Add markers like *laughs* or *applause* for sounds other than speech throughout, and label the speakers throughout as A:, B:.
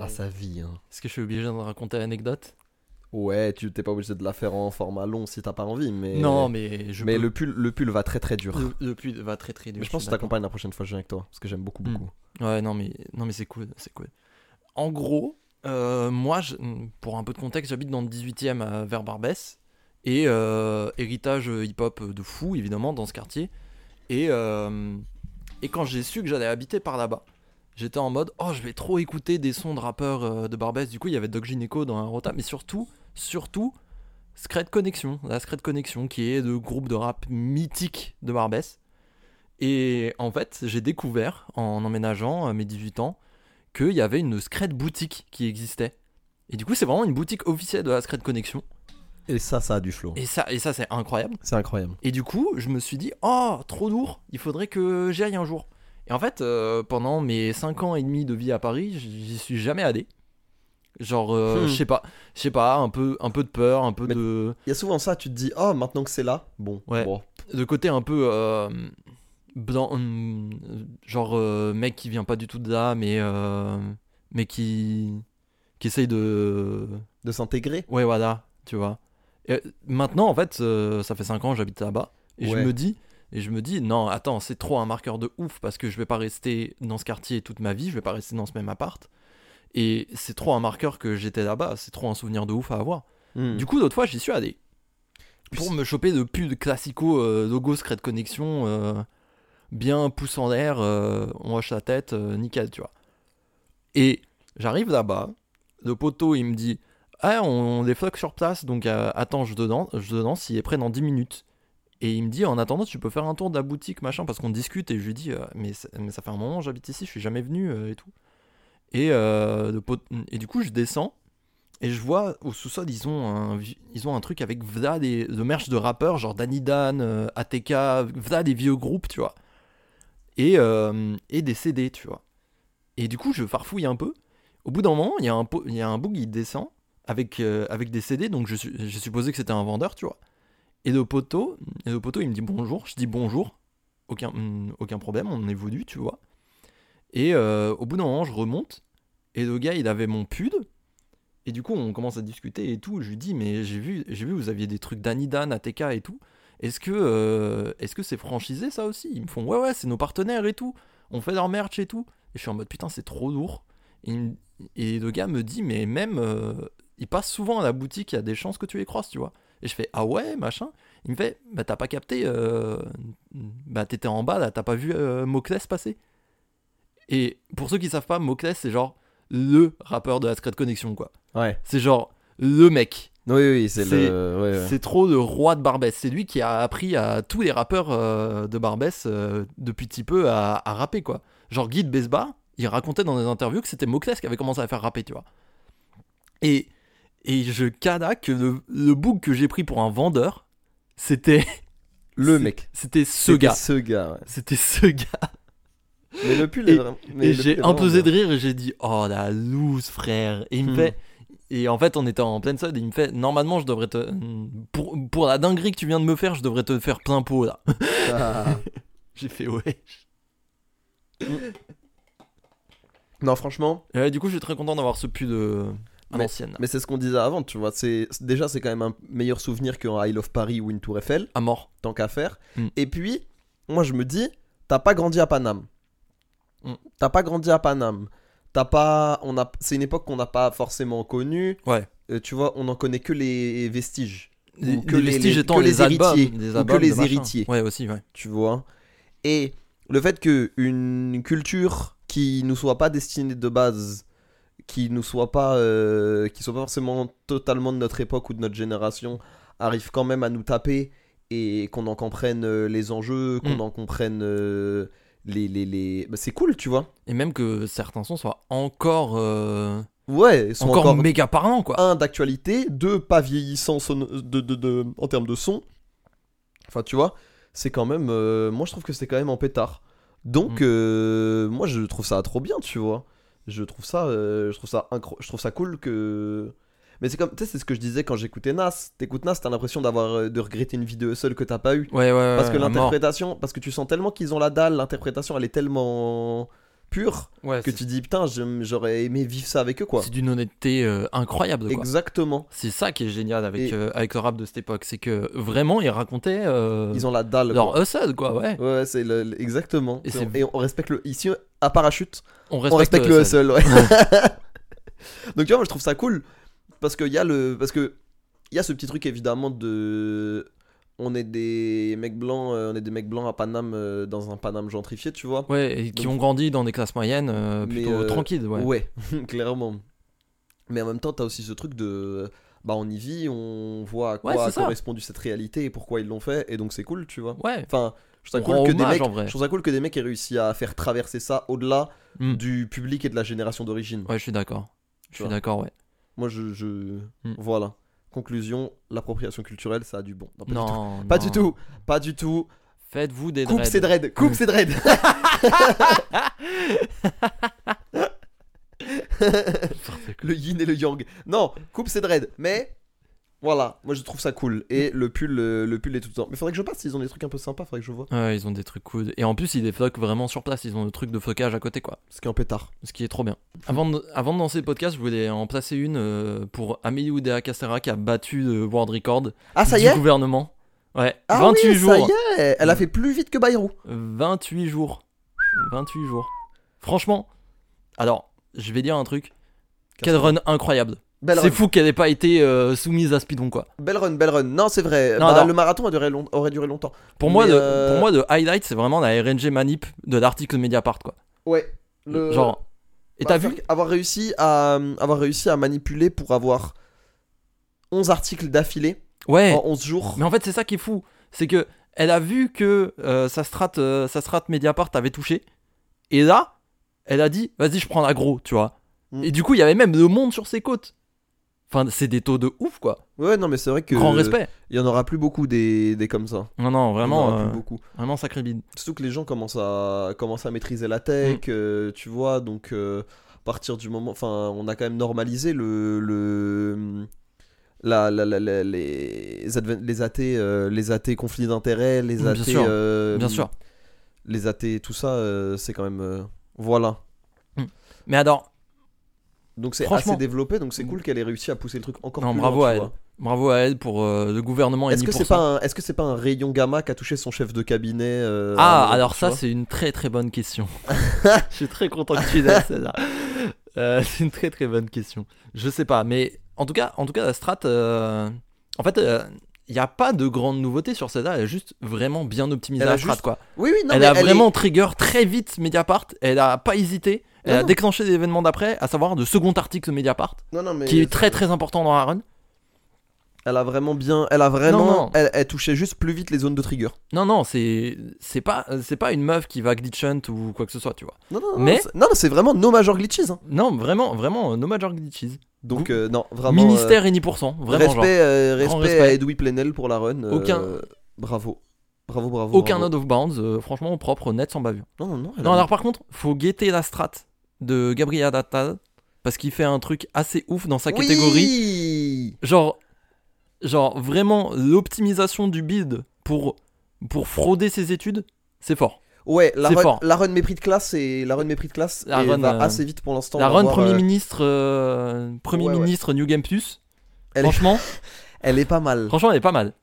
A: Ah, sa vie, hein.
B: Est-ce que je suis obligé de raconter l'anecdote
A: Ouais, tu t'es pas obligé de la faire en format long si t'as pas envie, mais.
B: Non, mais je
A: Mais
B: peux-
A: le pull, le pull va très très dur.
B: le... le pull va très très dur.
A: Mais je pense que
B: suis
A: je t'accompagne la prochaine fois, je viens avec toi, parce que j'aime beaucoup,
B: Mm.
A: beaucoup.
B: Ouais, non, mais, non, mais c'est cool, c'est cool. En gros, euh, moi, je- pour un peu de contexte, j'habite dans le 18 e vers Barbès. Et euh, héritage euh, hip-hop de fou, évidemment, dans ce quartier. Et, euh, et quand j'ai su que j'allais habiter par là-bas, j'étais en mode Oh, je vais trop écouter des sons de rappeurs euh, de Barbès. Du coup, il y avait Doc Gineco dans un rota, mais surtout, surtout, Secret Connection, la Secret Connection, qui est le groupe de rap mythique de Barbès. Et en fait, j'ai découvert, en emménageant à mes 18 ans, qu'il y avait une Secret Boutique qui existait. Et du coup, c'est vraiment une boutique officielle de la Secret Connection.
A: Et ça, ça a du flow.
B: Et ça, et ça c'est incroyable.
A: C'est incroyable.
B: Et du coup, je me suis dit, oh, trop lourd, il faudrait que j'y aille un jour. Et en fait, euh, pendant mes 5 ans et demi de vie à Paris, j- j'y suis jamais allé. Genre, euh,
A: Hmm.
B: je sais pas, je sais pas, un peu, un peu de peur, un peu
A: Mais-
B: de,
A: Il y a souvent ça, tu te dis, oh, maintenant que c'est là, bon,
B: Ouais.
A: bon.
B: de côté un peu euh, blanc, hum, genre euh, mec qui vient pas du tout de là, mais euh, mais qui qui essaye de,
A: de s'intégrer.
B: ouais voilà, tu vois. Et maintenant en fait, euh, ça fait 5 ans, j'habite là-bas et je
A: Ouais.
B: me dis et je me dis non, attends, c'est trop un marqueur de ouf parce que je vais pas rester dans ce quartier toute ma vie, je vais pas rester dans ce même appart. Et c'est trop un marqueur que j'étais là-bas, c'est trop un souvenir de ouf à avoir.
A: Hmm.
B: Du coup, l'autre fois, j'y suis allé. Pour me choper de pub classico euh, logo secret de connexion, euh, bien pouce en l'air, euh, on hoche la tête, euh, nickel, tu vois. Et j'arrive là-bas, le poteau il me dit Ah, on, on les floque sur place, donc euh, attends, je te dan- je te danse, il est prêt dans 10 minutes. Et il me dit En attendant, tu peux faire un tour de la boutique, machin, parce qu'on discute, et je lui dis euh, mais, ça- mais ça fait un moment, j'habite ici, je suis jamais venu, euh, et tout. Et, euh, le pot- et du coup, je descends. Et je vois au sous-sol, ils ont un, vi- ils ont un truc avec Vlad et le merch de rappeurs, genre Danny Dan, euh, ATK, Vlad des vieux groupes, tu vois. Et, euh, et des CD, tu vois. Et du coup, je farfouille un peu. Au bout d'un moment, il y a un, po- il y a un bout qui descend avec, euh, avec des CD, donc je su- j'ai supposé que c'était un vendeur, tu vois. Et le poteau, et le poteau, il me dit bonjour. Je dis bonjour. Aucun, hum, aucun problème, on est voulu, tu vois. Et euh, au bout d'un moment, je remonte. Et le gars, il avait mon PUD. Et du coup, on commence à discuter et tout. Je lui dis, mais j'ai vu, j'ai vu, vous aviez des trucs d'Anidan, ATK et tout. Est-ce que, euh, est-ce que c'est franchisé ça aussi Ils me font, ouais, ouais, c'est nos partenaires et tout. On fait leur merch et tout. Et je suis en mode, putain, c'est trop lourd. Et, il me- et le gars me dit, mais même, euh, il passe souvent à la boutique, il y a des chances que tu les croises, tu vois. Et je fais, ah ouais, machin. Il me fait, bah t'as pas capté, euh, bah t'étais en bas là, t'as pas vu euh, Moclès passer. Et pour ceux qui savent pas, Moclès, c'est genre le rappeur de la Secret Connection, quoi.
A: Ouais.
B: C'est genre le mec.
A: Oui, oui, c'est
B: C'est-
A: le. ouais, ouais.
B: C'est trop le roi de Barbès. C'est lui qui a appris à tous les rappeurs euh, de Barbès euh, depuis petit peu à, à rapper, quoi. Genre Guy de Besbar, il racontait dans des interviews que c'était Moclès qui avait commencé à faire rapper, tu vois. Et, et je cada que le, le book que j'ai pris pour un vendeur, c'était *laughs*
A: Le
B: c'est-
A: mec.
B: C'était ce
A: C'était
B: gars.
A: Ce gars, ouais.
B: C'était ce gars.
A: Mais le pull
B: Et-
A: est vraiment. mais
B: et
A: le pull
B: j'ai
A: est vraiment
B: implosé de
A: bien.
B: rire et j'ai dit oh la loose frère et il me
A: Hmm.
B: fait et en fait on était en pleine solde et il me fait normalement je devrais te pour, pour la dinguerie que tu viens de me faire je devrais te faire plein pot là
A: Ah.
B: *laughs* j'ai fait ouais
A: Non, franchement,
B: Et ouais, du coup je suis très content d'avoir ce pull de à
A: Mais-
B: l'ancienne
A: mais c'est ce qu'on disait avant, tu vois. c'est Déjà, c'est quand même un meilleur souvenir qu'un I Love Paris ou une Tour Eiffel,
B: à mort
A: tant qu'à faire.
B: Mm.
A: Et puis, moi, je me dis, t'as pas grandi à Paname.
B: Mm.
A: T'as pas grandi à Paname. T'as pas. On a... C'est une époque qu'on n'a pas forcément connue.
B: Ouais.
A: Euh, tu vois, on en connaît que les vestiges.
B: les,
A: que
B: les
A: les-
B: vestiges
A: les-
B: étant
A: que
B: les,
A: les
B: albums,
A: héritiers,
B: les
A: ou que
B: albums de
A: les
B: machin.
A: héritiers.
B: ouais aussi ouais
A: tu vois. Et le fait que une culture qui nous soit pas destinée de base, qui nous soit pas, euh, qui soit pas forcément totalement de notre époque ou de notre génération, arrive quand même à nous taper et qu'on en comprenne euh, les enjeux, qu'on
B: Mm.
A: en comprenne euh, les les, les... Bah, c'est cool, tu vois.
B: et même que certains sons soient encore euh,
A: Ouais, ils sont
B: encore,
A: encore, Ah.
B: méga parlants quoi
A: un d'actualité, deux pas vieillissants sono- de, de- de- en termes de son. Enfin, tu vois, c'est quand même. euh, moi, je trouve que c'est quand même en pétard. Donc,
B: Mm.
A: euh, moi, je trouve ça trop bien, tu vois. Je trouve ça, euh, je trouve ça incro- je trouve ça cool que. Mais c'est comme, tu sais, c'est ce que je disais quand j'écoutais Nas. T'écoutes Nas, t'as l'impression d'avoir euh, de regretter une vidéo seule que t'as pas eu.
B: ouais ouais, ouais
A: Parce que
B: à mort.
A: l'interprétation, parce que tu sens tellement qu'ils ont la dalle, l'interprétation elle est tellement pure
B: Ouais,
A: que
B: c'est-
A: tu dis putain j'aime- j'aurais aimé vivre ça avec eux quoi.
B: c'est d'une honnêteté euh, incroyable. Quoi.
A: Exactement.
B: C'est ça qui est génial avec,
A: Et-
B: euh, avec le rap de cette époque, c'est que vraiment ils racontaient euh,
A: Ils ont la dalle.
B: leur
A: quoi.
B: hustle quoi, ouais.
A: Ouais, ouais, c'est le- le- exactement.
B: Et
A: Et,
B: c'est-
A: on respecte le ici à parachute,
B: On
A: on respecte le hustle.
B: hustle.
A: ouais. *laughs* Donc tu vois, moi je trouve ça cool parce que y a le parce que il y a ce petit truc évidemment de on est des mecs blancs, euh, on est des mecs blancs à Paname euh, dans un Paname gentrifié, tu vois.
B: Ouais, et qui
A: Donc-
B: ont grandi dans des classes moyennes euh,
A: Mais,
B: plutôt
A: euh,
B: tranquilles, ouais.
A: Ouais, *laughs* clairement. Mais en même temps, t'as aussi ce truc de. Bah, on y vit, on voit à quoi
B: Ouais, c'est
A: a
B: ça.
A: correspondu cette réalité et pourquoi ils l'ont fait, et donc c'est cool, tu vois.
B: Ouais.
A: Enfin, je trouve, ça
B: On
A: cool
B: rend
A: que des
B: hommage,
A: mecs,
B: en vrai.
A: je trouve ça cool que des mecs aient réussi à faire traverser ça au-delà
B: Mm.
A: du public et de la génération d'origine.
B: Ouais, je suis d'accord. Je
A: Tu
B: suis
A: vois.
B: d'accord, ouais.
A: Moi, je. je-
B: Mm.
A: Voilà. Conclusion l'appropriation culturelle, ça a du bon. Non, pas
B: non,
A: du tout.
B: non.
A: Pas du tout. Pas du tout.
B: Faites-vous des
A: Coupe
B: dreads.
A: ses dreads.
B: Hmm.
A: Coupe ses dreads.
B: N'importe quoi.
A: *laughs* le yin et le yang. Non, coupe c'est dread. Mais voilà, moi je trouve ça cool. Et
B: Hmm.
A: le pull, euh, le pull est tout le temps. Mais faudrait que je passe, ils ont des trucs un peu sympas, faudrait que je vois.
B: Ouais, ils ont des trucs cool. Et en plus, ils les floquent vraiment sur place. Ils ont le truc de flocage à côté, quoi.
A: Parce qu'un pétard.
B: Ce qui est trop bien. Avant de, avant de lancer le podcast, je voulais en placer une euh, pour Amélie Oudéa Castera qui a battu le World Record
A: Ah, ça
B: du
A: y est
B: gouvernement. Ouais,
A: Ah
B: 28
A: oui,
B: jours. Hmm.
A: ça y est Elle a fait plus vite que Bayrou.
B: 28 jours. 28 jours. Franchement, alors, je vais dire un truc. Quelle run incroyable.
A: Belle
B: C'est
A: run.
B: fou qu'elle ait pas été euh, soumise à Speedon, quoi.
A: Belle run, belle run. Non, c'est vrai.
B: Non,
A: Bah,
B: non.
A: Le marathon a duré long- aurait duré longtemps.
B: Pour moi,
A: Mais,
B: le,
A: euh,
B: pour moi, le highlight, c'est vraiment la RNG manip de l'article Mediapart, quoi.
A: Ouais. Le...
B: Genre. Et
A: bah,
B: t'as
A: faire-
B: vu
A: avoir réussi, à, euh, avoir réussi à manipuler pour avoir 11 articles d'affilée
B: Ouais.
A: en 11 jours.
B: Mais en fait, c'est ça qui est fou. C'est que elle a vu que euh, sa, strat, euh, sa strat Mediapart avait touché. Et là, elle a dit, vas-y, je prends l'agro, tu vois.
A: Mm.
B: Et du coup, il y avait même le monde sur ses côtes. Enfin, c'est des taux de ouf, quoi.
A: Ouais, non, mais c'est vrai que.
B: Grand respect.
A: Il y en aura plus beaucoup des, des comme ça.
B: Non, non,
A: Il y en aura
B: vraiment,
A: bah, plus
B: euh,
A: beaucoup.
B: vraiment sacré bide.
A: Surtout que les gens commencent à, commencent à maîtriser la tech,
B: Mm.
A: euh, tu vois, donc euh, à partir du moment, enfin, on a quand même normalisé le, le mm, la, la- la- la- les, adven- les AT, euh, les AT conflits d'intérêts, les
B: Mm, Bien
A: AT,
B: sûr,
A: euh, mm,
B: Bien sûr.
A: les AT, tout ça, euh, c'est quand même, euh, voilà.
B: Mais alors,
A: Donc c'est
B: Franchement. Mm.
A: assez développé, donc c'est cool qu'elle ait réussi à pousser le truc encore
B: Non,
A: plus.
B: bravo
A: loin,
B: à
A: tu
B: elle.
A: vois.
B: bravo à elle pour euh, le gouvernement et
A: Est-ce que c'est
B: 10%.
A: pas, un- est-ce que c'est pas un rayon gamma qui a touché son chef de cabinet euh,
B: Ah,
A: en-
B: alors
A: tu
B: ça,
A: vois
B: c'est une très très
A: *laughs*
B: bonne question. Je suis très content que tu aies celle-là. Euh, c'est une très très bonne question. Je sais pas, mais en tout cas, en tout cas la strat. euh, En fait, il n'y a pas de grande nouveauté sur celle-là. Elle a juste vraiment bien optimisé
A: Elle
B: la
A: a
B: strat,
A: juste-
B: quoi.
A: Oui, oui, non,
B: elle
A: mais
B: a
A: est-
B: vraiment trigger très vite Mediapart. Elle a pas hésité. Elle
A: Non,
B: a
A: non.
B: déclenché des événements d'après, à savoir le second article de Mediapart,
A: Non, non, mais
B: qui est très très important dans la run.
A: Elle a vraiment bien. Elle a vraiment.
B: Non, non.
A: Elle, elle touchait juste plus vite les zones de trigger.
B: Non, non, c'est c'est pas c'est pas une meuf qui va glitch hunt ou quoi que ce soit, tu vois.
A: Non, non,
B: Mais-
A: non. c'est- Non, non, c'est vraiment no major glitches. hein.
B: Non, vraiment, vraiment, euh, no major glitches.
A: Donc,
B: Ouh.
A: euh, non, vraiment.
B: Ministère et 10%,
A: euh,
B: vraiment genre.
A: respect, euh,
B: Grand
A: respect, à
B: respect.
A: Edoui Plenel pour la run. euh,
B: Aucun-
A: Bravo. Bravo, bravo.
B: Aucun
A: bravo.
B: out of bounds, euh, franchement propre, net sans bavure.
A: Non, non, non. elle a-
B: Non, alors par contre, faut guetter la strat de Gabriel Attal parce qu'il fait un truc assez ouf dans sa
A: Oui
B: catégorie. Genre, genre vraiment l'optimisation du build pour, pour frauder ses études, c'est fort.
A: Ouais, la
B: C'est
A: run,
B: fort.
A: la run mépris de classe et la run mépris de classe
B: La
A: et
B: run,
A: va
B: euh,
A: assez vite pour l'instant.
B: La
A: on va
B: run
A: voir,
B: premier
A: euh,
B: ministre, euh, premier
A: ouais, ouais.
B: ministre New Game Plus.
A: Elle est- *laughs*
B: Franchement,
A: Elle est pas mal.
B: franchement, elle est pas mal.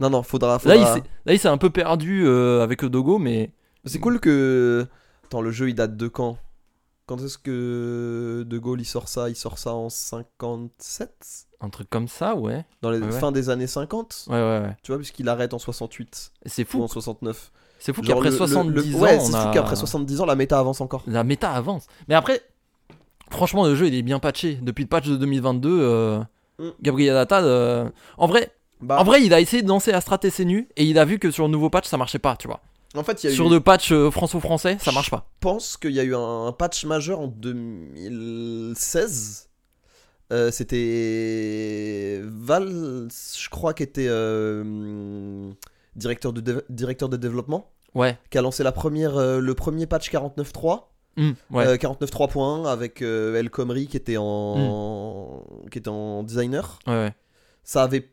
A: Non, non, faudra.
B: Là,
A: faudra...
B: il s'est- là, il s'est un peu perdu euh, avec le Dogo, mais
A: C'est cool que. Attends, le jeu il date de quand Quand est-ce que De Gaulle il sort ça Il sort ça en 57
B: un truc comme ça, ouais.
A: Dans les
B: Ouais, ouais.
A: fins des années 50
B: Ouais, ouais, ouais.
A: Tu vois, puisqu'il arrête en 68
B: C'est
A: ou
B: fou.
A: en 69.
B: C'est fou
A: Genre
B: qu'après
A: le- le-
B: 70
A: le-
B: ans,
A: Ouais,
B: on
A: c'est
B: a-
A: fou qu'après 70 ans la méta avance encore.
B: la méta avance. Mais après, franchement, le jeu il est bien patché. Depuis le patch de 2022, euh,
A: Mm.
B: Gabriel Attal, euh, en vrai,
A: Bah,
B: en vrai, il a essayé de lancer Astra TC nu et il a vu que sur le nouveau patch ça marchait pas, tu vois.
A: en fait, il y a
B: Sur
A: eu-
B: le patch euh, franco-français, ça marche pas.
A: je pense qu'il y a eu un patch majeur en 2016. Euh, c'était Val, je crois, qui était euh, directeur, de dév- directeur de développement.
B: Ouais,
A: qui a lancé la première, euh, le premier patch 49.3.
B: Mm, ouais.
A: euh, 49.3.1 avec euh, El Khomri qui était, en...
B: Hmm.
A: qui était en designer.
B: ouais,
A: Ça avait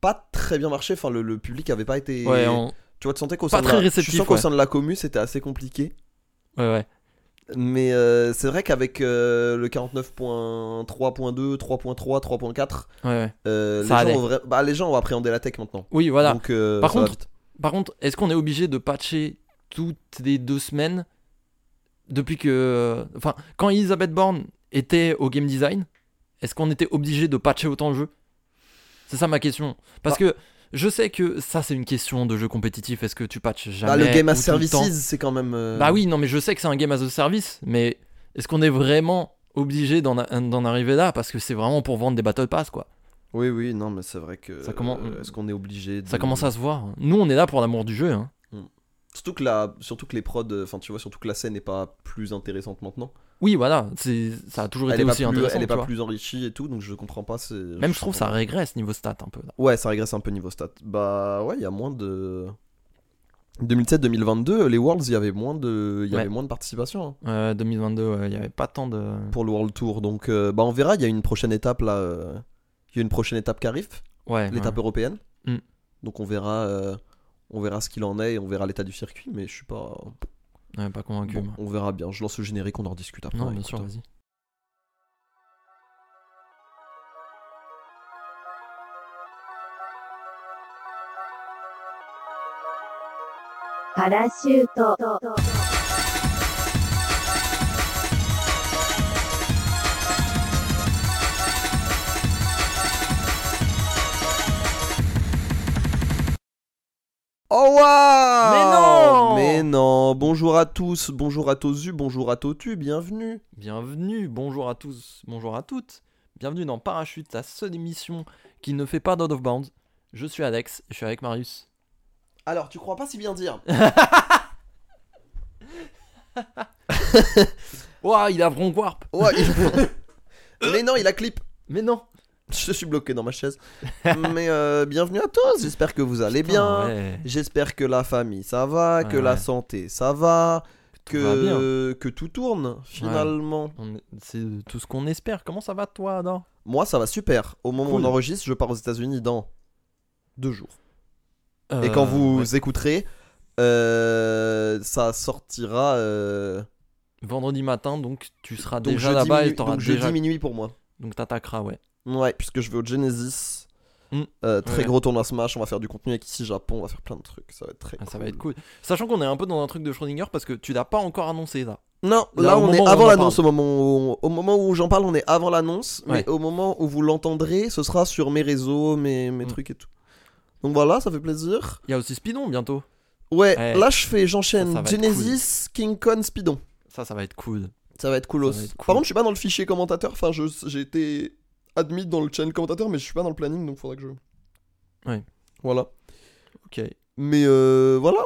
A: pas très bien marché, enfin le, le public avait pas été.
B: ouais. Ouais, on-
A: Tu vois, tu sentais qu'au
B: Pas
A: sein, de
B: très
A: la... je
B: réceptif,
A: sens qu'au
B: ouais.
A: sein de la commu c'était assez compliqué.
B: ouais, ouais.
A: Mais euh, c'est vrai qu'avec euh, le 49.3.2, 3.3, 3.4,
B: Ouais.
A: euh, les,
B: Ça allait.
A: gens ont vra- bah, les gens ont appréhendé la tech maintenant.
B: Oui, voilà.
A: Donc, euh,
B: Par
A: ça va
B: contre-
A: vite.
B: Par contre, est-ce qu'on est obligé de patcher toutes les deux semaines depuis que. Enfin, quand Elisabeth Borne était au game design, est-ce qu'on était obligé de patcher autant le jeu C'est ça ma question. Parce
A: Bah.
B: que je sais que ça, c'est une question de jeu compétitif. Est-ce que tu patches jamais
A: Bah, le game
B: ou
A: as
B: tout le
A: services,
B: temps
A: c'est quand même. euh,
B: Bah oui, non, mais je sais que c'est un game as a service, mais est-ce qu'on est vraiment obligé d'en d'en arriver là Parce que c'est vraiment pour vendre des battle pass, quoi.
A: Oui, oui, non, mais c'est vrai que.
B: Ça commence-
A: euh, Est-ce qu'on est obligé de...
B: Ça commence à se voir. Nous, on est là pour l'amour du jeu. Hein.
A: Surtout que, la... surtout que les prods, euh, enfin, tu vois, surtout que la scène n'est pas plus intéressante maintenant.
B: Oui, voilà, c'est- ça a toujours
A: Elle
B: été
A: est pas,
B: aussi
A: plus...
B: intéressant.
A: elle est
B: tu
A: pas
B: vois.
A: plus enrichie et tout, donc je comprends pas. c'est-
B: Même je trouve ça
A: comprends
B: régresse niveau stats un peu. là.
A: Ouais, ça régresse un peu niveau stats. Bah ouais, il y a moins de 2007-2022, les Worlds, il y avait moins de il y
B: Ouais.
A: avait moins de participation hein,
B: Euh, 2022, ouais, il n'y avait pas tant de.
A: pour le World Tour. Donc euh, bah on verra, il y a une prochaine étape là, euh, il y a une prochaine étape qui arrive,
B: Eh Ouais.
A: l'étape européenne.
B: Mm.
A: Donc on verra euh, on verra ce qu'il en est et on verra l'état du circuit, mais je suis pas
B: ouais. Ouais, pas convaincu.
A: bon,
B: moi.
A: on verra bien. Je lance le générique, on en discute après.
B: non, bien
A: Écoute, hein.
B: sûr, vas-y.
C: Parachute.
A: Oh waouh
B: Mais non
A: Mais non Bonjour à tous, bonjour à Tozu, bonjour à Totu, bienvenue
B: Bienvenue, bonjour à tous, bonjour à toutes. Bienvenue dans Parachute, la seule émission qui ne fait pas d'Out of Bounds. Je suis Alex, je suis avec Marius.
A: Alors, tu crois pas si bien dire
B: Ouah, il a Vron Warp
A: Ouais, il- *laughs* Mais non, il a clip
B: Mais non
A: Je suis bloqué dans ma
B: *laughs*
A: chaise. Mais euh, bienvenue à tous, j'espère que vous allez bien.
B: Putain, Ah ouais.
A: J'espère que la famille ça va, que
B: Ouais,
A: la
B: ouais.
A: santé ça va,
B: Tout va bien.
A: que, que tout tourne finalement.
B: On est- C'est tout ce qu'on espère. Comment ça va toi, Adam
A: Moi ça va super. Au moment où
B: Cool.
A: on enregistre, je pars aux États-Unis dans deux jours. Et
B: Euh,
A: quand vous écouterez, euh, ça sortira. euh,
B: Vendredi matin, donc tu seras
A: donc
B: déjà
A: jeudi
B: là-bas
A: minuit-
B: et t'auras
A: donc jeudi
B: déjà.
A: minuit pour moi.
B: Donc t'attaqueras, ouais.
A: Ouais, puisque je vais au Genesis.
B: Mm.
A: Euh, très
B: Ouais.
A: gros tournoi Smash, on va faire du contenu avec ici Japon, on va faire plein de trucs, ça va être très
B: Ah,
A: cool.
B: ça va être cool. Sachant qu'on est un peu dans un truc de Schrödinger parce que tu l'as pas encore annoncé là.
A: Non,
B: Là,
A: là, on
B: au moment
A: est
B: où on
A: avant
B: en
A: l'annonce, au moment où, au moment où j'en parle, on est avant l'annonce, mais
B: Ouais.
A: au moment où vous l'entendrez, ce sera sur mes réseaux, mes, mes
B: Mm.
A: trucs et tout. Donc voilà, ça fait plaisir.
B: Il y a aussi Spidon bientôt.
A: Ouais,
B: Ouais.
A: là je fais,
B: Ça, ça
A: j'enchaîne
B: va être
A: Genesis, King Kong, Speedon.
B: Ça, ça va être cool.
A: Ça va être coolos.
B: Ça va être cool.
A: Par contre, je suis pas dans le fichier commentateur, enfin je- j'ai été admis dans le channel commentateur, mais je suis pas dans le planning, donc faudra que je...
B: Ouais.
A: Voilà.
B: Ok.
A: Mais euh, voilà,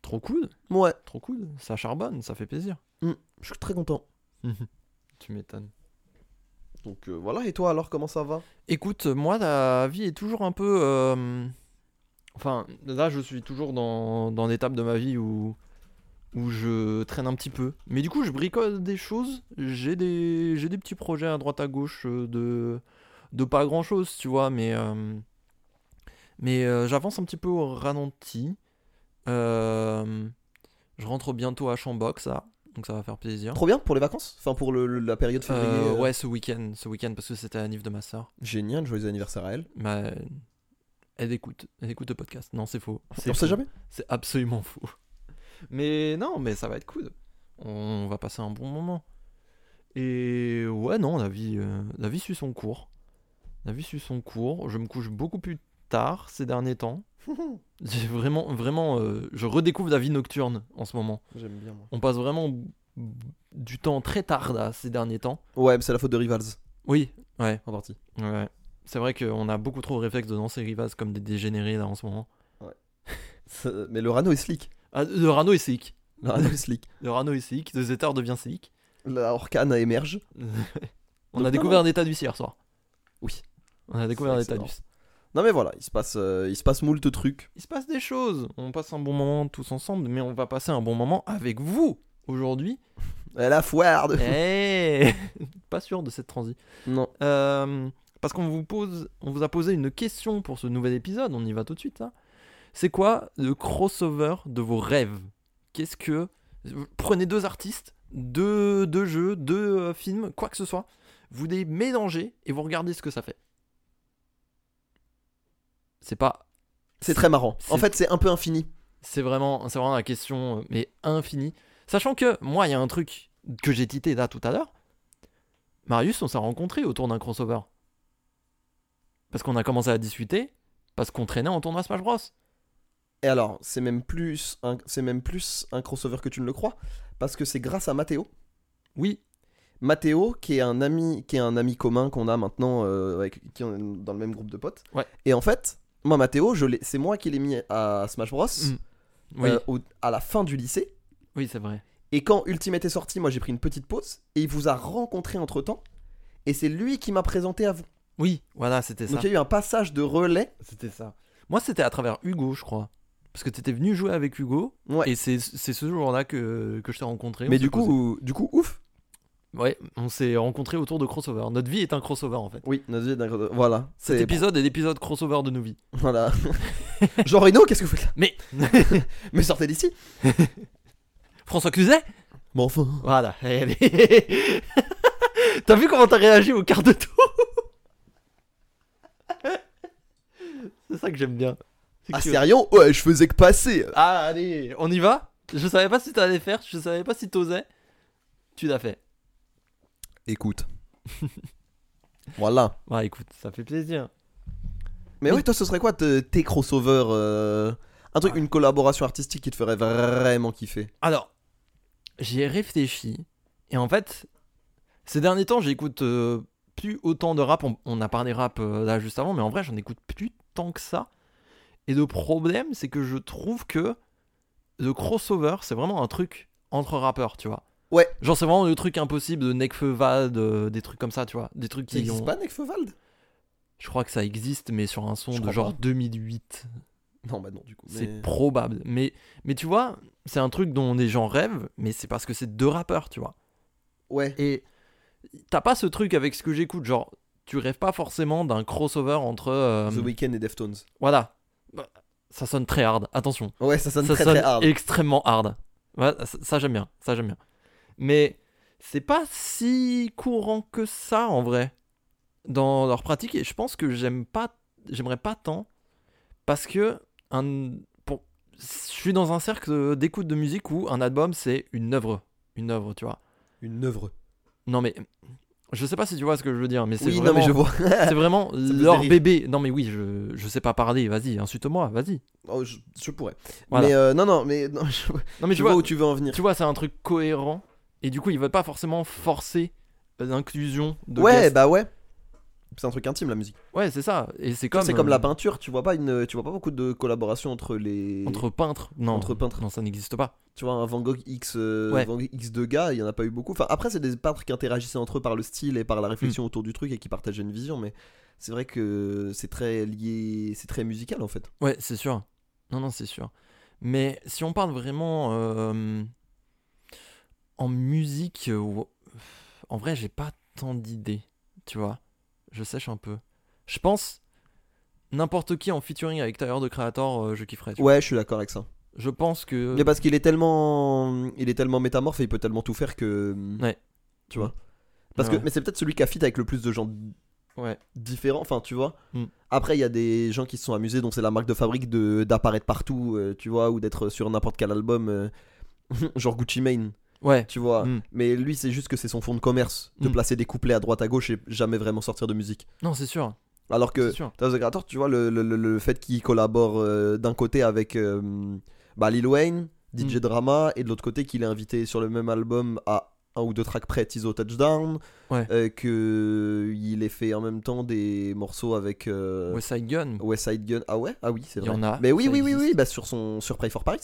B: Trop cool.
A: ouais.
B: Trop cool. Ça charbonne, ça fait plaisir.
A: Je suis très content.
B: Tu m'étonnes.
A: Donc euh, voilà, et toi alors, comment ça va
B: Écoute, moi, la vie est toujours un peu. euh, Enfin, là, je suis toujours dans, dans l'étape de ma vie où, où je traîne un petit peu. Mais du coup, je bricole des choses. J'ai des, j'ai des petits projets à droite à gauche euh, de, de pas grand chose, tu vois. Mais, euh, mais euh, j'avance un petit peu au ralenti. Euh, Je rentre bientôt à Chambox, ça. Donc, ça va faire plaisir.
A: Trop bien pour les vacances Enfin, pour le- le- la période février
B: Oh. Euh,
A: euh,
B: ouais, ce week-end, ce week-end, parce que c'était la nif de ma soeur.
A: Génial, joyeux anniversaire à elle.
B: Bah, elle écoute, elle écoute le podcast. Non, c'est faux. C'est
A: On
B: faux.
A: sait
B: *laughs*
A: jamais
B: C'est absolument faux. Mais non, mais ça va être cool. On va passer un bon moment. Et ouais, non, la vie, euh, la vie suit son cours. La vie suit son cours. Je me couche beaucoup plus tard ces derniers temps. *laughs* J'ai vraiment, vraiment, euh, je redécouvre la vie nocturne en ce moment.
A: J'aime bien moi.
B: On passe vraiment du temps très tard là ces derniers temps.
A: Ouais, mais c'est la faute de Rivals
B: Oui, ouais.
A: en partie.
B: Ouais. C'est vrai qu'on a beaucoup trop de réflexes de danser Rivas comme des dégénérés là en ce moment.
A: C'est- Mais le Rano est slick.
B: Ah, le Rano est slick.
A: Le Rano est slick.
B: Le Rano est slick. Le Zéter devient slick.
A: La Orcane émerge.
B: on
A: Non,
B: a
A: non,
B: découvert l'état du hier soir.
A: Oui.
B: On a découvert
A: C'est
B: l'état du.
A: excellent. Non mais voilà, il se passe, euh, il se passe moult trucs.
B: Il se passe des choses. On passe un bon moment tous ensemble, mais on va passer un bon moment avec vous aujourd'hui.
A: Et la foire de...
B: Eh Pas sûr de cette transi.
A: *laughs* Non.
B: Euh, parce qu'on vous pose, on vous a posé une question pour ce nouvel épisode. On y va tout de suite. là. C'est quoi le crossover de vos rêves Qu'est-ce que prenez deux artistes, deux, deux jeux, deux euh, films, quoi que ce soit, vous les mélangez et vous regardez ce que ça fait. C'est pas.
A: C'est très marrant. En
B: c'est-
A: fait, c'est un peu infini.
B: C'est vraiment, c'est vraiment la question, euh, mais infinie. Sachant que, moi, il y a un truc que j'ai tité là tout à l'heure. Marius, on s'est rencontrés autour d'un crossover. Parce qu'on a commencé à discuter, parce qu'on traînait en tournoi Smash Bros.
A: Et alors, c'est même plus un, c'est même plus un crossover que tu ne le crois, parce que c'est grâce à Mathéo.
B: Oui,
A: Mathéo, qui est un ami, qui est un ami commun qu'on a maintenant, euh, avec qui on est dans le même groupe de potes.
B: Ouais.
A: Et en fait, moi Mathéo, je l'ai- c'est moi qui l'ai mis à Smash Bros.
B: Mm, oui,
A: euh, au- à la fin du lycée.
B: oui, c'est vrai.
A: Et quand Ultimate est sorti, moi j'ai pris une petite pause et il vous a rencontré entre temps. Et c'est lui qui m'a présenté à vous.
B: Oui, voilà, c'était ça.
A: Donc il y a eu un passage de relais.
B: C'était ça. Moi, c'était à travers Hugo, je crois. Parce que t'étais venu jouer avec Hugo,
A: Ouais.
B: et c'est c'est ce jour-là que, que je t'ai rencontré. on
A: Mais
B: s'est
A: du
B: posé.
A: coup, du coup, ouf.
B: Ouais, on s'est rencontrés autour de crossover. Notre vie est un crossover, en fait.
A: Oui, notre vie est d'un gros- voilà.
B: Cet
A: C'est
B: épisode est l'épisode crossover de nos vies.
A: voilà.
B: *laughs*
A: Genre Reno, qu'est-ce que vous faites là
B: Mais
A: Mais sortez d'ici.
B: François Cluzet
A: Mais enfin.
B: Voilà. *laughs* elle est- t'as vu comment t'as réagi au quart de tour *laughs* C'est ça que j'aime bien. C'est que
A: Ah
B: tu-
A: sérieux Ouais, je faisais que passer.
B: Ah, allez, on y va Je savais pas si t'allais faire, je savais pas si t'osais. Tu l'as fait. *laughs*
A: Écoute. voilà.
B: Bah écoute, ça fait plaisir.
A: Mais
B: Mais- Ah.
A: ouais, toi, ce serait quoi te- tes crossovers euh, Un truc,
B: Ouais.
A: une collaboration artistique qui te ferait vraiment kiffer.
B: Alors, j'ai réfléchi, et en fait, ces derniers temps, j'écoute euh, plus autant de rap. On, on a parlé rap euh, là juste avant, mais en vrai, j'en écoute plus tant que ça. Et le problème, c'est que je trouve que le crossover, c'est vraiment un truc entre rappeurs, tu vois.
A: Ouais.
B: Genre, c'est vraiment le truc impossible de Nekfeu Vald, euh, des trucs comme ça, tu vois. Des trucs
A: Qui
B: qui
A: existe
B: ont.
A: pas, Nekfeuvald
B: Je crois que ça existe, mais sur un son
A: Je
B: de
A: crois
B: genre
A: pas.
B: 2008.
A: Non, bah non, du coup.
B: C'est
A: mais-
B: probable. Mais, mais tu vois, c'est un truc dont les gens rêvent, mais c'est parce que c'est deux rappeurs, tu vois.
A: Ouais.
B: Et t'as pas ce truc avec ce que j'écoute, genre, tu rêves pas forcément d'un crossover entre... euh,
A: The Weeknd et Deftones.
B: voilà. Bah, Ça sonne très hard, attention.
A: Ouais, ça sonne
B: ça
A: très
B: sonne
A: très hard.
B: extrêmement hard. Ouais, ça, ça, j'aime bien, ça j'aime bien. Mais c'est pas si courant que ça en vrai dans leur pratique et je pense que j'aime pas, j'aimerais pas tant parce que un, pour- je suis dans un cercle d'écoute de musique où un album c'est une œuvre, une œuvre, tu vois.
A: Une œuvre.
B: Non mais je sais pas si tu vois ce que je veux dire, mais c'est
A: Oui, non,
B: vraiment,
A: mais je vois.
B: c'est vraiment
A: *laughs* faisait
B: leur
A: rire.
B: bébé. Non mais oui, je, je sais pas parler, vas-y, insulte-moi, vas-y.
A: *laughs* Oh, je, je pourrais.
B: Voilà.
A: Mais euh, non, non, mais non, *laughs* je,
B: Non mais
A: je
B: tu
A: vois
B: vois,
A: où tu veux en venir.
B: Tu vois, c'est un truc cohérent. Et du coup, ils veulent pas forcément forcer l'inclusion de
A: ouais,
B: guest.
A: bah ouais. C'est un truc intime la musique.
B: Ouais, c'est ça. Et c'est comme
A: C'est comme la
B: euh,
A: peinture, tu vois pas une, tu vois pas beaucoup de collaboration entre les
B: entre peintres. Non,
A: entre peintres.
B: non, ça n'existe pas.
A: Tu vois un Van Gogh X, euh,
B: Ouais.
A: Van Gogh X de gars, il y en a pas eu beaucoup. Enfin après c'est des peintres qui interagissaient entre eux par le style et par la
B: Hmm.
A: réflexion autour du truc et qui partageaient une vision, mais c'est vrai que c'est très lié, c'est très musical en fait.
B: Ouais, c'est sûr. Non, non, c'est sûr. Mais si on parle vraiment euh, en musique, euh, ou- en vrai, j'ai pas tant d'idées. Tu vois, je sèche un peu. Je pense n'importe qui en featuring avec Tyler de Creator, euh, je kifferais. tu vois.
A: Ouais, je suis d'accord avec ça.
B: Je pense que
A: Mais bah- parce qu'il est tellement, il est tellement métamorphe et il peut tellement tout faire que.
B: Ouais. Mm.
A: Tu vois. Parce
B: Ouais.
A: que, mais c'est peut-être celui qui a fit avec le plus de gens
B: ouais,
A: différents. Enfin, tu vois.
B: Mm.
A: Après, il y a des gens qui se sont amusés, dont c'est la marque de fabrique de d'apparaître partout, euh, tu vois, ou d'être sur n'importe quel album, euh, *laughs* genre Gucci Mane,
B: ouais.
A: tu vois.
B: Mm.
A: Mais lui, c'est juste que c'est son fond de commerce de
B: Mm.
A: placer des couplets à droite à gauche et jamais vraiment sortir de musique.
B: Non, c'est sûr.
A: Alors que
B: C'est sûr.
A: Tyler, The Creator, tu vois, le, le- le- le fait qu'il collabore euh, d'un côté avec euh, bah, Lil Wayne, DJ
B: Mm.
A: Drama, et de l'autre côté qu'il est invité sur le même album à un ou deux tracks près, Tizo Touchdown,
B: Ouais.
A: euh, que il ait fait en même temps des morceaux avec euh,
B: West Side Gun.
A: West Side Gun. Ah ouais, ah oui, c'est
B: Il
A: vrai.
B: y en a,
A: Mais oui,
B: ça
A: oui, oui,
B: existe.
A: oui, bah, sur son sur Pray for Paris.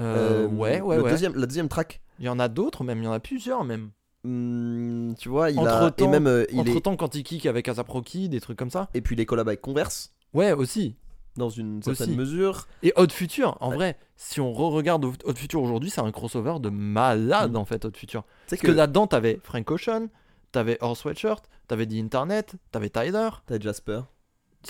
B: Euh,
A: Euh,
B: ouais, ouais,
A: le
B: ouais.
A: Deuxième, la deuxième track.
B: Il y en a d'autres même, il y en a plusieurs même.
A: Hum, tu vois, il a
B: Entre-temps-
A: et même euh, il
B: Entre
A: est
B: temps, quand il kick avec Azaproki, des trucs comme ça.
A: et puis les collabs avec Converse
B: Ouais, aussi.
A: dans une certaine
B: Aussi.
A: mesure.
B: Et Odd Future, en vrai, si on re-regarde Odd Odd Future aujourd'hui, c'est un crossover de malade
A: Mm.
B: en fait, Odd Future.
A: Tu sais
B: Parce que là-dedans, t'avais Frank Ocean, t'avais Horse Sweatshirt, t'avais The Internet, t'avais Tyler.
A: t'as Jasper.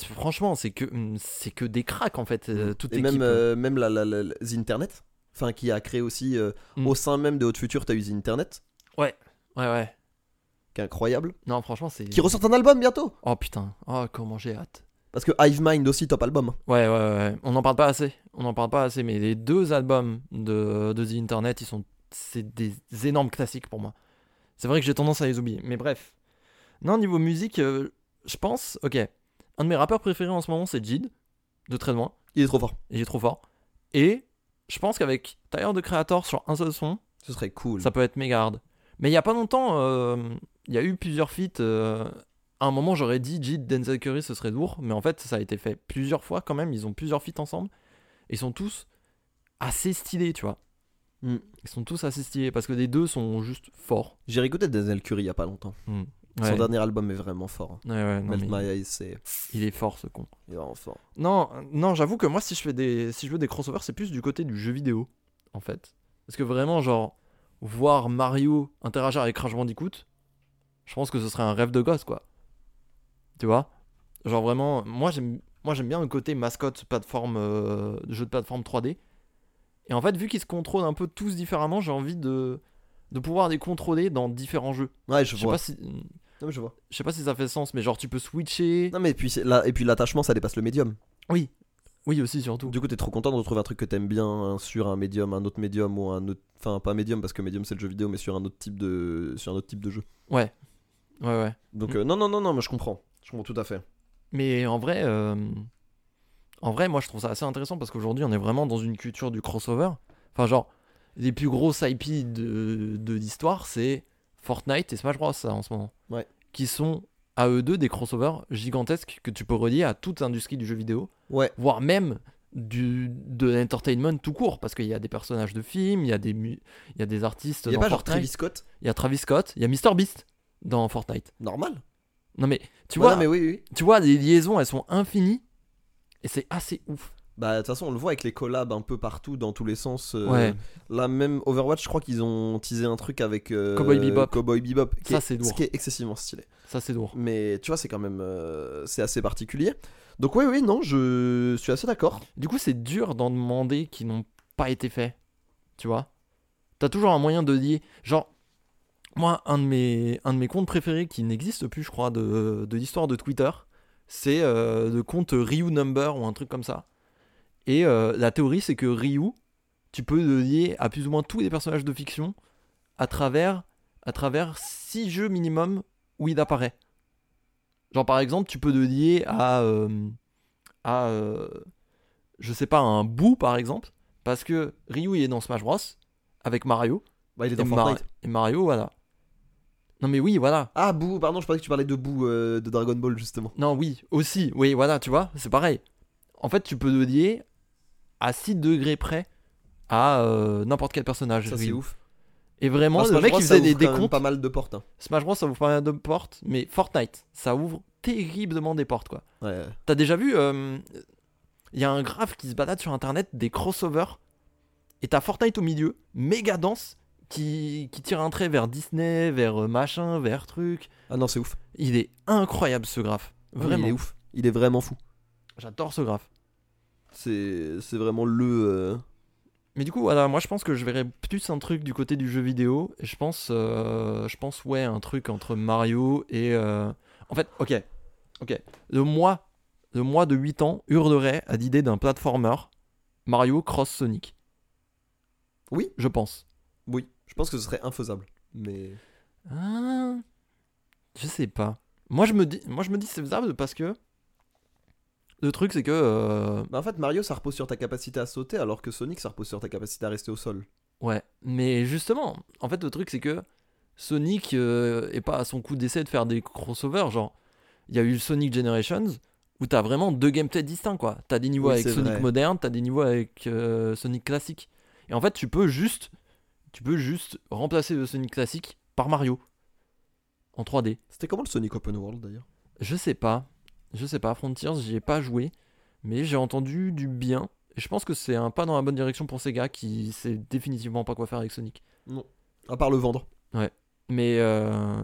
B: Franchement, c'est que, hum, c'est que des cracks en fait, euh, toute
A: et
B: équipe.
A: même,
B: euh,
A: euh, même la, la, la- la- The Internet, enfin qui a créé aussi euh,
B: Mm.
A: au sein même de Haute Future, t'as eu The Internet,
B: Ouais, ouais.
A: qui est incroyable.
B: Non, franchement, c'est.
A: Qui ressortent un album bientôt
B: Oh putain, oh comment j'ai hâte.
A: Parce que Hive Mind aussi, top album. hein.
B: Ouais, ouais, ouais. On n'en parle pas assez. On n'en parle pas assez, mais les deux albums de, de The Internet, ils sont. C'est des énormes classiques pour moi. C'est vrai que j'ai tendance à les oublier, mais bref. Non, niveau musique, euh, je pense. Ok. Un de mes rappeurs préférés en ce moment, c'est Jid, de très loin.
A: Il est trop fort.
B: Il est trop fort. Et je pense qu'avec Tyler de Creator sur un seul son,
A: Ce serait cool.
B: ça peut être méga hard. Mais il y a pas longtemps, euh, il y a eu plusieurs feats. euh, à un moment, j'aurais dit Jid, Denzel Curry, ce serait lourd. Mais en fait, ça a été fait plusieurs fois quand même. Ils ont plusieurs feats ensemble. Ils sont tous assez stylés, tu vois.
A: Mm.
B: Ils sont tous assez stylés parce que les deux sont juste forts.
A: J'ai réécouté Denzel Curry il y a pas longtemps.
B: Ouais.
A: Son dernier album est vraiment fort. hein.
B: Ouais, ouais, non,
A: Melt
B: mais
A: My Eyes, c'est
B: il est fort ce con.
A: il est vraiment fort.
B: Non, euh, non, j'avoue que moi, si je fais des, si je veux des crossovers, c'est plus du côté du jeu vidéo, en fait. Parce que vraiment, genre, voir Mario interagir avec Crash Bandicoot, je pense que ce serait un rêve de gosse, quoi. Tu vois Genre vraiment, moi j'aime, moi j'aime bien le côté mascotte, plateforme, euh, jeu de plateforme 3D. Et en fait, vu qu'ils se contrôlent un peu tous différemment, j'ai envie de, de pouvoir les contrôler dans différents jeux.
A: Ouais, je,
B: Je sais
A: vois.
B: pas si,
A: Non, mais je vois.
B: je sais pas si ça fait sens, mais genre tu peux switcher.
A: Non, mais puis c'est- la- et puis l'attachement, ça dépasse le médium.
B: Oui, oui aussi surtout.
A: Du coup, t'es trop content de retrouver un truc que t'aimes bien hein, sur un médium, un autre médium ou un autre. Enfin, pas médium parce que médium c'est le jeu vidéo, mais sur un autre type de, sur un autre type de jeu.
B: Ouais, ouais, ouais.
A: Donc,
B: Mm.
A: euh, non, non, non, non, mais je comprends. Je comprends tout à fait.
B: Mais en vrai, euh, en vrai, moi je trouve ça assez intéressant parce qu'aujourd'hui on est vraiment dans une culture du crossover. Enfin, genre, les plus grosses IP de, de l'histoire, c'est Fortnite et Smash Bros. ça, en ce moment.
A: Ouais.
B: Qui sont à eux deux des crossovers gigantesques que tu peux relier à toute l'industrie du jeu vidéo,
A: Ouais.
B: voire même du, de l'entertainment tout court, parce qu'il y a des personnages de films, il y a des, mu- il y a des artistes
A: Il y a
B: dans
A: pas genre Travis
B: Fortnite,
A: Scott
B: il y a Travis Scott, il y a Mr Beast dans Fortnite.
A: Normal.
B: Non mais tu
A: Bah,
B: vois,
A: non, mais oui, oui.
B: tu vois, les liaisons, elles sont infinies. Et c'est assez ouf.
A: Bah, de toute façon, on le voit avec les collabs un peu partout, dans tous les sens. euh,
B: Ouais.
A: Là, même Overwatch, je crois qu'ils ont teasé un truc avec euh,
B: Cowboy Bebop.
A: Cowboy Bebop, qui
B: Ça,
A: est-
B: c'est lourd.
A: Ce qui est excessivement stylé.
B: Ça, c'est lourd.
A: Mais tu vois, c'est quand même. euh, c'est assez particulier. Donc, oui, oui, non, je suis assez d'accord.
B: Du coup, c'est dur d'en demander qui n'ont pas été faits. Tu vois T'as toujours un moyen de lier. Genre, moi, un de mes, un de mes comptes préférés qui n'existe plus, je crois, de, de l'histoire de Twitter, c'est euh, le compte Ryu Number ou un truc comme ça. Et euh, la théorie, c'est que Ryu, tu peux le lier à plus ou moins tous les personnages de fiction à travers, à travers six jeux minimum où il apparaît. Genre, par exemple, tu peux le lier à. euh, à euh, je sais pas, un bout par exemple, parce que Ryu il est dans Smash Bros avec Mario.
A: Bah, il est
B: Et,
A: dans
B: Mar-
A: Fortnite.
B: et Mario, voilà. Non mais oui, voilà.
A: Ah, Boo, pardon, je pensais que tu parlais de Boo euh, de Dragon Ball, justement.
B: Non, oui, aussi, oui, voilà, tu vois, c'est pareil. En fait, tu peux le lier à 6 degrés près à euh, n'importe quel personnage.
A: Ça, c'est
B: Ryu.
A: ouf.
B: Et vraiment,
A: Ah,
B: le
A: Smash
B: mec
A: Bros,
B: il faisait
A: ça
B: des
A: ouvre quand même
B: décomptes.
A: pas mal de portes. hein.
B: Smash Bros, ça ouvre pas mal de portes, mais Fortnite, ça ouvre terriblement des portes, quoi.
A: Ouais.
B: T'as déjà vu, il y a un graphe qui se balade sur internet des crossovers, et t'as Fortnite au milieu, méga dense, qui, qui tire un trait vers Disney, vers euh, machin, vers truc.
A: Ah, non, c'est ouf.
B: Il est incroyable ce graphe. Vraiment.
A: Il est ouf. Il est vraiment fou.
B: J'adore ce graphe.
A: C'est c'est vraiment le. euh,
B: Mais du coup, voilà, moi je pense que je verrais plus un truc du côté du jeu vidéo. Et je pense, euh, je pense ouais, un truc entre Mario et. euh, En fait, ok, ok. Le moi, le moi de 8 ans hurlerait à l'idée d'un platformer Mario Cross Sonic.
A: Oui.
B: Je pense.
A: Oui, je pense que ce serait infaisable. Mais.
B: Ah, je sais pas. Moi je me dis, moi je me dis c'est faisable parce que le truc c'est que euh,
A: Bah en fait, Mario, ça repose sur ta capacité à sauter, alors que Sonic, ça repose sur ta capacité à rester au sol.
B: Ouais, mais justement, en fait, le truc, c'est que Sonic euh, est pas à son coup d'essai de faire des crossovers. Genre, il y a eu Sonic Generations où t'as vraiment deux gameplays distincts, quoi. T'as des niveaux
A: Oui,
B: avec
A: c'est
B: Sonic
A: vrai.
B: moderne, t'as des niveaux avec euh, Sonic classique. Et en fait, tu peux juste, tu peux juste remplacer le Sonic classique par Mario en 3D.
A: C'était comment le Sonic Open World d'ailleurs
B: Je sais pas, je sais pas. Frontiers, j'y ai pas joué, mais j'ai entendu du bien. Et je pense que c'est un pas dans la bonne direction pour Sega qui sait définitivement pas quoi faire avec Sonic.
A: À part le vendre.
B: Mais, euh,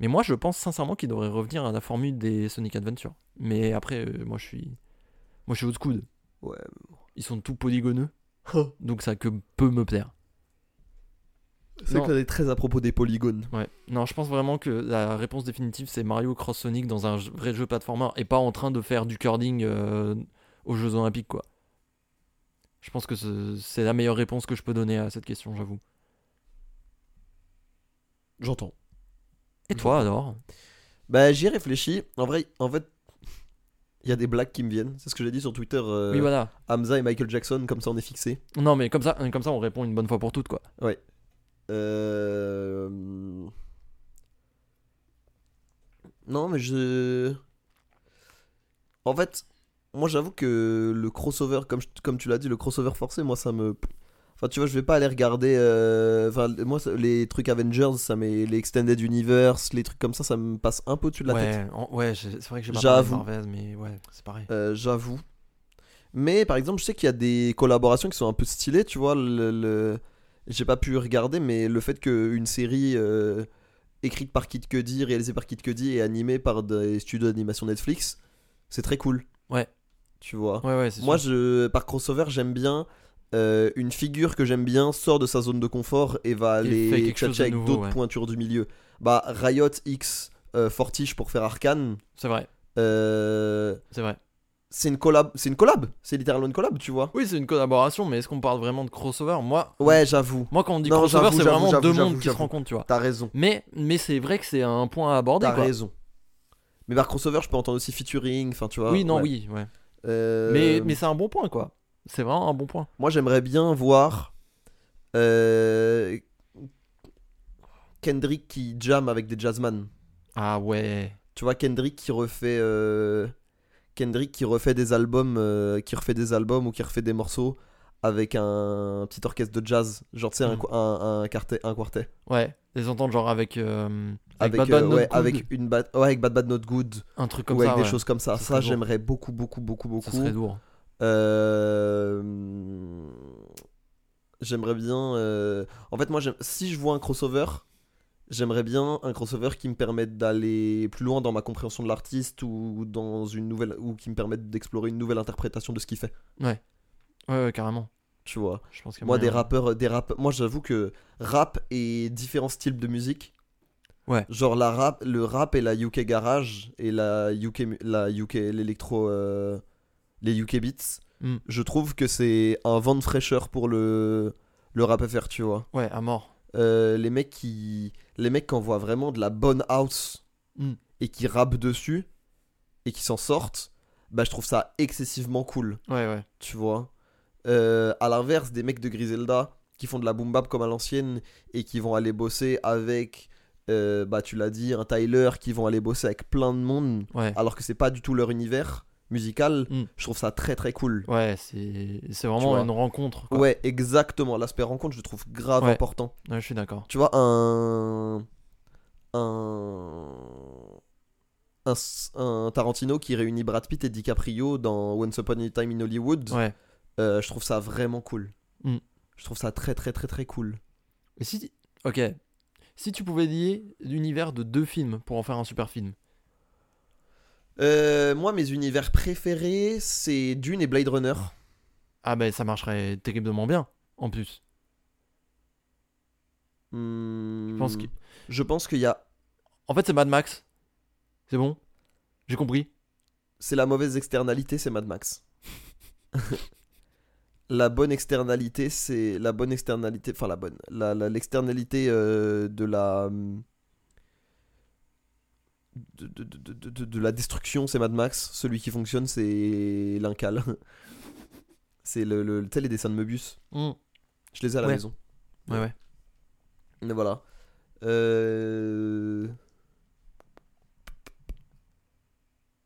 B: mais moi, je pense sincèrement qu'il devrait revenir à la formule des Sonic Adventure. Mais après, euh, moi, je suis. Moi, je suis old school.
A: Ouais,
B: Ils sont tout polygoneux. donc ça que peut me plaire.
A: *laughs* C'est
B: Non.
A: que ça est très à propos des polygones.
B: Ouais. Non, je pense vraiment que la réponse définitive, c'est Mario Cross Sonic dans un j- vrai jeu platformer et pas en train de faire du curling euh, aux Jeux Olympiques, quoi. Je pense que ce- c'est la meilleure réponse que je peux donner à cette question, j'avoue.
A: J'entends.
B: Et toi alors
A: Bah, j'y ai réfléchi. En vrai, en fait, *laughs* il y a des blagues qui me viennent. C'est ce que j'ai dit sur Twitter. euh,
B: Oui, voilà.
A: Hamza et Michael Jackson, comme ça on est fixé.
B: Non, mais comme ça, comme ça, on répond une bonne fois pour toutes, quoi.
A: Euh... Non, mais je. En fait, moi j'avoue que le crossover, comme, je- comme tu l'as dit, le crossover forcé, moi ça me. Enfin, tu vois, je vais pas aller regarder. euh, Enfin, moi, ça- les trucs Avengers, ça m'est- les Extended Universe, les trucs comme ça, ça me passe un peu au-dessus de la tête.
B: ouais, en- ouais, j'ai- c'est vrai que j'ai pas parlé de
A: J'avoue.
B: Marvel, mais ouais, c'est pareil.
A: Euh, j'avoue. Mais par exemple, je sais qu'il y a des collaborations qui sont un peu stylées, tu vois. Le, le- J'ai pas pu regarder, mais le fait qu'une série euh, écrite par Kid Cudi, réalisée par Kid Cudi et animée par des studios d'animation Netflix, c'est très cool.
B: Ouais.
A: Tu vois.
B: Ouais, ouais, c'est
A: Moi,
B: sûr.
A: je, par crossover, j'aime bien. euh, une figure que j'aime bien sort de sa zone de confort et va
B: Et
A: aller
B: fait quelque chose de
A: tchatcher avec
B: nouveau,
A: d'autres
B: ouais.
A: pointures du milieu. Bah, Riot X euh, Fortiche pour faire Arcane.
B: C'est vrai,
A: Euh,
B: c'est vrai.
A: c'est une collab, c'est une collab, c'est littéralement une collab, tu vois.
B: Oui, c'est une collaboration, mais est-ce qu'on parle vraiment de crossover Moi,
A: Ouais, j'avoue,
B: moi, quand on dit
A: Non,
B: crossover,
A: j'avoue,
B: c'est
A: j'avoue,
B: vraiment
A: j'avoue,
B: deux
A: j'avoue,
B: mondes qui se
A: j'avoue.
B: rencontrent, tu vois.
A: t'as raison,
B: Mais, mais c'est vrai que c'est un point à aborder,
A: t'as
B: quoi.
A: raison. Mais par crossover, je peux entendre aussi featuring, enfin, tu vois.
B: Oui, non,
A: ouais.
B: oui, ouais.
A: Euh,
B: Mais, mais c'est un bon point, quoi. C'est vraiment un bon point.
A: moi, j'aimerais bien voir euh, Kendrick qui jam avec des jazzman.
B: Ah ouais.
A: Tu vois, Kendrick qui refait, euh, Kendrick qui refait des albums, euh, qui refait des albums ou qui refait des morceaux avec un petit orchestre de jazz, genre tu sais un,
B: Mm.
A: qu- un, un quartet, un quartet.
B: Ouais. Les entendre genre avec. euh,
A: avec,
B: Bad Bad
A: euh,
B: Not
A: ouais,
B: Good,
A: avec une bad, ouais, avec Bad Bad Not Good
B: Un truc comme
A: ou
B: ça.
A: avec des
B: ouais.
A: choses comme ça.
B: Ça
A: Ça,
B: serait lourd.
A: j'aimerais beaucoup, beaucoup, beaucoup, beaucoup.
B: Ça serait lourd.
A: Euh, J'aimerais bien. euh, En fait, moi, j'aime- si je vois un crossover, j'aimerais bien un crossover qui me permette d'aller plus loin dans ma compréhension de l'artiste ou dans une nouvelle ou qui me permette d'explorer une nouvelle interprétation de ce qu'il fait.
B: Ouais, ouais, carrément.
A: Tu vois.
B: Je pense qu'il y a
A: Moi, des
B: moyen.
A: rappeurs, euh, des rap... Moi, j'avoue que rap et différents styles de musique.
B: Ouais.
A: Genre la rap, le rap et la UK garage et la UK, mu- la UK, l'électro, euh, les UK beats.
B: Mm.
A: Je trouve que c'est un vent de fraîcheur pour le le rap FR, tu vois.
B: Ouais, à mort.
A: Euh, les mecs qui, les mecs qui envoient vraiment de la bonne house
B: Mm.
A: et qui rappent dessus et qui s'en sortent, bah je trouve ça excessivement cool
B: Ouais, ouais.
A: tu vois. Euh, à l'inverse, des mecs de Griselda qui font de la boom bap comme à l'ancienne et qui vont aller bosser avec, euh, bah tu l'as dit, un Tyler, qui vont aller bosser avec plein de monde
B: Ouais.
A: alors que c'est pas du tout leur univers musical,
B: Mm.
A: je trouve ça très très cool.
B: Ouais, c'est c'est
A: Tu
B: vraiment
A: vois.
B: une rencontre.
A: Ouais,
B: Quoi. Ouais.
A: exactement, l'aspect rencontre, je le trouve grave
B: Ouais.
A: important.
B: je suis d'accord.
A: Tu vois, un. Un. Un, un Tarantino qui réunit Brad Pitt et DiCaprio dans Once Upon a Time in Hollywood.
B: Ouais.
A: Euh, je trouve ça vraiment cool.
B: Mm.
A: Je trouve ça très très très très cool.
B: Et si. Ok. Si tu pouvais lier l'univers de deux films pour en faire un super film.
A: Euh, moi, mes univers préférés, c'est Dune et Blade Runner.
B: Ah, ben ça marcherait terriblement bien. En plus.
A: Hmm,
B: Je pense que.
A: je pense qu'il y a...
B: En fait, c'est Mad Max. C'est bon J'ai compris.
A: C'est la mauvaise externalité, c'est Mad Max. *laughs* la bonne externalité, c'est... La bonne externalité... Enfin, la bonne. la- la- L'externalité euh, de la... hum, De, de- de- de- de- de la destruction, c'est Mad Max. Celui qui fonctionne, c'est l'Incal. *laughs* c'est le, le, tu sais, les dessins de Moebius.
B: Mm.
A: Je les ai à la
B: Ouais.
A: maison.
B: Ouais, ouais.
A: Mais voilà. Euh,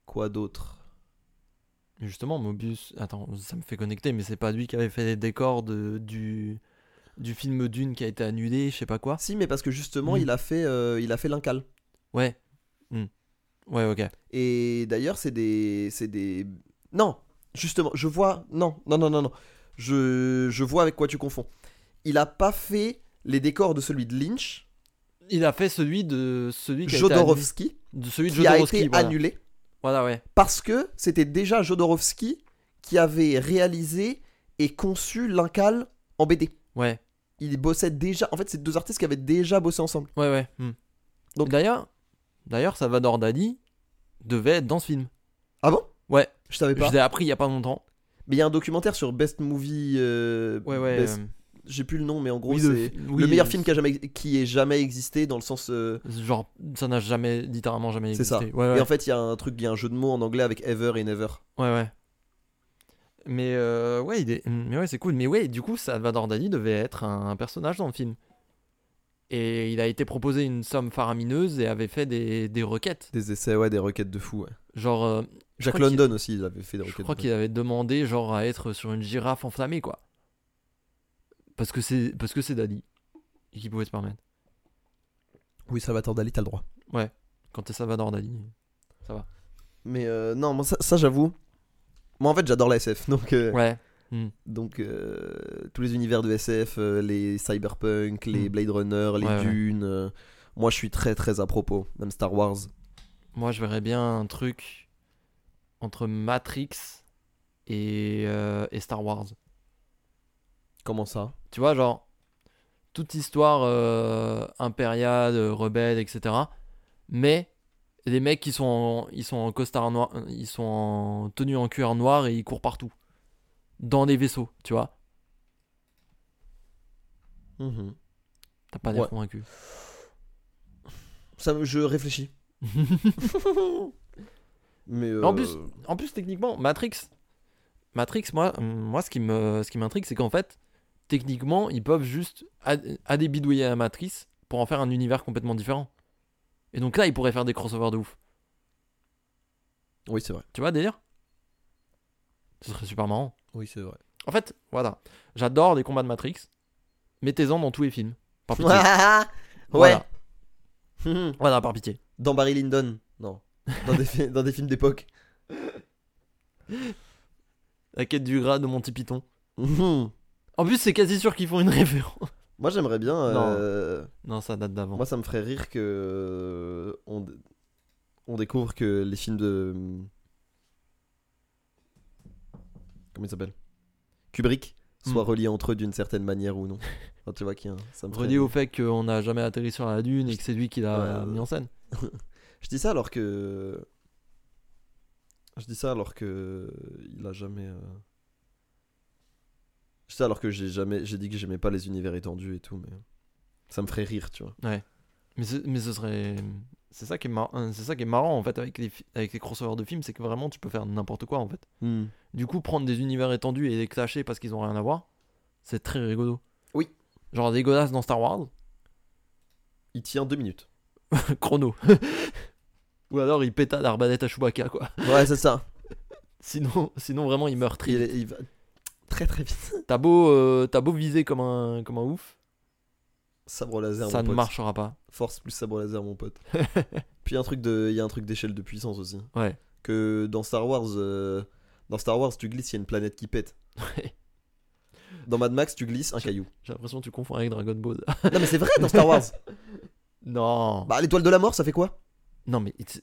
A: Quoi d'autre
B: Mais Justement, Mobius, attends, ça me fait connecter, mais c'est pas lui qui avait fait les décors de, du, du film Dune qui a été annulé, je sais pas quoi.
A: Si, mais parce que justement,
B: Mm.
A: il a fait, euh, il a fait l'incal.
B: Ouais. Hmm. Ouais, ok.
A: Et d'ailleurs, c'est des, c'est des. Non, justement, je vois. Non, non, non, non, non. Je, je vois avec quoi tu confonds. Il a pas fait les décors de celui de Lynch,
B: Il a fait celui de celui qui a été annulé-
A: Jodorowsky,
B: de celui de
A: qui a
B: Jodorowsky.
A: été
B: voilà.
A: annulé
B: Voilà, ouais.
A: parce que c'était déjà Jodorowsky qui avait réalisé et conçu l'incal en BD.
B: Ouais.
A: ils bossaient déjà. En fait, c'est deux artistes qui avaient déjà bossé ensemble.
B: Ouais, ouais.
A: Donc-
B: Donc Hmm. d'ailleurs, d'ailleurs, Salvador Dali devait être dans ce film.
A: Ah bon
B: Ouais,
A: Je savais
B: je
A: pas.
B: l'ai appris il y a pas longtemps.
A: Mais il y a un documentaire sur Best Movie. euh,
B: Ouais, ouais.
A: Best-
B: euh,
A: J'ai plus le nom, mais en gros,
B: oui,
A: c'est
B: le fi- oui,
A: le meilleur
B: euh,
A: film qui a jamais qui ait jamais existé dans le sens. euh,
B: Genre, ça n'a jamais, littéralement jamais
A: C'est
B: existé.
A: ça.
B: Ouais, ouais.
A: Et en fait, il y a un truc, il y a un jeu de mots en anglais avec ever et never.
B: Ouais, ouais. Mais euh, ouais, il est... mais ouais, c'est cool. Mais ouais, du coup, Salvador Dali devait être un, un personnage dans le film. Et il a été proposé une somme faramineuse et avait fait des, des requêtes.
A: Des essais, ouais, des requêtes de fou. ouais.
B: Genre, euh, je
A: Jack
B: crois qu'il-
A: London aussi, il avait fait des requêtes.
B: je crois
A: de
B: qu'il avait demandé genre à être sur une girafe enflammée, quoi. Parce que c'est parce que c'est Dali et qu'il pouvait se permettre.
A: fou. Oui, Salvatore Dali, t'as le droit.
B: Quand t'es Salvador Dali.
A: Mais euh, non, moi, ça, ça, j'avoue. Moi, en fait, j'adore la SF. Donc, euh,
B: Ouais.
A: donc euh, tous les univers de SF, euh, les cyberpunk, les
B: Mm.
A: Blade Runner, les
B: Ouais, ouais.
A: dunes. euh, moi, je suis très, très à propos. Même Star Wars.
B: Moi, je verrais bien un truc entre Matrix et, euh, et Star Wars.
A: Comment ça
B: Tu vois, genre, toute histoire euh, impériale, euh, rebelle, etc. Mais les mecs, ils sont en, ils sont en costard noir, euh, ils sont en tenue en cuir noir et ils courent partout. Dans les vaisseaux, tu vois.
A: Mhm.
B: T'as pas l'air
A: Ouais.
B: *laughs* convaincu.
A: ça, me- Je réfléchis. Mais euh,
B: En plus- en plus, techniquement, Matrix. Matrix, moi, mm, moi ce qui me, ce qui m'intrigue, c'est qu'en fait, techniquement, ils peuvent juste ad- aller bidouiller la Matrix pour en faire un univers complètement différent. Et donc là, ils pourraient faire des crossovers de ouf.
A: Oui, c'est vrai.
B: Tu vois, délire Ce serait super marrant.
A: Oui, c'est vrai.
B: En fait, voilà. J'adore les combats de Matrix. Mettez-en dans tous les films. Par *laughs* pitié.
A: *laughs* ouais.
B: Voilà. Voilà, par pitié.
A: *laughs* dans Barry Lyndon. Non. Dans des, fi- dans des films d'époque. *laughs*
B: La quête du gras de Monty Python.
A: Mhm.
B: En plus, c'est quasi sûr qu'ils font une *laughs* référence.
A: Moi, j'aimerais bien. euh,
B: Non, ça date d'avant.
A: Moi, ça me ferait rire que euh, on, d- on découvre que les films de hmm, comment il s'appelle Kubrick soient
B: Hmm.
A: reliés entre eux d'une certaine manière
B: *laughs*
A: ou non. Enfin, tu vois qu'il y a un- ça me ferait
B: Relié
A: rire.
B: au fait qu'on n'a jamais atterri sur la Lune et que c'est lui qui l'a
A: Ouais.
B: mis en scène.
A: Je dis ça alors que je dis ça alors que il a jamais. euh, Je dis ça alors que j'ai jamais j'ai dit que j'aimais pas les univers étendus et tout, mais ça me ferait rire, tu vois.
B: Mais ce, mais ce serait. C'est ça, qui est mar- c'est ça qui est marrant en fait avec les, fi- avec les crossovers de films, c'est que vraiment tu peux faire n'importe quoi en fait.
A: Hmm.
B: Du coup, prendre des univers étendus et les clasher parce qu'ils ont rien à voir, c'est très rigolo.
A: Oui.
B: Genre des godasses dans Star Wars, *laughs*
A: Il tient deux minutes.
B: chrono. Ou alors il péta l'arbalète à Chewbacca, quoi.
A: Ouais, c'est ça.
B: Sinon, sinon vraiment il meurt. très
A: Il-
B: vite.
A: il va très très vite.
B: T'as beau, euh, t'as beau viser comme un, comme un ouf,
A: Sabre laser,
B: ça
A: mon
B: ne
A: pote.
B: marchera pas.
A: Force plus sabre laser, mon
B: *laughs*
A: pote. Puis il y a un truc de, il y a un truc d'échelle de puissance aussi.
B: Ouais.
A: Que dans Star Wars, euh, dans Star Wars, tu glisses, il y a une planète qui pète.
B: Ouais.
A: Dans Mad Max, tu glisses un
B: Je-
A: caillou.
B: J'ai l'impression que tu confonds avec Dragon Ball. *laughs*
A: non mais c'est vrai dans Star Wars.
B: non.
A: Bah l'étoile de la mort, ça fait quoi
B: Non mais it's-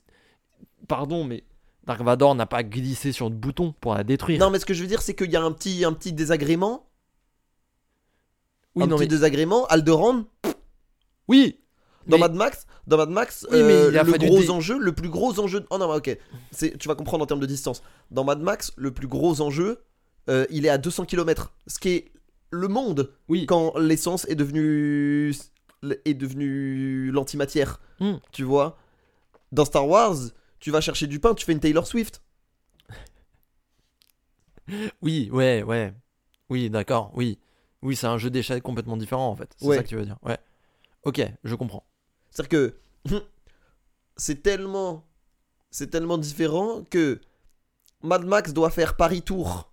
B: pardon mais Dark Vador n'a pas glissé sur le bouton pour la détruire.
A: Non mais ce que je veux dire, c'est qu'il y a un petit, un petit désagrément,
B: oui
A: un
B: non
A: petit
B: mais
A: désagrément. Alderaan
B: oui.
A: dans
B: Mais-
A: Mad Max, dans Mad Max,
B: Oui, mais
A: euh,
B: il a
A: le
B: fallu
A: gros
B: dé-
A: enjeu, le plus gros enjeu. Oh non, mais ok, c'est, tu vas comprendre en termes de distance. Dans Mad Max, le plus gros enjeu, euh, il est à 200 km, ce qui est le monde
B: Oui.
A: quand l'essence est devenue est devenue l'antimatière.
B: Hmm.
A: Tu vois, dans Star Wars, tu vas chercher du pain, tu fais une Taylor Swift.
B: Oui, ouais, ouais. Oui, d'accord, oui. Oui, c'est un jeu d'échelle complètement différent en fait. C'est
A: Ouais.
B: ça que tu veux dire. Ouais. Ok, je comprends.
A: C'est-à-dire que *laughs* c'est tellement c'est tellement différent que Mad Max doit faire Paris Tour.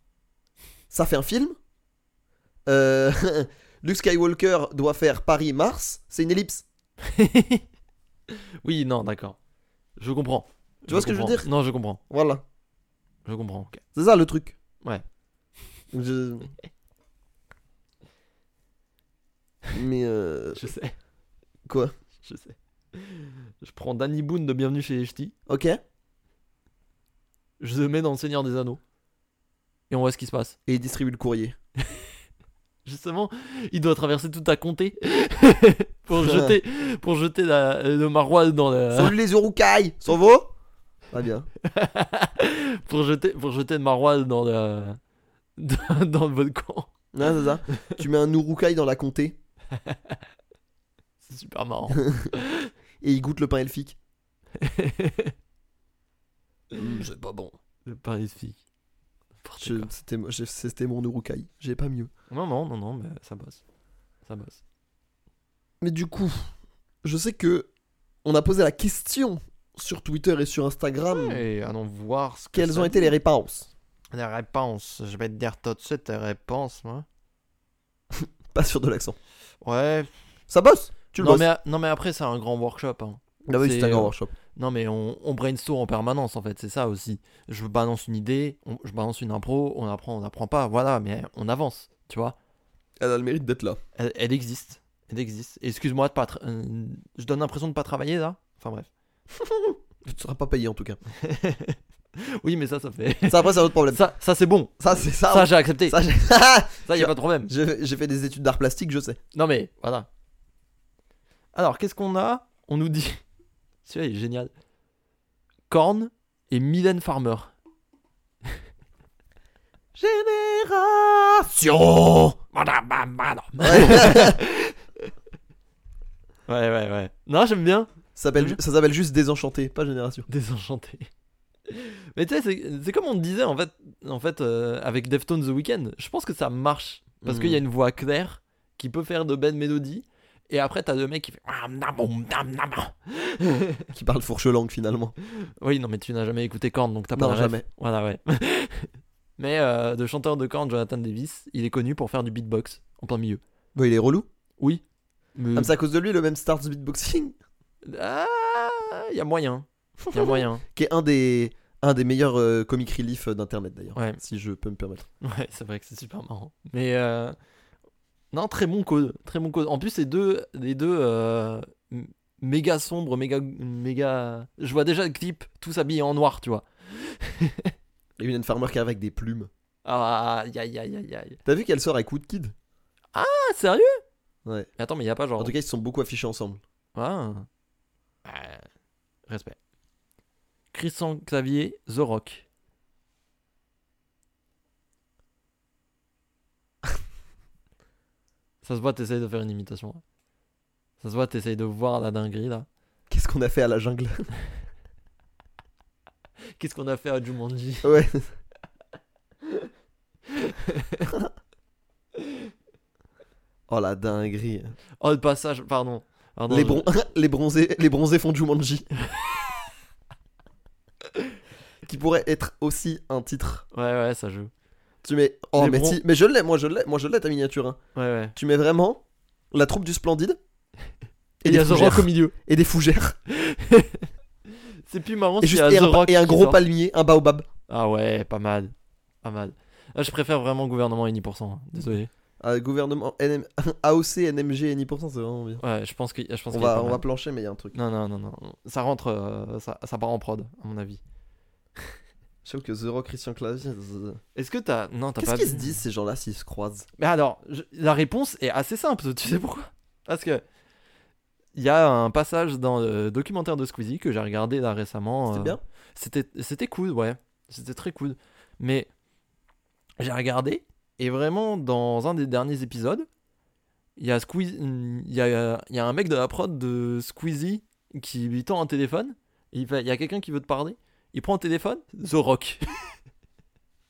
A: Ça fait un film. Euh, *laughs* Luke Skywalker doit faire Paris Mars, c'est une ellipse.
B: oui, non, d'accord. Je comprends.
A: Tu vois ce que je veux
B: comprends.
A: dire
B: Non, je comprends.
A: Voilà,
B: Je comprends. ok.
A: c'est ça le truc.
B: Ouais.
A: Je- Mais euh,
B: Je sais.
A: *laughs* Quoi
B: Je sais. Je prends Danny Boone de Bienvenue chez les Ch'tis.
A: ok. Et
B: Je le mets dans le Seigneur des Anneaux. Et on voit ce qui se passe.
A: il distribue le courrier.
B: Justement, il doit traverser tout à compter *laughs* pour jeter, pour jeter la- euh, le maroilles dans la,
A: Salut les Urukai Ça va Très bien.
B: *laughs* pour jeter, pour jeter le *laughs* maroilles dans la, dans, dans le volcan.
A: Ouais, c'est
B: *laughs*
A: ça. tu mets un Urukai dans la comté
B: C'est
A: *laughs*
B: super marrant.
A: et il goûte le pain elfique.
B: Mmh, c'est pas bon. Le Paris de filles. N'importe
A: Je-
B: quoi.
A: C'était mo- j'ai- c'était mon Urukai. J'ai pas mieux.
B: Non, non, non, non, mais ça bosse. Ça bosse.
A: Mais du coup, je sais que on a posé la question sur Twitter et sur Instagram.
B: Et allons voir ce que
A: Hmm. Quelles
B: ça
A: ont été les
B: dit.
A: réponses
B: les réponses. Je vais te dire tout de suite les réponses, moi.
A: Pas sûr de l'accent.
B: Ouais.
A: Ça bosse Tu le
B: Non
A: bosses
B: mais, non, mais après, c'est un grand workshop. hein.
A: Ah oui,
B: c'est,
A: c'est un grand
B: euh,
A: workshop.
B: Non, mais on, on brainstorm en permanence, en fait, c'est ça aussi. Je balance une idée, on- je balance une impro, on apprend, on n'apprend pas, voilà, mais on avance, tu vois.
A: Elle a le mérite d'être là. *laughs*
B: Elle, elle existe. Elle existe. Et Excuse-moi de pas. tra- euh, je donne l'impression de pas travailler là. Enfin bref.
A: Tu ne seras pas payé en tout cas.
B: oui, mais ça, ça fait. *laughs*
A: Ça après c'est un autre problème.
B: ça, ça c'est bon.
A: Ça c'est ça. hein.
B: Ça, j'ai accepté. Ça,
A: Ah ça, j'ai- *laughs*
B: y a pas de problème.
A: J'ai j'ai fait des études d'art plastique, je sais.
B: Non, mais voilà. Alors, qu'est-ce qu'on a On nous dit. *laughs* Celui-là, il est génial. Korn et Mylène Farmer.
A: *laughs* Génération
B: Madame, madame, madame.
A: Ouais.
B: *laughs* Ouais, ouais, ouais. Non, j'aime bien.
A: Ça
B: Mhm.
A: s'appelle ju- ça s'appelle juste Désenchanté, pas Génération.
B: *laughs* Désenchanté. Mais tu sais, c'est- c'est comme on disait en fait, en fait euh, avec Deftones The Weeknd. Je pense que ça marche parce
A: Mm.
B: qu'il y a une voix claire qui peut faire de belles mélodies. Et après, t'as le mec qui ah, fait.
A: Qui parle fourche langue finalement.
B: Oui, non, mais tu n'as jamais écouté Korn, donc t'as pas
A: Non,
B: la ref.
A: jamais.
B: Voilà, ouais. *laughs* mais euh, de chanteur de Korn, Jonathan Davis, il est connu pour faire du beatbox en plein milieu.
A: Bon, Bah, il est relou.
B: Oui. Mais-
A: Ah, mais c'est à cause de lui le même Stars Beatboxing,
B: Ah, y a moyen. Y a moyen.
A: *laughs* qui est un des, un des meilleurs euh, comic relief d'internet d'ailleurs.
B: Ouais.
A: Si je peux me permettre.
B: Ouais, c'est vrai que c'est super marrant. Mais euh, non, très bon code, très bon code. En plus, les deux, les deux euh, m- méga sombres, méga, méga. Je vois déjà le clip, tous habillés en noir, tu vois.
A: Et une Farmer qui arrive avec des plumes.
B: Ah, aïe, aïe, aïe, aïe, aïe.
A: T'as vu qu'elle sort avec Woodkid
B: Ah, sérieux
A: Ouais.
B: Mais Attends, mais y a pas genre.
A: En tout cas, ils se sont beaucoup affichés ensemble.
B: Ah.
A: Bah,
B: Ah, Respect. Christian Clavier,
A: *laughs*
B: The Rock. Ça se voit, t'essayes de faire une imitation. là. Ça se voit, t'essayes de voir la dinguerie là.
A: Qu'est-ce qu'on a fait à la
B: *laughs*
A: jungle
B: Qu'est-ce qu'on a fait à Jumanji *laughs*
A: Ouais. oh la dinguerie.
B: Oh, le passage, pardon. Pardon,
A: les,
B: je-
A: bron- *laughs* les, bronzés, les bronzés font Jumanji.
B: *laughs*
A: qui pourrait être aussi un titre.
B: Ouais, ouais, ça joue.
A: Tu mets. Oh,
B: Les
A: mais
B: bron-
A: si- Mais je l'ai, moi je l'ai, moi je l'ai ta miniature. hein.
B: Ouais, ouais.
A: Tu mets vraiment la troupe du Splendide
B: *laughs* Et
A: et,
B: il y
A: des,
B: a The Rock
A: fougères,
B: au milieu.
A: et des fougères.
B: C'est plus marrant
A: Et,
B: s'il y
A: juste,
B: a
A: et
B: The
A: un,
B: Rock
A: et un
B: qui
A: gros
B: sort.
A: palmier, un baobab.
B: Ah ouais, pas mal. Pas mal. Ah, je préfère vraiment gouvernement et 10%. hein. Désolé.
A: Euh, gouvernement NM *laughs* AOC, NMG et 10%, c'est vraiment bien.
B: Ouais, je pense que je pense
A: On
B: qu'il est pas
A: va, on
B: mal.
A: va plancher, mais il y a un truc.
B: Non, non, non, non. Ça rentre, euh, ça, ça part en prod, à mon avis.
A: Je trouve que The Rock, Christian Clavier. z-
B: Est-ce que t'as. Non, t'as
A: Qu'est-ce
B: pas.
A: qu'ils se disent ces gens-là s'ils se croisent
B: Mais alors, je- la réponse est assez simple, tu sais pourquoi Parce que. Il y a un passage dans le documentaire de Squeezie que j'ai regardé là récemment.
A: C'est
B: euh,
A: bien
B: C'était, c'était cool, ouais. C'était très cool. Mais j'ai regardé, et vraiment, dans un des derniers épisodes, il y a, Squeeze, il y, a, il y a un mec de la prod de Squeezie qui lui tend un téléphone. et il fait, il y a quelqu'un qui veut te parler. Il prend un téléphone, The Rock. *laughs*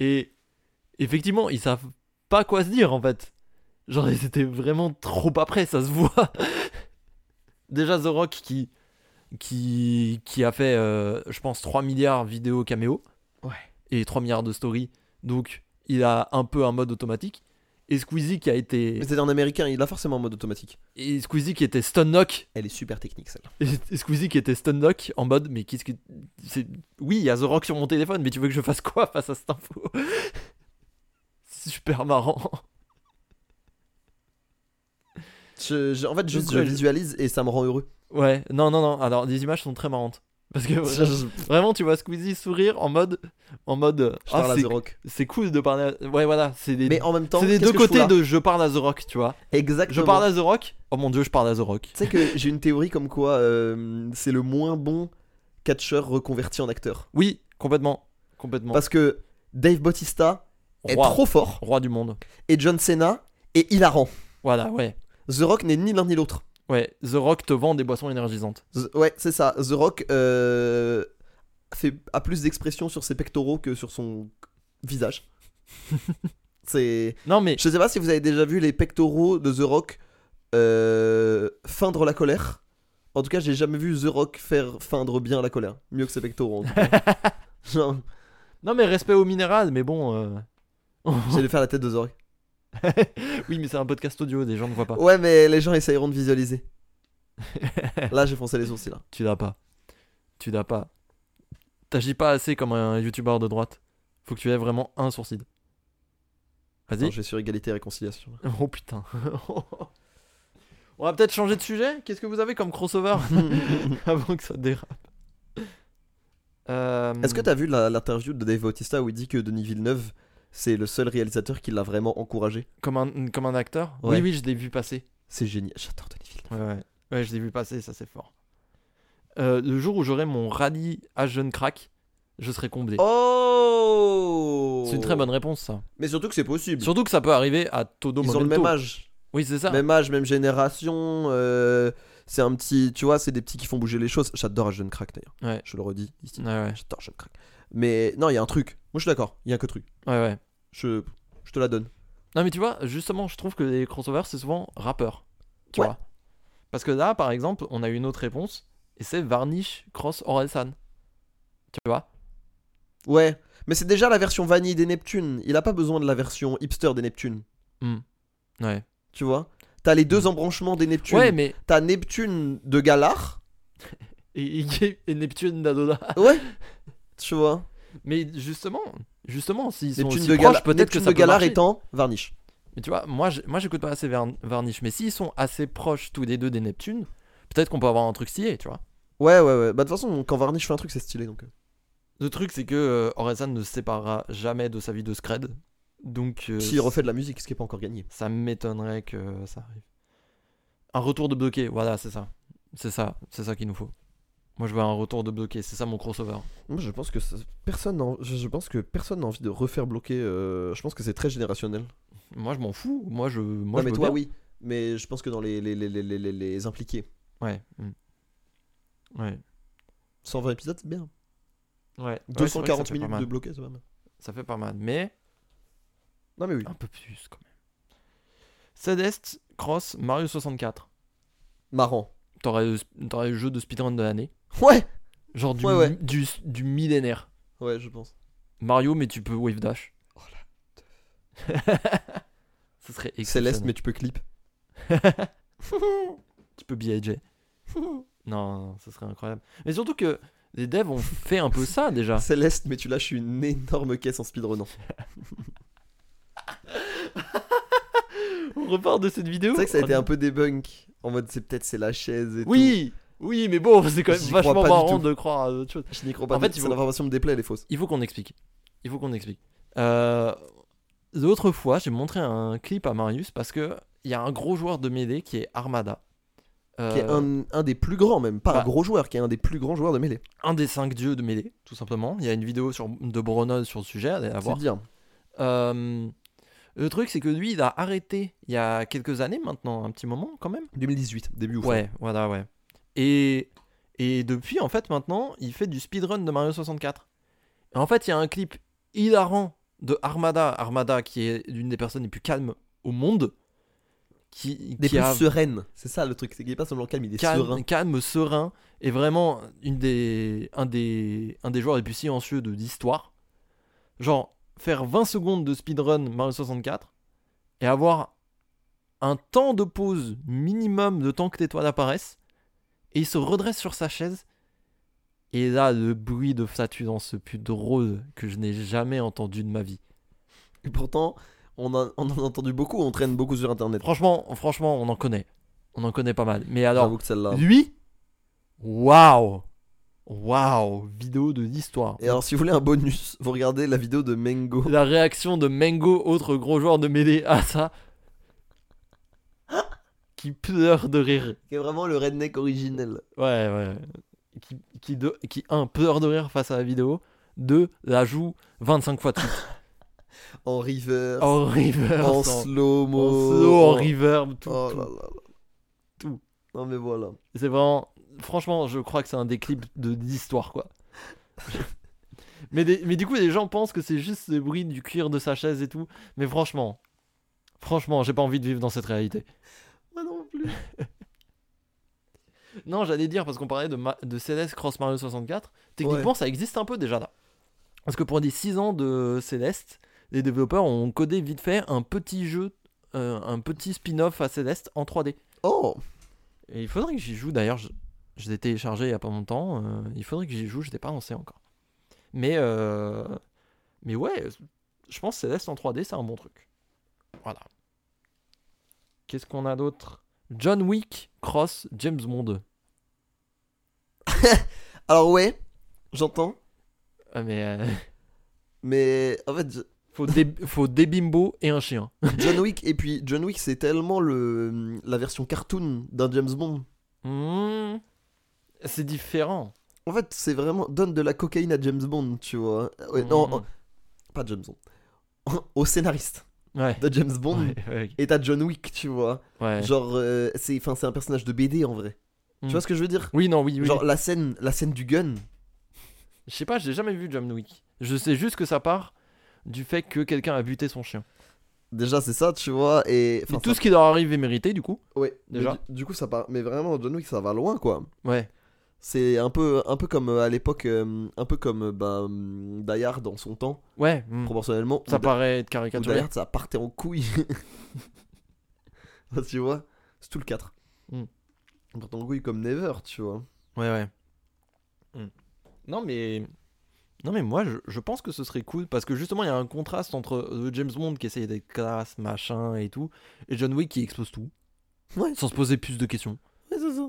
B: et effectivement, ils savent pas quoi se dire en fait. Genre, ils étaient vraiment trop pas prêts, ça se voit. *laughs* Déjà, The Rock qui qui, qui a fait, euh, je pense, 3 milliards vidéos caméo
A: Ouais.
B: et 3 milliards de stories. Donc, il a un peu un mode automatique. Et Squeezie qui a été.
A: Mais c'est un américain, il a forcément un mode automatique.
B: Et Squeezie qui était stun knock.
A: Elle est super technique celle-là.
B: Et et Squeezie qui était stun knock en mode, mais qu'est-ce que. c'est- Oui, il y a The Rock sur mon téléphone, mais tu veux que je fasse quoi face à cette info *laughs* Super marrant. *laughs*
A: Je- je- en fait, juste
B: Donc, ouais,
A: je
B: je-
A: visualise et ça me rend heureux.
B: Ouais, non, non, non. Alors, les images sont très marrantes.
A: *laughs*
B: Parce que vra- vraiment, tu vois Squeezie sourire en mode. En mode euh,
A: Je
B: ah,
A: parle à
B: c'est-
A: The Rock.
B: c'est cool de parler. à- Ouais, voilà, c'est des,
A: Mais en même temps,
B: c'est des
A: qu'est-ce que
B: deux
A: je fous
B: côtés
A: là
B: de je parle à The Rock, tu vois.
A: Exactement.
B: Je parle à The Rock, oh mon dieu, je parle à The Rock.
A: Tu sais que j'ai une théorie comme quoi euh, c'est le moins bon catcheur reconverti en acteur.
B: Oui, complètement. Complètement.
A: Parce que Dave Bautista est
B: roi,
A: trop fort
B: roi du monde.
A: et John Cena est hilarant.
B: Voilà, ouais.
A: The Rock n'est ni l'un ni l'autre.
B: Ouais, The Rock te vend des boissons énergisantes.
A: The- Ouais, c'est ça. The Rock euh, fait, a plus d'expression sur ses pectoraux que sur son visage. c'est. *laughs*
B: Non, mais
A: Je sais pas si vous avez déjà vu les pectoraux de The Rock euh, feindre la colère. En tout cas, j'ai jamais vu The Rock faire feindre bien la colère. Mieux que ses pectoraux. en tout cas. Genre,
B: non mais respect au minéral, mais
A: *laughs*
B: bon. euh, *laughs*
A: j'allais faire la tête de The Rock.
B: oui, mais c'est un podcast audio, des gens ne voient pas.
A: Ouais, mais les gens essayeront de visualiser. Là, j'ai foncé les sourcils. là.
B: *laughs* Tu n'as pas. Tu n'as pas. T'agis pas assez comme un youtubeur de droite. Faut que tu aies vraiment un sourcil.
A: Attends,
B: Vas-y.
A: je vais sur égalité et réconciliation.
B: *laughs*
A: *laughs*
B: Oh putain. *laughs* On va peut-être changer de sujet Qu'est-ce que vous avez comme
A: *laughs*
B: crossover *laughs* Avant que ça dérape. Euh,
A: Est-ce que t'as vu la- l'interview de Dave Bautista où il dit que Denis Villeneuve, c'est le seul réalisateur qui l'a vraiment encouragé
B: Euh, comme un, comme un acteur
A: Ouais.
B: Oui, oui, je l'ai vu passer.
A: C'est génial, j'adore Denis Villeneuve.
B: Ouais, ouais. Ouais, je l'ai vu passer, ça c'est fort. Euh, le jour où j'aurai mon rallye à jeune crack, je serai comblé.
A: Oh
B: C'est une très bonne réponse, ça.
A: Mais surtout que c'est possible.
B: Surtout que ça peut arriver à Todo
A: Ils ont
B: Momento.
A: le même âge.
B: Oui, c'est ça.
A: Même âge, même génération. euh, c'est un petit. Tu vois, c'est des petits qui font bouger les choses. J'adore Jeune Crack d'ailleurs.
B: Ouais.
A: Je le redis ici.
B: Ouais, ouais.
A: J'adore Jeune Crack. Mais non, il y a un truc. Moi, je suis d'accord. Il y a que truc.
B: ouais, ouais.
A: Je, je te la donne.
B: Non, mais tu vois, justement, je trouve que les crossovers, c'est souvent rappeur. Tu
A: Ouais.
B: vois Parce que là, par exemple, on a une autre réponse, et c'est Varnish Cross Orelsan. Tu vois
A: Ouais. Mais c'est déjà la version vanille des Neptunes. Il a pas besoin de la version hipster des Neptunes.
B: Ouais.
A: Tu vois T'as les deux embranchements des Neptunes.
B: Ouais, mais.
A: T'as Neptune de Galar.
B: Et, et- et Neptune d'Adoda. *laughs*
A: Ouais. tu vois
B: Mais justement, justement, s'ils sont
A: Neptune
B: aussi
A: de
B: proches,
A: Galar.
B: peut-être que
A: Neptune
B: ça
A: de
B: peut
A: Galar
B: marcher.
A: étant Varnish.
B: Mais tu vois, moi, j'ai- moi j'écoute pas assez Var- Varnish, mais s'ils sont assez proches tous les deux des Neptunes, peut-être qu'on peut avoir un truc stylé, tu vois.
A: Ouais, ouais, ouais. Bah, de toute façon, quand Varnish fait un truc, c'est stylé donc. euh.
B: Le truc, c'est que euh, Orelsan ne se séparera jamais de sa vie de Scred. Donc. euh,
A: S'il refait de la musique, ce qui est pas encore gagné.
B: Ça m'étonnerait que ça arrive. Un retour de bloqué, voilà, c'est ça. C'est ça, c'est ça qu'il nous faut. Moi, je veux un retour de bloqué, c'est ça mon crossover.
A: Moi, je pense que ça- personne, n'a- je je pense que personne n'a envie de refaire bloquer. euh, je pense que c'est très générationnel.
B: Moi, je m'en fous. Moi, je. Moi,
A: non,
B: je
A: mais
B: veux
A: toi,
B: bien.
A: oui. Mais je pense que dans les les, les, les, les- les- les impliqués,
B: Ouais. mm. Ouais.
A: 120 épisodes, c'est bien.
B: Ouais. Ouais, c'est vrai que ça
A: 240
B: fait pas
A: minutes
B: mal.
A: de bloquer, c'est pas mal.
B: Ça fait pas mal, mais
A: Non, mais oui.
B: un peu plus quand même. Sadest Cross Mario 64.
A: Marrant. *laughs*
B: T'aurais le, t'aurais le jeu de speedrun de l'année.
A: Ouais.
B: Genre du,
A: Ouais, ouais.
B: du, du millénaire.
A: Ouais, je pense.
B: Mario, mais tu peux wave dash.
A: Oh
B: *laughs* Ça serait
A: Céleste,
B: exceptionnel.
A: mais tu peux clip.
B: tu peux BIJ. non, *laughs* non, ça serait incroyable. Mais surtout que les devs ont fait un peu ça déjà.
A: Céleste, mais tu lâches une énorme caisse en speedrunnant.
B: *laughs* On repart de cette vidéo. Oh
A: C'est vrai que ça a été un peu débunk. En mode, c'est peut-être c'est la chaise et
B: Oui, oui, mais bon, c'est quand même
A: J'y crois pas
B: vachement
A: du
B: marrant
A: tout.
B: de croire à autre chose.
A: tout. Je n'y crois pas.
B: En fait,
A: du tout.
B: il
A: Cette
B: faut-
A: information me déplaît, elle est fausse.
B: Il faut qu'on explique. Il faut qu'on explique. Euh, L'autre fois, j'ai montré un clip à Marius parce que il y a un gros joueur de mêlée qui est Armada.
A: Qui est
B: Euh,
A: un, un des plus grands, même. Pas
B: bah-
A: un gros joueur, qui est un des plus grands joueurs de mêlée.
B: un des cinq dieux de mêlée, tout simplement. Il y a une vidéo sur, de Bronoz sur le sujet, allez la
A: C'est
B: voir.
A: bien.
B: Euh, le truc, c'est que lui, il a arrêté il y a quelques années maintenant, un petit moment quand même.
A: 2018, début hein. ou fin.
B: Ouais, voilà, ouais. Et, et depuis, en fait, maintenant, il fait du speedrun de Mario 64. Et en fait, il y a un clip hilarant de Armada, Armada qui est l'une des personnes les plus calmes au monde, qui,
A: des
B: qui
A: plus
B: a
A: sereines. C'est ça le truc, c'est qu'il est pas seulement calme, il est
B: calme,
A: serein.
B: calme, serein, et vraiment une des, un, des, un des joueurs les plus silencieux de l'histoire. Genre, faire 20 secondes de speedrun Mario 64 et avoir un temps de pause minimum de temps que les toiles apparaissent, et il se redresse sur sa chaise. Et là, le bruit de flatulence, ce plus drôle que je n'ai jamais entendu de ma vie.
A: Et pourtant, on, a- on en a entendu beaucoup, on traîne beaucoup sur internet.
B: Franchement, franchement, on en connaît. On en connaît pas mal. Mais alors,
A: J'avoue que celle-là.
B: lui, waouh Waouh, vidéo de l'histoire.
A: Et alors, si vous voulez un bonus, vous regardez la vidéo de Mengo.
B: La réaction de Mengo, autre gros joueur de mêlée, à ça. qui pleure de rire.
A: Qui est vraiment le redneck originel.
B: Ouais, ouais. Qui, qui, de, qui un, pleure de rire face à la vidéo. Deux, la joue 25 fois de suite.
A: *laughs* En river.
B: En reverse,
A: En
B: en-
A: slow-mo.
B: en slow, en reverb, tout.
A: Oh
B: tout.
A: là là là.
B: Tout.
A: Non, mais voilà.
B: C'est vraiment. Franchement, je crois que c'est un des clips de
A: *laughs*
B: d'histoire, quoi. mais, des- mais du coup, les gens pensent que c'est juste le bruit du cuir de sa chaise et tout. Mais franchement, franchement, j'ai pas envie de vivre dans cette réalité.
A: Moi non plus.
B: *laughs* Non, j'allais dire, parce qu'on parlait de, Ma- de Céleste Cross Mario 64. Techniquement, ça existe un peu déjà là. Parce que pour les 6 ans de Céleste, les développeurs ont codé vite fait un petit jeu, euh, un petit spin-off à Céleste en 3D.
A: Oh
B: Et il faudrait que j'y joue. D'ailleurs, je, je l'ai téléchargé il y a pas longtemps. euh, il faudrait que j'y joue. Je l'ai pas lancé encore. Mais, euh, mais ouais, je pense que Céleste en 3D, c'est un bon truc. Voilà. Qu'est-ce qu'on a d'autre John Wick cross James Bond.
A: Alors, ouais, j'entends.
B: Ah, mais euh, *laughs*
A: Mais en fait, je-
B: faut, des, faut des bimbos et un chien.
A: John Wick, et puis John Wick, c'est tellement le, la version cartoon d'un James Bond.
B: Hmm. c'est différent.
A: En fait, c'est vraiment. Donne de la cocaïne à James Bond, tu vois. Ouais, non,
B: Hmm.
A: pas James Bond. *laughs* Au scénariste
B: Hmm. Ouais.
A: de James Bond
B: *laughs* Ouais, ouais,
A: et à John Wick, tu vois.
B: ouais.
A: Genre, euh, c'est enfin, c'est un personnage de BD en vrai.
B: Mm.
A: Tu vois ce que je veux dire
B: Oui, non, oui, oui.
A: Genre, la scène, la scène du gun.
B: Je sais pas, j'ai jamais vu John Wick. Je sais juste que ça part du fait que quelqu'un a buté son chien.
A: Déjà, c'est ça, tu vois. Et
B: Mais
A: enfin,
B: tout ce qui leur arrive est mérité, du coup.
A: ça- ouais, mais
B: déjà.
A: Du, du coup, ça part. Mais vraiment, John Wick, ça va loin, quoi.
B: Ouais.
A: C'est un peu, un peu comme euh, à l'époque, euh, un peu comme euh, bah, hum, Die Hard dans son temps,
B: Ouais.
A: Mm.
B: hmm.
A: proportionnellement.
B: Ça
A: Ou
B: paraît être
A: Ou
B: caricaturé.
A: d'ailleurs, ça partait en couille. *laughs* Enfin, tu vois, c'est tout le 4.
B: Mm.
A: Ça partait en couille comme Never, tu vois.
B: Ouais, ouais. Hmm. Non, mais. Non, mais moi, je, je pense que ce serait cool parce que justement, il y a un contraste entre le James Bond qui essaye d'être classe, machin et tout, et John Wick qui explose tout.
A: Ouais.
B: Sans se poser plus de questions.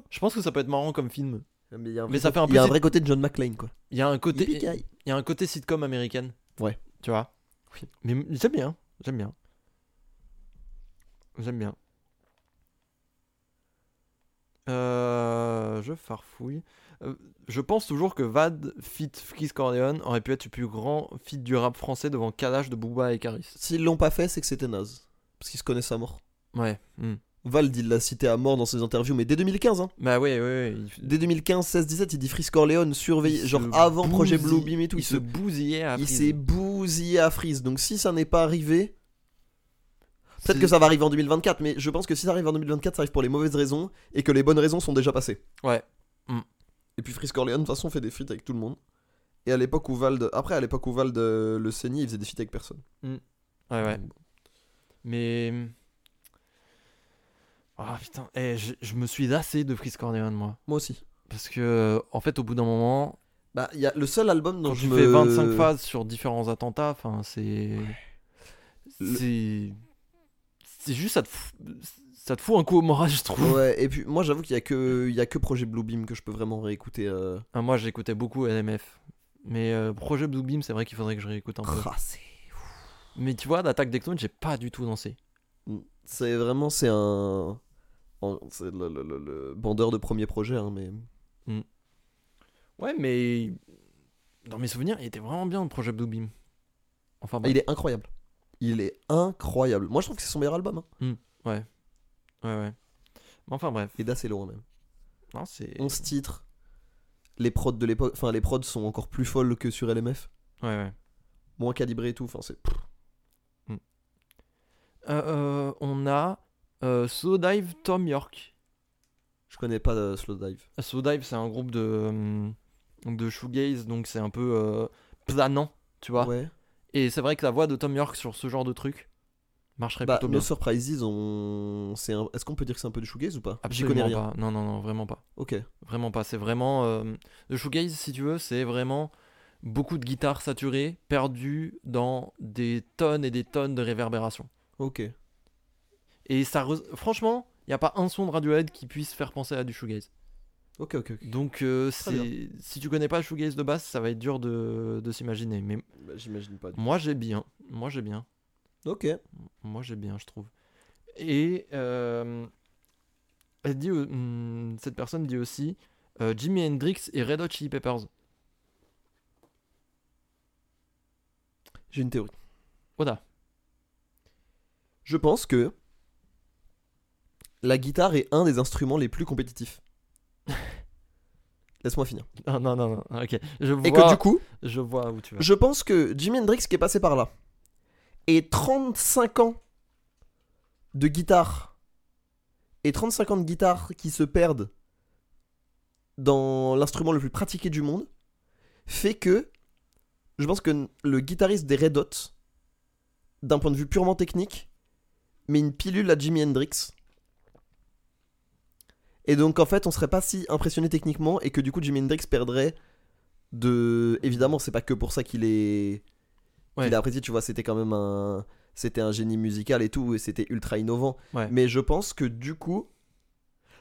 B: Je pense que ça peut être marrant comme film.
A: Ah, Mais il y a un
B: Mais
A: vrai
B: ça fait un
A: côté- il y a
B: peu-
A: un vrai côté de John McClane, quoi.
B: Il y a un côté.
A: Yippee-ki-yay.
B: Il y a un côté sitcom américaine.
A: Ouais.
B: Tu vois
A: Oui.
B: Mais m- j'aime bien. J'aime bien. J'aime bien. Euh, je farfouille. Euh, je pense toujours que Vad, Fit, Fris Corleone aurait pu être le plus grand fit du rap français devant Kalash de Booba et Karis.
A: S'ils l'ont pas fait, c'est que c'était naze. Parce qu'ils se connaissent à mort.
B: Ouais. hmm.
A: Vald, il l'a cité à mort dans ses interviews, mais dès 2015, hein.
B: Bah ouais, ouais, ouais. Il,
A: Dès 2015, 16, 17, il dit Frisk Corleone, surveillé.
B: il
A: Genre
B: se
A: avant
B: bousille-
A: projet Bluebeam et tout.
B: Il se bousillait à
A: il
B: Freeze.
A: s'est bousillé à Freeze. Donc si ça n'est pas arrivé, peut-être
B: C'est-
A: que ça va arriver en 2024, mais je pense que si ça arrive en 2024, ça arrive pour les mauvaises raisons et que les bonnes raisons sont déjà passées.
B: Ouais. Mm.
A: Et puis Frisk Corleone, de toute façon, fait des feats avec tout le monde. Et à l'époque où Vald. Après, à l'époque où Vald euh, le saignait, il faisait des feats avec personne.
B: Ouais, ouais.
A: Donc, bon.
B: Mais. hum, Ah putain, Eh, je, je me suis lassé de Freeze Corleone, moi.
A: Moi aussi.
B: Parce que, euh, en fait, au bout d'un moment,
A: Bah, il y a le seul album dont
B: quand
A: je
B: tu
A: me.
B: fais 25 phases sur différents attentats, enfin, c'est.
A: Le-
B: C'est. C'est juste, ça te, fout... ça te fout un coup au moral, je trouve.
A: Ouais, et puis moi j'avoue qu'il y a que il y a que projet Bluebeam que je peux vraiment réécouter. euh.
B: Ah, moi, j'écoutais beaucoup LMF. Mais euh, Projet Blue Beam, c'est vrai qu'il faudrait que je réécoute un peu.
A: Ah, c'est-
B: Mais tu vois, l'attaque des clones, j'ai pas du tout dansé.
A: c'est vraiment c'est un en- c'est le, le- le- le bandeur de premier projet hein, mais
B: Ouais, mais. Dans mes souvenirs, il était vraiment bien, Projet Blue Beam. Enfin,
A: Ah,
B: bref.
A: il est incroyable. Il est incroyable. Moi je trouve que c'est son meilleur album hein.
B: Ouais, ouais. Mais enfin, bref.
A: et d'assez loin même.
B: Non, c'est.
A: 11 titres. Les prods de l'époque enfin les prods sont encore plus folles que sur LMF,
B: Ouais, ouais.
A: moins calibrées et tout, enfin c'est
B: Euh, euh, on a euh, Slowdive Tom York.
A: je connais pas euh, Slow Dive.
B: Slowdive, c'est un groupe de, euh, de shoegaze, donc c'est un peu euh, planant, tu vois.
A: ouais.
B: Et c'est vrai que la voix de Tom York sur ce genre de truc marcherait
A: Bah,
B: plutôt
A: No
B: bien.
A: Surprises on c'est un... est-ce qu'on peut dire que c'est un peu du shoegaze ou pas J'y
B: Absolument
A: connais rien.
B: pas. Non, non, non, vraiment pas.
A: OK.
B: Vraiment pas. C'est vraiment. euh, le shoegaze, si tu veux, c'est vraiment beaucoup de guitares saturées perdues dans des tonnes et des tonnes de réverbération.
A: OK.
B: Et ça, re- franchement, il n'y a pas un son de Radiohead qui puisse faire penser à du shoegaze.
A: Ok, ok, ok.
B: Donc, euh,
A: Très
B: c'est- si tu connais pas le shoegaze de base, ça va être dur de, de s'imaginer. Mais
A: Bah, J'imagine pas. du-
B: moi, j'ai bien. Moi, j'ai bien.
A: Ok.
B: Moi, j'ai bien, je trouve. Et euh, elle dit, euh, hmm, cette personne dit aussi euh, Jimi Hendrix et Red Hot Chili Peppers. *laughs*
A: J'ai une théorie.
B: Voilà.
A: Je pense que la guitare est un des instruments les plus compétitifs. Laisse-moi finir.
B: Ah, non, non, non. Ok. Je vois,
A: Et que du coup,
B: je vois où tu vas.
A: je pense que Jimi Hendrix qui est passé par là et 35 ans de guitare et 35 ans de guitare qui se perdent dans l'instrument le plus pratiqué du monde fait que je pense que le guitariste des Red Hot d'un point de vue purement technique met une pilule à Jimi Hendrix et donc en fait on serait pas si impressionné techniquement et que du coup Jimi Hendrix perdrait de évidemment c'est pas que pour ça qu'il est
B: Ouais.
A: qu'il a apprécié tu vois c'était quand même un c'était un génie musical et tout et c'était ultra innovant
B: Ouais.
A: mais je pense que du coup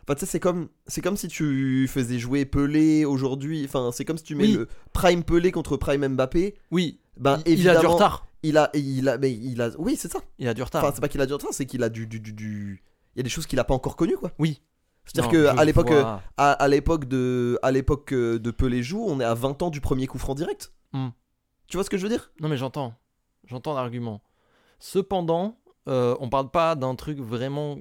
A: enfin tu sais c'est comme c'est comme si tu faisais jouer Pelé aujourd'hui enfin c'est comme si tu mets
B: Oui.
A: le prime Pelé contre prime Mbappé
B: Oui,
A: ben
B: il, il a du
A: évidemment,
B: retard.
A: il a il a mais il a oui c'est ça
B: Il a du retard.
A: Enfin, c'est pas qu'il a du retard, c'est qu'il a du, du, du, du- Il y a des choses qu'il a pas encore connues, quoi.
B: Oui.
A: C'est-à-dire
B: Non,
A: que
B: je
A: à l'époque, euh,
B: vois.
A: à, à l'époque de, à l'époque euh, de Pelé joue, on est à 20 ans du premier coup franc direct.
B: Hmm.
A: Tu vois ce que je veux dire
B: Non, mais j'entends. J'entends l'argument. Cependant, euh, on parle pas d'un truc vraiment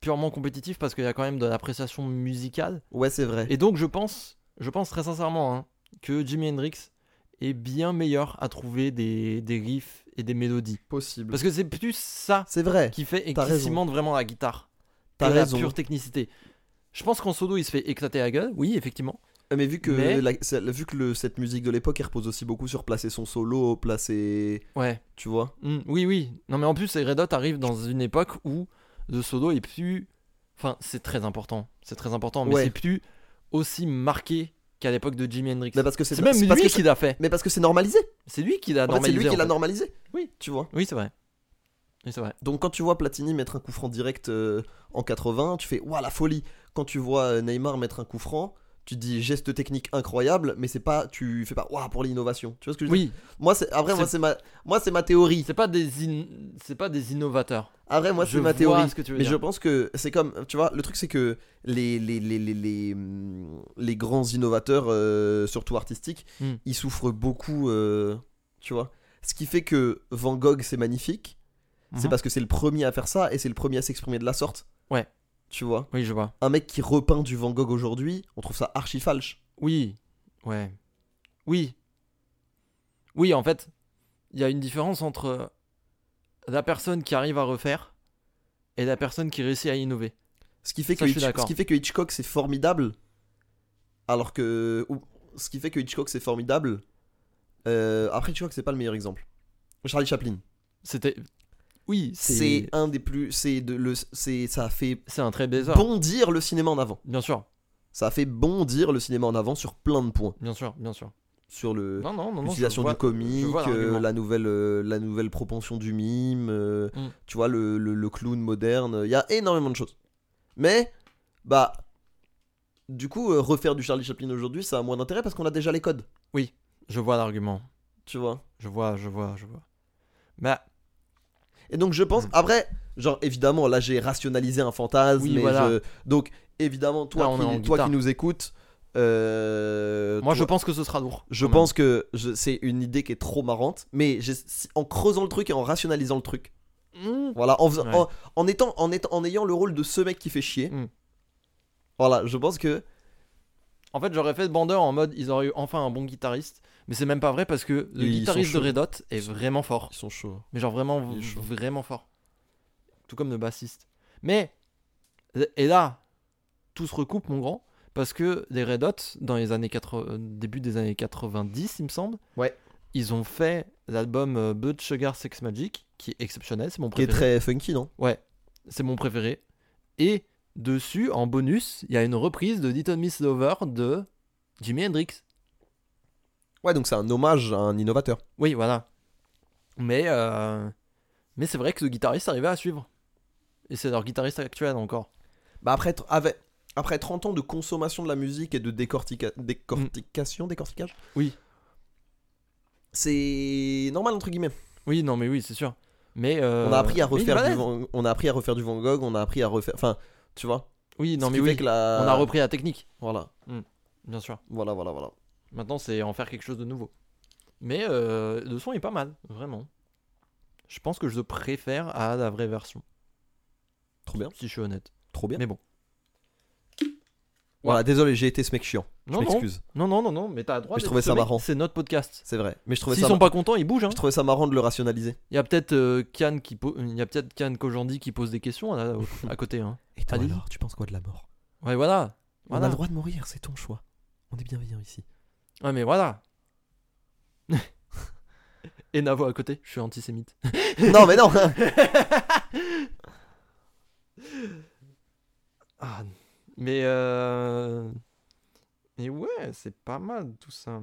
B: purement compétitif parce qu'il y a quand même de l'appréciation musicale.
A: Ouais, c'est vrai.
B: Et donc, je pense, je pense très sincèrement hein, que Jimi Hendrix est bien meilleur à trouver des, des riffs et des mélodies.
A: possible.
B: Parce que c'est plus ça
A: C'est vrai.
B: qui fait et
A: T'as
B: qui
A: raison.
B: cimente vraiment la guitare. que
A: T'as
B: la
A: raison.
B: pure technicité. Je pense qu'en solo, il se fait éclater la gueule. Oui, effectivement.
A: Euh, Mais vu que
B: Mais-
A: la- c'est- vu que le- cette musique de l'époque, elle repose aussi beaucoup sur placer son solo, placer,
B: Ouais.
A: tu vois.
B: Mm, oui, oui. Non, mais en plus, les Red Hot arrive dans une époque où le solo est plus. Enfin, c'est très important. C'est très important, mais
A: Ouais.
B: c'est plus aussi marqué qu'à l'époque de Jimi Hendrix.
A: Mais Bah, parce que c'est
B: C'est même
A: c'est
B: lui
A: parce que
B: qui l'a fait.
A: c'est- mais parce que c'est normalisé.
B: C'est lui qui l'a
A: En fait, c'est
B: normalisé.
A: lui qui
B: en
A: l'a
B: fait.
A: normalisé.
B: Oui.
A: Tu vois.
B: Oui, c'est vrai. Oui, c'est vrai.
A: Donc quand tu vois Platini mettre un coup franc direct euh, en 80, tu fais waouh la folie. Quand tu vois euh, Neymar mettre un coup franc, tu te dis geste technique incroyable, mais c'est pas tu fais pas waouh pour l'innovation. Tu vois ce que je veux
B: Oui,
A: dire Moi c'est après moi
B: C'est-
A: c'est ma moi c'est ma théorie.
B: c'est pas des in- c'est pas des innovateurs.
A: Après moi
B: Je
A: c'est ma
B: vois
A: théorie.
B: ce que tu veux
A: Mais je
B: dire.
A: pense que c'est comme tu vois le truc c'est que les les, les, les, les, hum, les grands innovateurs euh, surtout artistiques,
B: Hmm.
A: ils souffrent beaucoup euh, tu vois. Ce qui fait que Van Gogh c'est magnifique, c'est
B: Mhm.
A: parce que c'est le premier à faire ça et c'est le premier à s'exprimer de la sorte.
B: Ouais.
A: Tu vois,
B: Oui, je vois.
A: un mec qui repeint du Van Gogh aujourd'hui, on trouve ça archi falche.
B: Oui. Ouais. Oui. Oui, en fait, il y a une différence entre la personne qui arrive à refaire et la personne qui réussit à innover.
A: Ce qui fait
B: Ça,
A: que
B: je suis
A: Hitch-
B: d'accord.
A: ce qui fait que Hitchcock c'est formidable, alors que ou- ce qui fait que Hitchcock c'est formidable. euh, Après Hitchcock c'est pas le meilleur exemple. Charlie Chaplin,
B: C'était. Oui,
A: c'est
B: c'est.
A: un des plus, c'est de le, c'est ça a fait
B: C'est un très baiser.
A: bondir le cinéma en avant.
B: Bien sûr,
A: Ça a fait bondir le cinéma en avant sur plein de points,
B: bien sûr, bien sûr.
A: sur le,
B: Non, non, non, non. je
A: Euh, L'utilisation
B: vois-
A: du comique,
B: je vois
A: euh,
B: l'argument.
A: la, nouvelle, euh, la nouvelle propension du mime, euh,
B: Mm.
A: tu vois, le, le- le clown moderne, il y a énormément de choses. Mais, bah, du coup, euh, refaire du Charlie Chaplin aujourd'hui, ça a moins d'intérêt parce qu'on a déjà les codes,
B: Je vois l'argument.
A: tu vois.
B: Je vois, je vois, je vois. Bah,
A: Et donc, je pense,
B: Mm.
A: après, genre, évidemment, là, j'ai rationalisé un fantasme,
B: Oui,
A: mais
B: voilà.
A: je- donc, évidemment, toi,
B: Là, on est en
A: qui, toi
B: guitare.
A: qui nous écoutes, euh,
B: moi,
A: toi-
B: je pense que ce sera lourd.
A: Je
B: quand même.
A: pense que je- c'est une idée qui est trop marrante, mais j'ai- si- en creusant le truc et en rationalisant le truc,
B: Mm.
A: Voilà, en, faisant-
B: Ouais.
A: en, en étant, en, étant, en ayant le rôle de ce mec qui fait chier.
B: Mm.
A: Voilà, je pense que.
B: En fait, j'aurais fait de Bander en mode ils auraient eu enfin un bon guitariste. Mais c'est même pas vrai parce que le
A: Ils sont
B: guitariste de
A: chauds.
B: Red Hot est
A: Ils sont-
B: vraiment fort.
A: sont chauds.
B: Mais genre vraiment,
A: Il est chaud.
B: vraiment fort. Tout comme le bassiste. Mais, et là, tout se recoupe, mon grand, parce que les Red Hot, dans les années 80, début des années 90, il me semble,
A: Ouais.
B: ils ont fait l'album euh, Blood Sugar Sex Magic, qui est exceptionnel, c'est mon
A: Qui est
B: préféré.
A: très funky, non
B: Ouais, c'est mon préféré. Et dessus, en bonus, il y a une reprise de Little Miss Lover de Jimi Hendrix.
A: Ouais, donc c'est un hommage à un innovateur.
B: Oui, voilà. Mais, euh, mais c'est vrai que le guitariste arrivait à suivre. Et c'est leur guitariste actuel encore.
A: Bah après, tr- avec, après 30 ans de consommation de la musique et de décortica- décortication, décortiquage
B: Oui.
A: C'est normal, entre guillemets.
B: Oui, non, mais oui, c'est sûr. Mais euh,
A: on, a appris à
B: mais il est
A: refaire du
B: balèze.
A: Van... on a appris à refaire du Van Gogh, on a appris à refaire. Enfin, tu vois
B: Oui,
A: Ce
B: non, mais
A: qui fait
B: oui.
A: que la-
B: On a repris la technique,
A: Voilà,
B: bien sûr.
A: voilà, voilà, voilà.
B: Maintenant, c'est en faire quelque chose de nouveau. Mais euh, le son est pas mal, vraiment. Je pense que je le préfère à la vraie version,
A: Trop bien,
B: si je suis honnête.
A: trop bien.
B: Mais bon.
A: Voilà, désolé, j'ai été ce mec chiant.
B: Non,
A: je
B: non,
A: m'excuse,
B: non, non, non, non, mais t'as le droit.
A: Mais je
B: d'être
A: trouvais
B: ce
A: ça
B: mec,
A: marrant.
B: C'est notre podcast.
A: c'est vrai. Mais je trouvais,
B: S'ils
A: ça...
B: sont pas contents, ils bougent. hein.
A: je trouvais ça marrant de le rationaliser.
B: Il y a peut-être euh, Kian qui po- il y a peut-être Kian Kojandi qui pose des questions là, au- à côté. hein.
A: Et toi
B: Allez-y.
A: alors, tu penses quoi de la mort
B: Ouais, voilà.
A: On a
B: voilà.
A: le droit de mourir, c'est ton choix. On est bienveillants ici.
B: Ouais, mais voilà. *laughs* Et Navo à côté, je suis antisémite.
A: *laughs* non, mais *laughs* non
B: Ah, mais euh... mais ouais, c'est pas mal tout ça.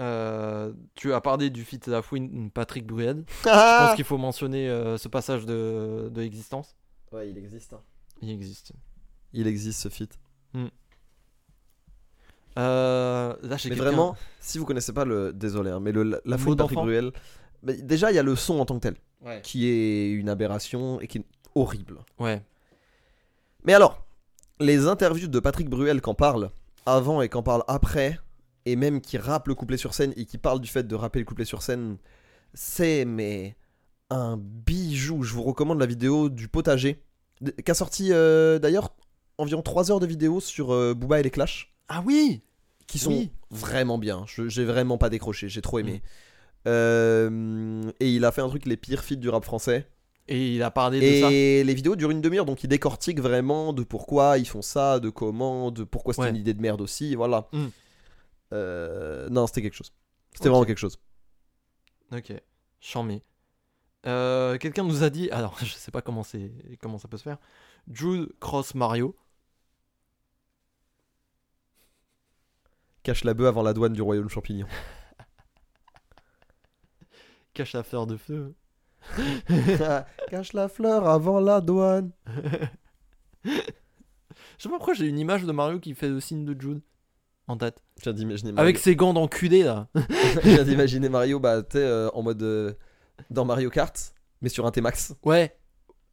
B: Euh, tu as parlé du feat La Fouine Patrick Bruel. Je
A: Ah.
B: pense qu'il faut mentionner euh, ce passage de, de existence.
A: Ouais, il existe. hein.
B: Il existe.
A: Il existe ce feat.
B: Euh, là, j'ai
A: Mais
B: quelqu'un-
A: vraiment, si vous connaissez pas le. Désolé, hein, mais le, la
B: Mot
A: faute de Patrick
B: d'enfant.
A: Bruel. Mais déjà, il y a le son en tant que tel,
B: Ouais.
A: qui est une aberration et qui est horrible.
B: Ouais.
A: Mais alors, les interviews de Patrick Bruel qu'en parle avant et qu'en parle après, et même qui rappe le couplet sur scène et qui parle du fait de rapper le couplet sur scène, c'est mais un bijou. Je vous recommande la vidéo du potager, d- qu'a sorti euh, d'ailleurs environ 3 heures de vidéo sur euh, Booba et les Clash,
B: Ah oui.
A: qui sont
B: Oui.
A: vraiment bien. Je- J'ai vraiment pas décroché, j'ai trop aimé.
B: Mm.
A: Euh, et il a fait un truc les pires feats du rap français.
B: Et il a parlé de ça.
A: Et les vidéos durent une demi-heure, donc ils décortiquent vraiment de pourquoi ils font ça, de comment, de pourquoi c'était
B: Ouais.
A: une idée de merde aussi, voilà.
B: Mm.
A: Euh, non, c'était quelque chose. C'était
B: Ok.
A: vraiment quelque chose.
B: Ok, charmé. Euh, Quelqu'un nous a dit, *laughs* alors je sais pas comment c'est, comment ça peut se faire. Jude Cross Mario.
A: Cache la bœuf avant la douane du royaume
B: *laughs*
A: champignon. *laughs*
B: Cache la fleur de feu.
A: Cache la fleur avant la douane.
B: Je sais pas pourquoi j'ai une image de Mario qui fait le signe de Jude en tête.
A: Tiens, d'imaginer Mario.
B: Avec ses gants d'enculé là. *laughs*
A: *laughs* Je viens d'imaginer Mario, bah, tu sais, euh, en mode. euh, dans Mario Kart, mais sur un T-Max.
B: Ouais.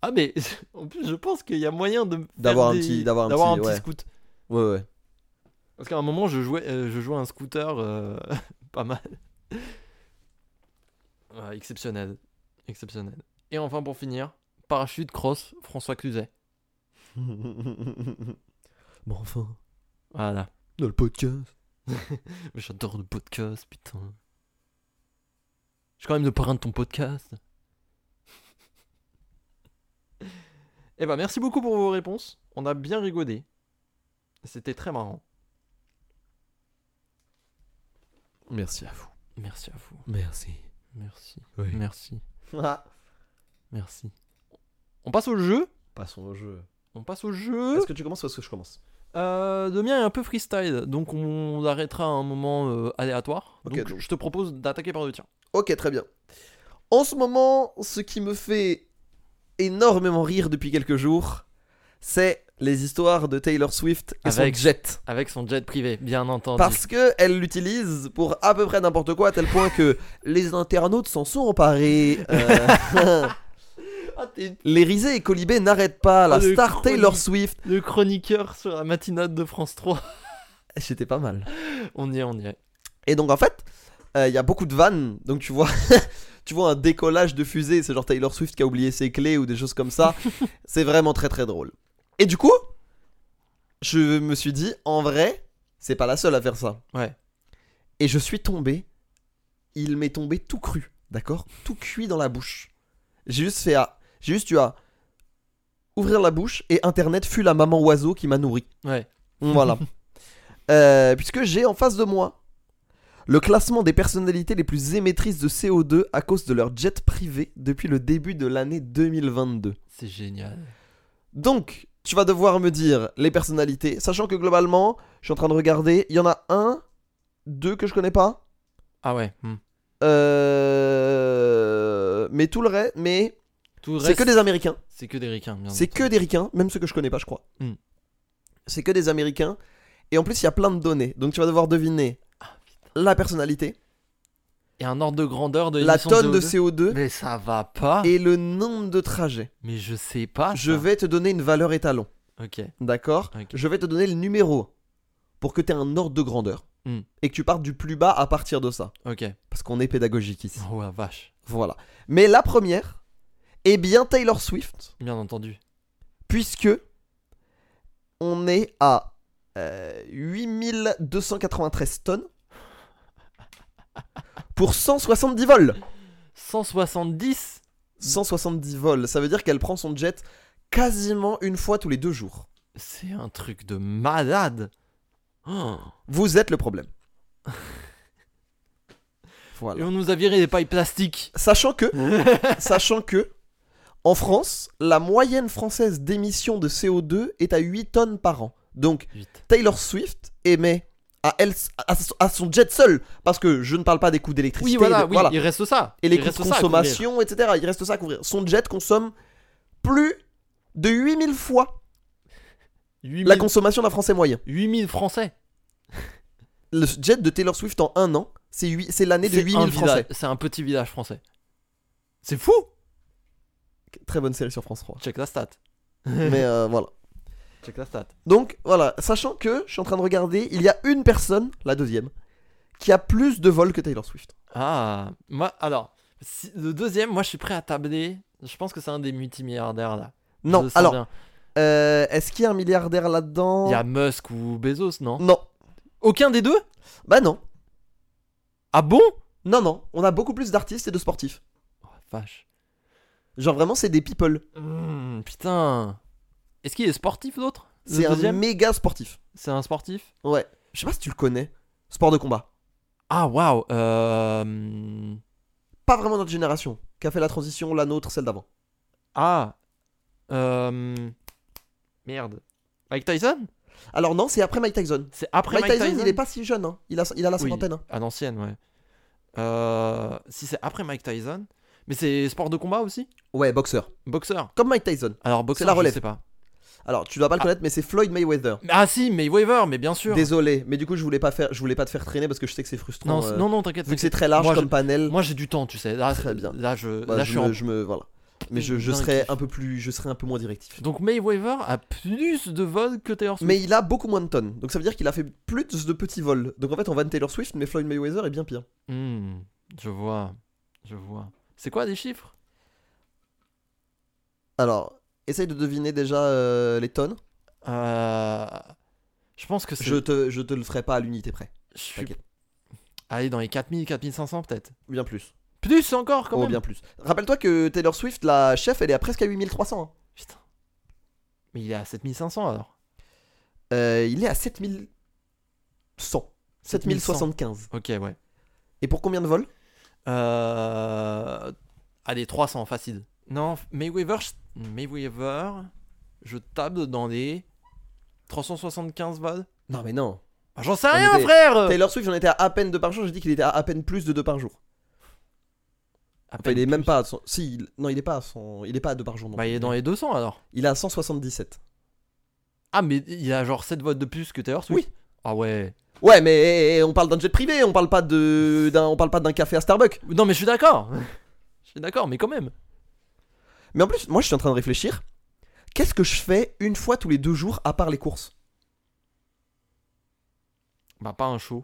B: Ah mais *laughs* en plus je pense qu'il y a moyen de faire
A: D'avoir un
B: des-
A: petit- d'avoir un petit, ouais.
B: scoot.
A: Ouais, ouais.
B: Parce qu'à un moment je jouais euh, je jouais à un scooter euh, *laughs* pas mal. *laughs* Ouais, exceptionnel, exceptionnel. Et enfin pour finir, parachute cross François Cluzet.
A: *laughs* bon, enfin,
B: Voilà.
A: dans le podcast.
B: Mais J'adore le podcast, putain. Je suis quand même le parrain de ton podcast. Eh ben, merci beaucoup pour vos réponses. On a bien rigolé. C'était très marrant.
A: Merci à vous.
B: Merci à vous.
A: Merci.
B: Merci.
A: Oui.
B: Merci.
A: Ah,
B: Merci. On passe au jeu
A: Passons au jeu.
B: On passe au jeu
A: Est-ce que tu commences ou est-ce que je commence
B: Euh, le mien est un peu freestyle, donc on l'arrêtera à un moment euh, aléatoire.
A: Ok,
B: donc,
A: donc-
B: je te propose d'attaquer par le tien.
A: Ok, très bien. En ce moment, ce qui me fait énormément rire depuis quelques jours, c'est les histoires de Taylor Swift et
B: Avec-
A: son jet.
B: Avec son jet privé, bien entendu.
A: Parce que elle l'utilise pour à peu près n'importe quoi, à tel point *laughs* que les internautes s'en sont emparés. *laughs* Euh,
B: Ah, t'es
A: les risées et colibés n'arrêtent pas. La
B: Oh, le
A: star Taylor
B: chronique.
A: Swift.
B: Le chroniqueur sur la matinade de France 3.
A: Eh, J'étais pas mal.
B: On y est, on y est.
A: Et donc en fait, il y a beaucoup de vannes, donc tu vois, *laughs* tu vois un décollage de fusée, c'est genre Taylor Swift qui a oublié ses clés ou des choses comme ça. c'est vraiment très très drôle. Et du coup, je me suis dit, en vrai, c'est pas la seule à faire ça.
B: Ouais.
A: Et je suis tombé, il m'est tombé tout cru, d'accord Tout cuit dans la bouche. J'ai juste fait à... J'ai juste eu à ouvrir la bouche et Internet fut la maman oiseau qui m'a nourri.
B: Ouais. *laughs*
A: Voilà. Euh, puisque j'ai en face de moi le classement des personnalités les plus émettrices de CO2 à cause de leur jet privé depuis le début de l'année 2022.
B: C'est génial.
A: Donc, tu vas devoir me dire les personnalités, sachant que globalement, je suis en train de regarder, il y en a un, deux que je connais pas,
B: Ah ouais. hmm.
A: euh, mais tout le reste, mais
B: Tout le
A: c'est
B: reste,
A: que des Américains,
B: c'est que des ricains. bien
A: c'est
B: entendu.
A: que des Ricains, même ceux que je connais pas, je crois.
B: Hmm.
A: c'est que des Américains. Et en plus, il y a plein de données. Donc tu vas devoir deviner
B: Ah, putain.
A: la personnalité,
B: Et un ordre de grandeur de
A: la
B: l'émission
A: tonne de
B: CO2.
A: CO2
B: Mais ah. ça va pas.
A: et le nombre de trajets.
B: Mais je sais pas.
A: Je
B: ça.
A: vais te donner une valeur étalon.
B: Ok.
A: D'accord
B: Ah, Ok.
A: Je vais te donner le numéro pour que tu aies un ordre de grandeur
B: Hmm.
A: et que tu partes du plus bas à partir de ça.
B: Ok.
A: Parce qu'on est pédagogique ici.
B: Oh la vache.
A: Voilà. Mais la première, eh bien Taylor Swift,
B: Bien entendu.
A: puisque on est à euh, 8293 tonnes pour 170 vols.
B: 170
A: 170 vols, ça veut dire qu'elle prend son jet quasiment une fois tous les deux jours.
B: C'est un truc de malade. Oh.
A: Vous êtes le problème.
B: Et
A: voilà.
B: on nous a viré des pailles plastiques.
A: *laughs* Sachant que, sachant que, en France, la moyenne française d'émissions de CO2 est à 8 tonnes par an. Donc,
B: Vite.
A: Taylor Swift émet à, elle, à, à son jet seul, parce que je ne parle pas des coûts
B: Oui,
A: d'électricité,
B: voilà,
A: de-
B: oui, il reste ça.
A: et les
B: Il
A: coûts de
B: reste ça à couvrir.
A: consommation, etc. Il reste ça à couvrir. Son jet consomme plus de 8000 fois
B: 8000
A: la consommation d'un Français moyen.
B: 8000 Français.
A: Le jet de Taylor Swift en un an, c'est huit- c'est l'année de
B: C'est un
A: 8000
B: village-
A: Français.
B: C'est un petit village français. C'est fou
A: Très bonne série sur France 3.
B: Check la stat.
A: *laughs* Mais euh, voilà.
B: Check la stat.
A: Donc voilà, sachant que je suis en train de regarder, il y a une personne, la deuxième, qui a plus de vols que Taylor Swift.
B: Ah, moi, alors, si- le deuxième, moi je suis prêt à tabler. Je pense que c'est un des multimilliardaires là. Je
A: Non,
B: le sens
A: alors,
B: bien.
A: euh, est-ce qu'il y a un milliardaire là-dedans
B: Il y a Musk ou Bezos, non
A: Non.
B: Aucun des deux
A: Bah non.
B: Ah bon
A: Non, non. On a beaucoup plus d'artistes et de sportifs.
B: Oh, Vache.
A: Genre vraiment, c'est des people.
B: Hmm, putain. Est-ce qu'il est sportif l'autre Le
A: C'est un
B: deuxième
A: méga sportif.
B: C'est un sportif
A: Ouais. Je sais pas si tu le connais. Sport de combat.
B: Ah waouh. euh,
A: Pas vraiment notre génération. Qui a fait la transition, la nôtre, celle d'avant.
B: Ah. Euh... Merde. Mike Tyson
A: Alors non, c'est après Mike Tyson.
B: C'est après
A: Mike, Tyson, il est pas si jeune. hein. Il, a, il a la
B: Oui,
A: cinquantaine. hein.
B: À l'ancienne, ouais. Euh, Si c'est après Mike Tyson. Mais c'est sport de combat aussi
A: Ouais, boxeur.
B: Boxeur.
A: Comme Mike Tyson.
B: Alors boxeur,
A: la
B: je
A: relève.
B: sais pas.
A: Alors, tu dois pas le
B: Ah.
A: connaître, mais c'est Floyd Mayweather.
B: Mais- Ah si, mais Waver, mais bien sûr.
A: Désolé, mais du coup, je voulais pas faire, je voulais pas te faire traîner parce que je sais que c'est frustrant.
B: Non, c-
A: euh,
B: non, non, t'inquiète.
A: Vu que c'est
B: t'inquiète.
A: très large
B: Moi,
A: comme
B: je-
A: panel,
B: Moi j'ai du temps, tu sais. Là,
A: Très bien.
B: Là je,
A: bah,
B: là, je
A: je,
B: suis
A: me,
B: en-
A: je me- voilà. Mais je, je
B: Dingue.
A: serais un peu plus, je serais un peu moins directif.
B: Donc Mayweather a plus de vols que Taylor Swift.
A: Mais il a beaucoup moins de tonnes, donc ça veut dire qu'il a fait plus de petits vols. Donc en fait, on vanne Taylor Swift, mais Floyd Mayweather est bien pire.
B: Hmm, je vois, je vois. C'est quoi des chiffres
A: Alors, essaye de deviner déjà euh, les tonnes.
B: Euh, Je pense que c'est.
A: Je te, je te le ferai pas à l'unité près.
B: je suis...
A: t'inquiète.
B: Allez, dans les 4000, 4500 peut-être.
A: Bien plus.
B: Plus encore quand
A: Oh,
B: même.
A: bien plus. Rappelle-toi que Taylor Swift, la chef, elle est à presque à 8300. hein.
B: Putain. Mais il est à 7500 alors.
A: Euh, il est à 7100. 7075.
B: Ok, ouais.
A: Et pour combien de vols
B: Euh... Allez, 300 facile. Non, Mayweather, je- Mayweather, je table dans les 375 vols.
A: Non, mais non.
B: Ah, J'en sais
A: On
B: rien,
A: était-
B: frère.
A: Euh. Taylor Swift, j'en étais à à peine deux par jour. J'ai dit qu'il était à à peine plus de deux par jour.
B: À
A: Enfin,
B: peine
A: il est même
B: plus.
A: pas à son- Si, il- non, il est pas à son. Il est pas à deux par jour. Non.
B: Bah, il est dans les 200 alors.
A: Il est à 177.
B: Ah, mais il a genre 7 votes de plus que Taylor Swift Ah ouais.
A: Ouais, mais eh, eh, on parle d'un jet privé. On parle pas de. d'un- On parle pas d'un café à Starbucks.
B: Non, mais je suis d'accord. *laughs* je suis d'accord, mais quand même.
A: Mais en plus, moi, je suis en train de réfléchir. Qu'est-ce que je fais une fois tous les deux jours à part les courses *laughs*
B: Bah, pas un show.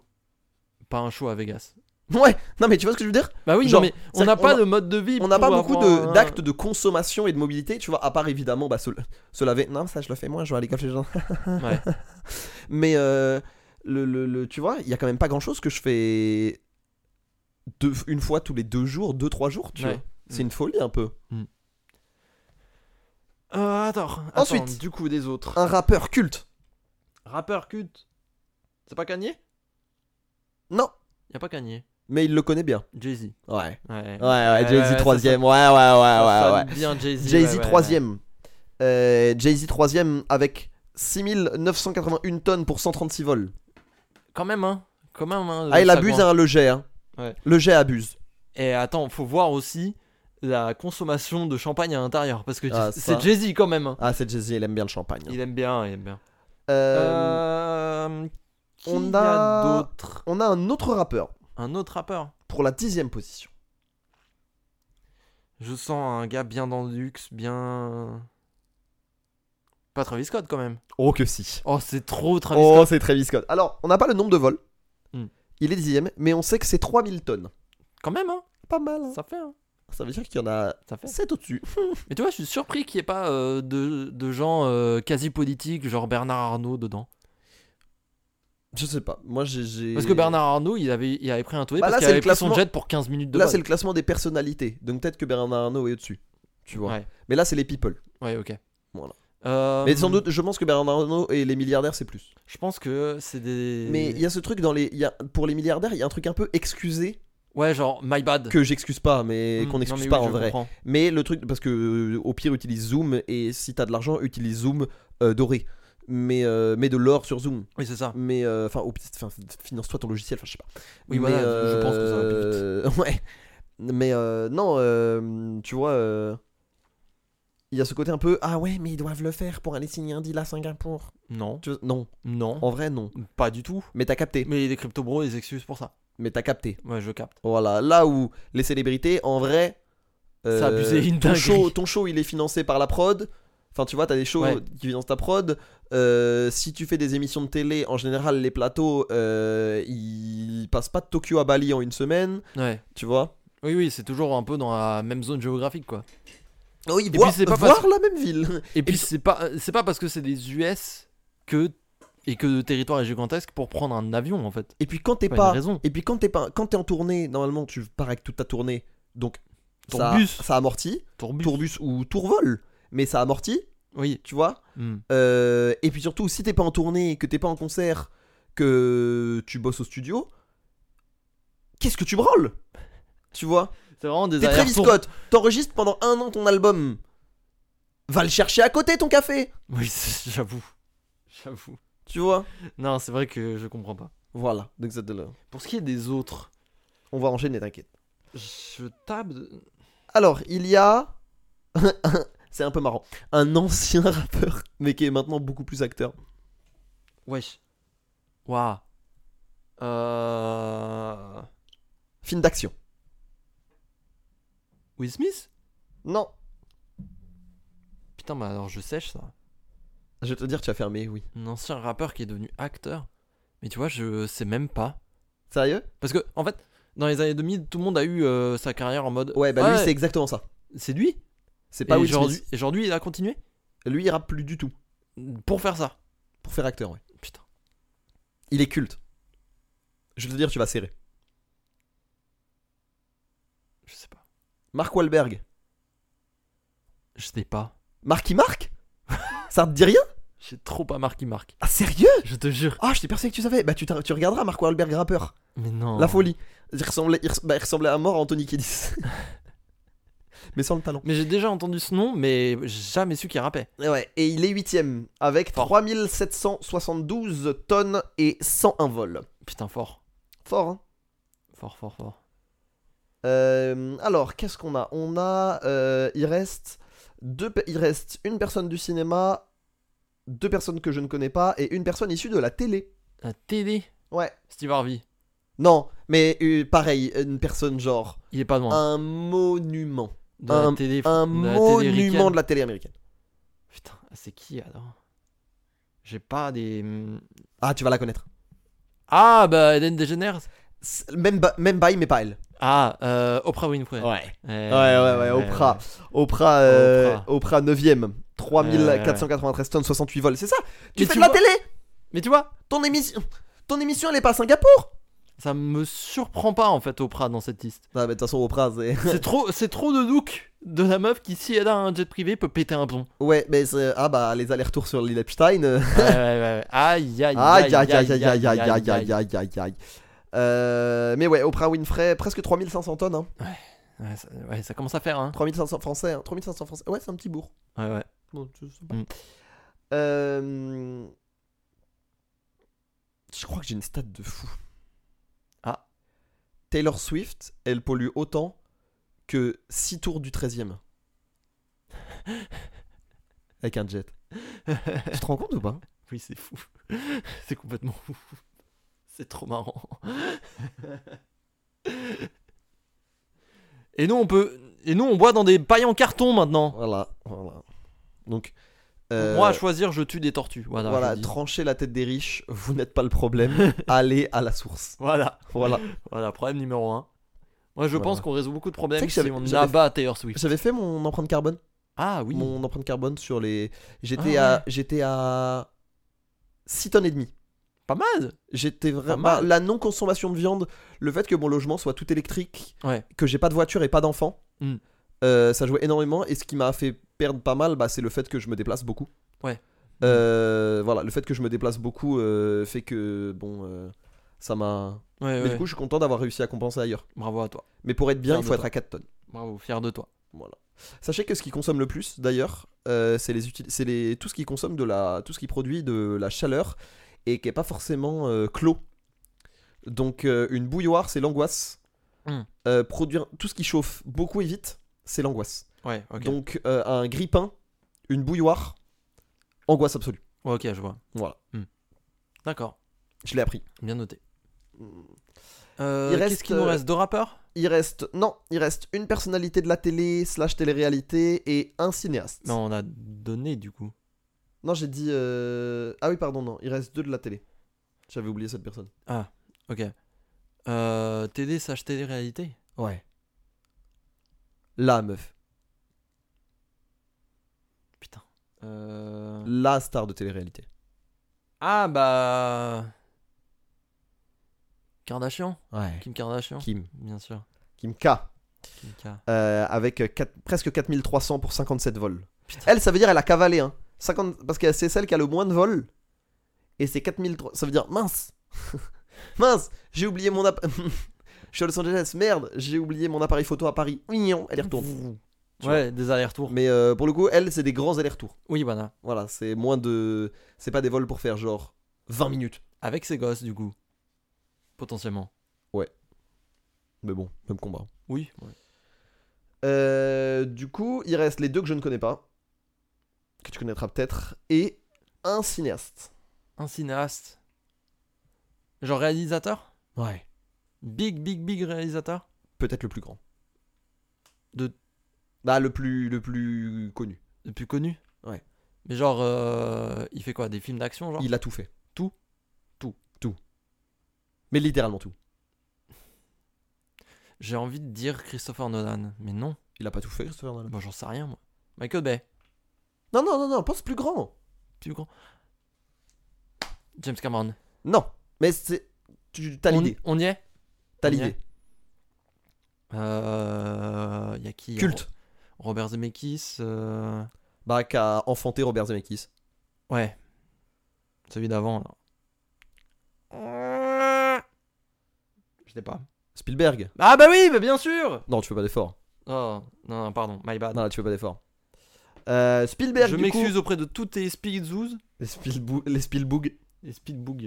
B: Pas un show à Vegas.
A: Ouais. Non, mais tu vois ce que je veux dire
B: Bah oui,
A: Genre,
B: non, mais on
A: c'est-à-dire
B: n'a
A: qu'on
B: pas
A: a-
B: de mode de vie.
A: On n'a pas
B: pour
A: beaucoup
B: avoir
A: de-
B: un-
A: d'actes de consommation et de mobilité. Tu vois, à part évidemment, bah se, se laver. Non, ça, je le fais moi. Je vais aller café les gens.
B: Ouais.
A: *laughs* Mais euh, le, le- le- tu vois, il y a quand même pas grand chose que je fais deux, une fois tous les deux jours, deux, trois jours, tu
B: Ouais.
A: vois. C'est une folie un peu.
B: Euh, attends, attends,
A: Ensuite.
B: du coup, des autres.
A: Un rappeur culte
B: Rappeur culte. C'est pas Kanye
A: Non,
B: Y a pas Kanye.
A: mais il le connaît bien.
B: Jay-Z.
A: Ouais.
B: Ouais.
A: Ouais, ouais,
B: ouais,
A: Jay-Z
B: ça
A: troisième. Ouais, ouais, ouais,
B: Ça
A: ouais.
B: sonne bien Jay-Z. ouais, ouais,
A: Jay-Z
B: ouais.
A: troisième. Euh, Jay-Z troisième avec 6981 tonnes pour 136 vols.
B: Quand même, hein. Quand même, hein.
A: Ah, il
B: ça
A: abuse,
B: commence.
A: hein, le jet. Hein.
B: Ouais.
A: Le jet abuse.
B: Et attends, faut voir aussi la consommation de champagne à l'intérieur. Parce que
A: Ah,
B: c'est
A: ça.
B: Jay-Z quand même. hein.
A: Ah, c'est Jay-Z, il aime bien le champagne. hein.
B: Il aime bien, il aime bien.
A: Euh,
B: Euh, qui
A: on
B: y a
A: a-
B: d'autres
A: On a un autre rappeur
B: Un autre rappeur.
A: pour la dixième position.
B: Je sens un gars bien dans le luxe, bien. Pas Travis Scott quand même.
A: Oh que si.
B: Oh, c'est trop Travis
A: Oh
B: Scott.
A: c'est Travis Scott. Alors on n'a pas le nombre de vols.
B: Hmm.
A: Il est dixième, mais on sait que c'est 3000 tonnes.
B: Quand même, hein.
A: Pas mal. hein.
B: Ça fait, hein.
A: Ça veut dire qu'il y en a
B: Ça fait.
A: 7 au-dessus.
B: Mais tu vois, je suis surpris qu'il n'y ait pas euh, de, de gens euh, quasi politiques, genre Bernard Arnault dedans.
A: Je sais pas. Moi j'ai- j'ai.
B: Parce que Bernard Arnault, il avait, il avait pris un toit
A: Bah là,
B: parce qu'il
A: c'est le
B: avait pris son
A: classement-
B: jet pour 15 minutes de
A: Là
B: vol.
A: c'est le classement des personnalités. Donc peut-être que Bernard Arnault est au-dessus. Tu vois.
B: Ouais.
A: Mais là c'est les people.
B: Ouais, ok.
A: Voilà.
B: Euh,
A: Mais sans doute, je pense que Bernard Arnault et les milliardaires c'est plus.
B: Je pense que c'est des.
A: Mais il y a ce truc dans les. il Y a, pour les milliardaires, il y a un truc un peu excusé
B: Ouais, genre my bad.
A: que j'excuse pas, mais
B: Hmm,
A: qu'on
B: non,
A: excuse
B: mais
A: pas
B: oui,
A: en
B: je
A: vrai.
B: comprends.
A: Mais le truc, parce que euh, au pire, utilise Zoom et si t'as de l'argent, utilise Zoom euh, doré. Mais, euh, mets de l'or sur Zoom.
B: Oui, c'est ça.
A: Mais euh, enfin, au- enfin, finance-toi ton logiciel, enfin, je sais pas.
B: Oui,
A: Mais,
B: voilà, je pense que ça va
A: euh, *laughs* ouais. Mais euh, non, euh, tu vois, euh, il y a ce côté un peu Ah ouais, mais ils doivent le faire pour aller signer un deal à Singapour.
B: Non,
A: Tu vois, non,
B: non,
A: en vrai, non.
B: pas du tout.
A: Mais t'as capté.
B: Mais les crypto bros, ils excusent pour ça.
A: Mais t'as capté.
B: Ouais, je capte.
A: Voilà, là où les célébrités, en vrai, euh,
B: Ça a abusé une
A: ton
B: dinguerie.
A: show, ton show, il est financé par la prod. Enfin, tu vois, t'as des shows
B: Ouais.
A: qui financent ta prod. Euh, si tu fais des émissions de télé, en général, les plateaux, euh, ils passent pas de Tokyo à Bali en une semaine,
B: Ouais.
A: tu vois.
B: Oui, oui, c'est toujours un peu dans la même zone géographique, quoi.
A: Oui,
B: puis
A: voir,
B: c'est pas
A: voir
B: facile.
A: la même ville. *laughs*
B: Et puis c'est pas, c'est pas parce que c'est des US que et que le territoire est gigantesque pour prendre un avion en fait.
A: Et puis quand t'es
B: Pas,
A: pas,
B: une raison.
A: et puis quand t'es pas, quand t'es en tournée, normalement, tu pars avec toute ta tournée, donc
B: Ton
A: ça,
B: bus.
A: ça amortit,
B: Tourbus.
A: tourbus ou tourvol, mais ça amortit,
B: Oui.
A: tu vois.
B: Hmm.
A: Euh, et puis surtout, si t'es pas en tournée, que t'es pas en concert, que tu bosses au studio, qu'est-ce que tu branles Tu vois
B: C'est vraiment des
A: T'es Travis
B: allers-retours.
A: Scott, t'enregistres pendant un an ton album. Va le chercher à côté ton café,
B: Oui, *laughs* c'est- j'avoue. J'avoue.
A: tu vois
B: Non, c'est vrai que je comprends pas.
A: Voilà, donc ça te le-
B: Pour ce qui est des autres,
A: On va enchaîner, t'inquiète.
B: je tape. de-
A: Alors, il y a. *laughs* C'est un peu marrant. Un ancien *laughs* rappeur, mais qui est maintenant beaucoup plus acteur.
B: Wesh. Waouh. Euh...
A: Film d'action.
B: Will Smith
A: Non,
B: Putain, mais alors je sèche ça.
A: je vais te dire, tu as fermé, oui.
B: Un ancien rappeur qui est devenu acteur. Mais tu vois, je sais même pas.
A: Sérieux
B: Parce que, en fait, dans les années 2000, tout le monde a eu euh, sa carrière en mode.
A: Ouais, bah
B: Ah
A: lui, c'est exactement ça.
B: c'est lui.
A: C'est
B: Et
A: pas Will
B: aujourd'hui,
A: Smith.
B: et aujourd'hui, il a continué
A: Lui, il rappe plus du tout.
B: pour faire ça.
A: Pour faire acteur, ouais.
B: Putain.
A: Il est culte. Je vais te dire, tu vas serrer.
B: Je sais pas.
A: Mark Wahlberg.
B: Je sais pas.
A: Marky Mark *laughs* Ça te dit rien
B: J'ai trop pas marqué Marc.
A: Ah, sérieux
B: Je te jure.
A: Ah, je t'ai persuadé que tu savais. Bah, tu, t'as- tu regarderas Mark Wahlberg rappeur.
B: Mais non.
A: La folie. Il ressemblait, il res- bah, il ressemblait à mort à Anthony Kiedis. *laughs* mais sans le talent.
B: Mais j'ai déjà entendu ce nom, mais j'ai jamais su qu'il rappait.
A: Et Eh ouais, et il est 8ème avec
B: Fort.
A: 3772 tonnes et 101 vols.
B: Putain, fort.
A: Fort, hein
B: Fort, fort, fort.
A: Euh, alors, qu'est-ce qu'on a On a. euh, il, reste deux, pe- il reste une personne du cinéma, deux personnes que je ne connais pas et une personne issue de la télé.
B: La télé.
A: Ouais.
B: Steve Harvey.
A: Non, mais euh, pareil, une personne genre.
B: Il est pas loin.
A: Un monument.
B: de la télé,
A: Un
B: de la télé
A: monument
B: ricaine.
A: de la télé américaine.
B: Putain, c'est qui alors J'ai pas des. hum.
A: Ah, tu vas la connaître.
B: Ah bah Eden DeGeneres.
A: C'est- Même, ba- même bail, mais pas elle.
B: Ah, euh, Oprah Winfrey. eh,
A: Ouais.
B: Ouais, Euh,
A: Ouais, ouais, ouais, Oprah. Oprah, euh,
B: Oprah.
A: Oprah 9ème. 3493 tonnes, 68 vols. C'est ça Tu
B: Mais
A: fais
B: tu
A: de la
B: vois-
A: télé
B: Mais tu vois,
A: ton, émission ton émission, elle est pas à Singapour
B: ça me surprend pas en fait Oprah dans
A: *laughs*
B: cette liste.
A: Ah, mais de toute façon, Oprah, c'est. *laughs*
B: C'est trop, c'est trop de look de la meuf qui si elle a un jet privé peut péter un
A: *laughs*
B: plomb.
A: Ouais, mais c'est- ah bah les allers-retours sur l'île Epstein. euh,
B: Ouais, ouais, ouais, ouais. Aïe, aïe,
A: Aïe aïe aïe aïe aïe aïe aïe aïe aïe aïe aïe. Euh, mais ouais, Oprah Winfrey, presque 3500 tonnes, hein.
B: Ouais, ça, ouais, ça commence à faire hein.
A: 3500 français, hein. 3500 français. Ouais, c'est un petit bourg.
B: Ouais, ouais.
A: Non, je sais pas.
B: Mm.
A: Euh, Je crois que j'ai une stat de fou.
B: Ah.
A: Taylor Swift, elle pollue autant que 6 tours du *laughs* 13ème. Avec un jet. tu te rends compte ou pas
B: Oui, c'est fou. *laughs* c'est complètement fou. C'est trop marrant. *laughs* Et nous, on peut. Et nous, on boit dans des pailles en carton maintenant.
A: Voilà, voilà. Donc.
B: Moi,
A: euh,
B: à choisir, je tue des tortues. Voilà.
A: voilà,
B: je dis.
A: tranchez la tête des riches, vous n'êtes pas le *laughs* problème, allez à la source.
B: voilà.
A: Voilà.
B: Voilà, problème numéro 1. Moi, je
A: Voilà.
B: pense qu'on résout beaucoup
A: Tu
B: de
A: sais
B: problèmes
A: que
B: si
A: j'avais-
B: on
A: j'avais-
B: abat Taylor Swift.
A: J'avais fait mon empreinte carbone,
B: Ah oui.
A: mon empreinte carbone sur les j'étais
B: Ah
A: à j'étais à 6 tonnes et demie.
B: Pas mal.
A: J'étais vraiment
B: mal.
A: la non consommation de viande, le fait que mon logement soit tout électrique,
B: Ouais.
A: que j'ai pas de voiture et pas d'enfant.
B: Mm.
A: euh, ça jouait énormément et ce qui m'a fait perdre pas mal, bah, c'est le fait que je me déplace beaucoup.
B: Ouais.
A: Euh, voilà, le fait que je me déplace beaucoup euh, fait que bon, euh, ça m'a.
B: Ouais,
A: Mais
B: ouais.
A: du coup, je suis content d'avoir réussi à compenser ailleurs.
B: Bravo à toi.
A: Mais pour être bien,
B: Fier
A: il
B: de
A: faut être
B: toi.
A: à 4 tonnes.
B: Bravo, fier de toi.
A: Voilà. Sachez que ce qui consomme le plus, d'ailleurs, euh, c'est les, uti- c'est les tout ce qui consomme de la, tout ce qui produit de la chaleur et qui est pas forcément euh, clos. Donc euh, une bouilloire, c'est l'angoisse.
B: Mm.
A: Euh, produire tout ce qui chauffe beaucoup et vite, c'est l'angoisse.
B: Ouais, ok.
A: Donc euh, un grille-pain, une bouilloire, angoisse absolue.
B: Ouais, ok, je vois. Hmm.
A: Voilà,
B: D'accord.
A: je l'ai appris.
B: Bien noté. Euh,
A: Il reste,
B: Qu'est-ce qu'il nous
A: euh,
B: reste Deux rappeurs
A: Il reste non, il reste une personnalité de la télé slash télé-réalité et un cinéaste.
B: Non, on a donné du coup.
A: Non, j'ai dit. euh, Ah oui, pardon, non. Il reste deux de la télé. J'avais oublié cette personne.
B: Ah, ok. Euh, TD sage télé-réalité
A: Ouais. La meuf.
B: Putain. Euh...
A: La star de télé-réalité.
B: Ah bah. Kardashian
A: Ouais.
B: Kim Kardashian
A: Kim.
B: Bien sûr.
A: Kim K.
B: Kim K.
A: euh, avec quatre- presque 4300 pour 57 vols.
B: Putain.
A: Elle, ça veut dire elle a cavalé. Hein. 50... Parce que c'est celle qui a le moins de vols. Et c'est 4300. Ça veut dire mince. *laughs* mince. J'ai oublié mon. app- *laughs* Je suis à Los Angeles. Merde. J'ai oublié mon appareil photo à Paris. Mignon. Elle y retourne. Tu
B: Ouais, des allers-retours.
A: Mais euh, pour le coup, elle, c'est des grands allers-retours.
B: Oui, voilà.
A: Voilà, c'est moins de. C'est pas des vols pour faire genre 20 minutes.
B: Avec ses gosses, du coup. Potentiellement.
A: Mais bon, même combat.
B: Oui.
A: Euh, du coup, il reste les deux que je ne connais pas, que tu connaîtras peut-être, et un cinéaste.
B: Un cinéaste. Genre réalisateur
A: Ouais.
B: Big, big, big réalisateur
A: Peut-être le plus grand.
B: De-
A: Bah, le plus, le plus connu.
B: Le plus connu
A: Ouais.
B: Mais genre, euh, il fait quoi Des films d'action, genre
A: Il a tout fait.
B: Tout
A: Tout. Tout. Mais littéralement tout.
B: J'ai envie de dire Christopher Nolan, mais non.
A: Il a pas tout fait, Christopher Nolan.
B: Bon, j'en sais rien, moi. Michael Bay,
A: Non, non, non, non, pense plus grand.
B: plus grand. James Cameron.
A: Non, mais c'est. Tu t'as
B: on,
A: l'idée.
B: on y est
A: T'as
B: on y
A: l'idée.
B: euh, y a qui
A: Culte.
B: Ro- Robert Zemeckis. euh,
A: Bah, qu'a enfanté Robert Zemeckis.
B: Ouais. Celui d'avant, là. Je sais pas.
A: Spielberg.
B: Ah bah oui, mais bien sûr
A: Non, tu fais pas d'effort.
B: Oh, non, non, pardon, my bad.
A: Ah Non, là, tu fais pas d'effort. Euh, Spielberg,
B: Je
A: du coup.
B: m'excuse auprès de tous tes Speedzoos.
A: Les, Spielbou- les
B: *laughs*
A: Spielboog. *laughs*
B: Les Speedboog.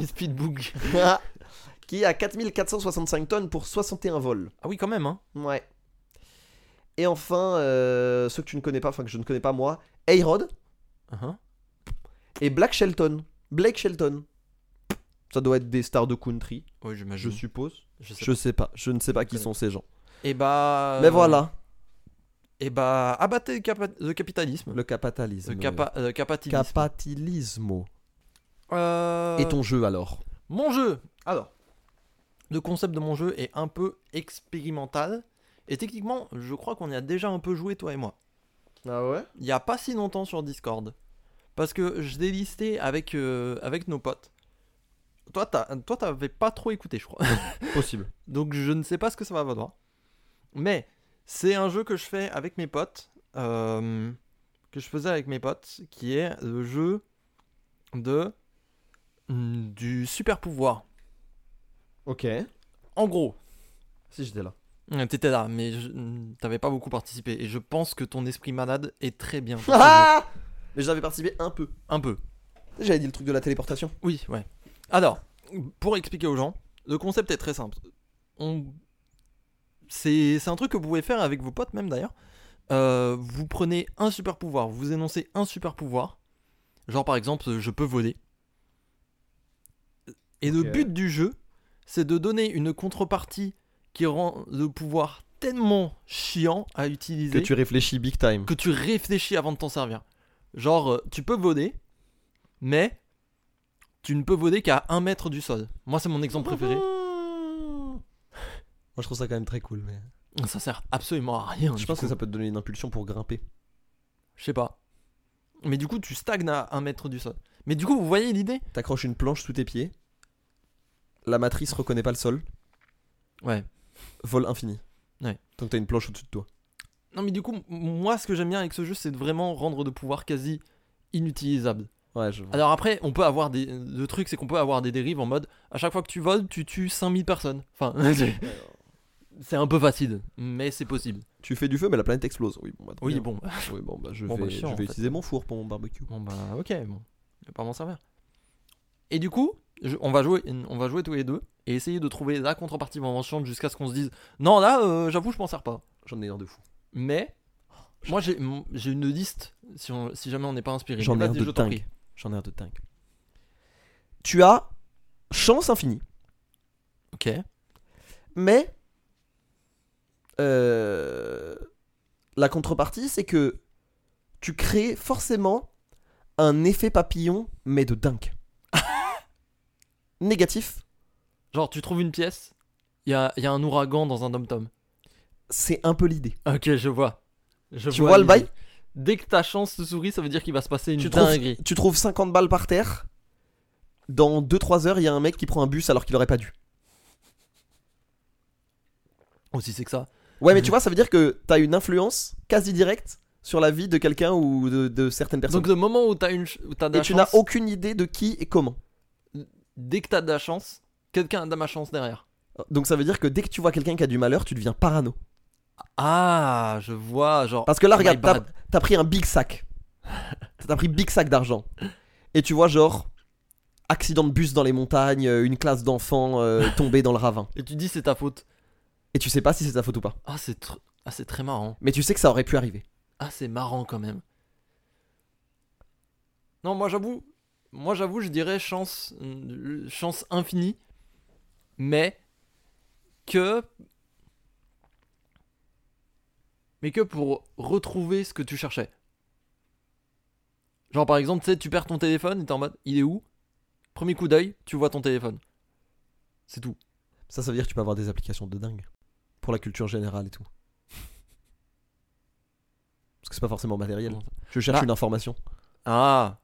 B: les Speedboog.
A: qui a 4465 tonnes pour 61 vols.
B: Ah oui, quand même, hein.
A: Ouais. Et enfin, euh, ceux que tu ne connais pas, enfin que je ne connais pas moi, A-Rod
B: Uh-huh.
A: et Black Shelton. Blake Shelton. Ça doit être des stars de country,
B: Oui, j'imagine.
A: je suppose.
B: Je sais
A: Je sais pas, je ne sais pas qui
B: connais.
A: sont ces gens.
B: Et bah.
A: Mais Ben voilà,
B: Et bah, abattez le, capa- le capitalisme.
A: le capitalisme.
B: euh, Le capa- euh, capitalisme.
A: Capitalismo.
B: Euh,
A: Et ton jeu alors
B: Mon jeu Alors, le concept de mon jeu est un peu expérimental. Et techniquement, je crois qu'on y a déjà un peu joué, toi et moi.
A: Ah ouais
B: Il n'y a pas si longtemps sur Discord. Parce que je l'ai listé avec, euh, avec nos potes. Toi, t'as- toi, t'avais pas trop écouté, je crois.
A: Possible.
B: Donc je ne sais pas ce que ça va valoir. Mais c'est un jeu que je fais avec mes potes, euh, que je faisais avec mes potes, qui est le jeu de mm, du super pouvoir.
A: Ok.
B: En gros,
A: Si j'étais là.
B: Mm, t'étais là, mais je- mm, t'avais pas beaucoup participé, et je pense que ton esprit malade est très bien. pour ce jeu.
A: Ah *laughs* Mais j'avais participé un peu.
B: un peu.
A: J'avais dit le truc de la téléportation.
B: Oui, ouais. Alors, pour expliquer aux gens, le concept est très simple. On... C'est c'est un truc que vous pouvez faire avec vos potes même d'ailleurs. Euh, vous prenez un super pouvoir, vous énoncez un super pouvoir. Genre par exemple, je peux voler. Et le
A: Ok.
B: but du jeu, c'est de donner une contrepartie qui rend le pouvoir tellement chiant à
A: Que
B: utiliser
A: tu réfléchis big time.
B: que tu réfléchis avant de t'en servir. Genre, euh, tu peux voler, mais tu ne peux voler qu'à un mètre du sol. Moi, c'est mon
A: *laughs*
B: exemple préféré.
A: Moi, je trouve ça quand même très cool. Mais...
B: Ça sert absolument à rien.
A: Je
B: du
A: pense
B: coup.
A: que ça peut te donner une impulsion pour grimper.
B: Je sais pas. Mais du coup, tu stagnes à un mètre du sol. Mais du coup, vous voyez l'idée
A: T'accroches une planche sous tes pieds. La matrice reconnaît pas le sol.
B: Ouais.
A: Vol infini.
B: Ouais.
A: Donc t'as une planche au-dessus de toi.
B: Non, mais du coup, m- moi, ce que j'aime bien avec ce jeu, c'est de vraiment rendre le pouvoir quasi inutilisable.
A: Ouais, je vois.
B: Alors après, on peut avoir des. Le truc, c'est qu'on peut avoir des dérives en mode à chaque fois que tu voles, tu tues 5000 personnes. Enfin, *laughs* c'est un peu facile, mais c'est possible.
A: Tu fais du feu, mais la planète explose. Oui, bon, bah, très
B: Oui,
A: bien.
B: bon.
A: Oui, bon, bah, je
B: Bon,
A: vais,
B: bah, chiant,
A: je
B: en
A: vais
B: fait.
A: utiliser mon four pour mon barbecue.
B: Bon bah ok, bon, je vais pas m'en servir. Et du coup, je- on, va jouer, on va jouer tous les deux et essayer de trouver la contrepartie vraiment chiante jusqu'à ce qu'on se dise non là, euh, j'avoue, je m'en sers pas.
A: J'en ai un de fou.
B: Mais moi j'ai mon- j'ai une liste si, on- si jamais on n'est pas inspiré.
A: J'en ai
B: Mais
A: un
B: vas-y,
A: de
B: je t'en
A: dingue.
B: prie.
A: J'en ai un de dingue. Tu as chance infinie,
B: Ok.
A: mais euh, la contrepartie, c'est que tu crées forcément un effet papillon, mais de dingue. *laughs* Négatif,
B: Genre tu trouves une pièce, il y a, il y a un ouragan dans un dom-tom.
A: c'est un peu l'idée.
B: Ok, je vois. Je
A: Tu vois le
B: l'idée.
A: bail
B: Dès que ta chance te sourit, ça veut dire qu'il va se passer une
A: Tu trouves-
B: dinguerie.
A: Tu trouves 50 balles par terre. Dans 2-3 heures, il y a un mec qui prend un bus alors qu'il aurait pas dû.
B: Aussi c'est que ça.
A: Ouais, mais tu vois, ça veut dire que t'as une influence quasi directe sur la vie de quelqu'un ou de, de certaines personnes.
B: Donc le moment où t'as une, ch- où t'as de
A: et
B: la
A: tu n'as
B: chance-
A: aucune idée de qui et comment.
B: dès que t'as de la chance, quelqu'un a de la chance derrière.
A: Donc ça veut dire que dès que tu vois quelqu'un qui a du malheur, tu deviens parano.
B: Ah, je vois, genre.
A: Parce que là,
B: Oh my
A: regarde, t'as,
B: bad.
A: t'as pris un big sac. t'as pris big sac d'argent. Et tu vois, genre, accident de bus dans les montagnes, euh, une classe d'enfants euh, tombée dans le ravin.
B: Et tu dis c'est ta faute.
A: Et tu sais pas si c'est ta faute ou pas.
B: Ah, c'est tr- ah, c'est très marrant.
A: Mais tu sais que ça aurait pu arriver.
B: Ah, c'est marrant quand même. Non, moi j'avoue, moi j'avoue, je dirais chance, euh, chance infinie, mais que, mais que pour retrouver ce que tu cherchais. Genre par exemple, tu sais, tu perds ton téléphone, et t'es en mode, il est où Premier coup d'œil, tu vois ton téléphone. C'est tout.
A: Ça, ça veut dire que tu peux avoir des applications de dingue. Pour la culture générale et tout. Parce que c'est pas forcément matériel. Je cherche
B: Bah.
A: une information.
B: Ah.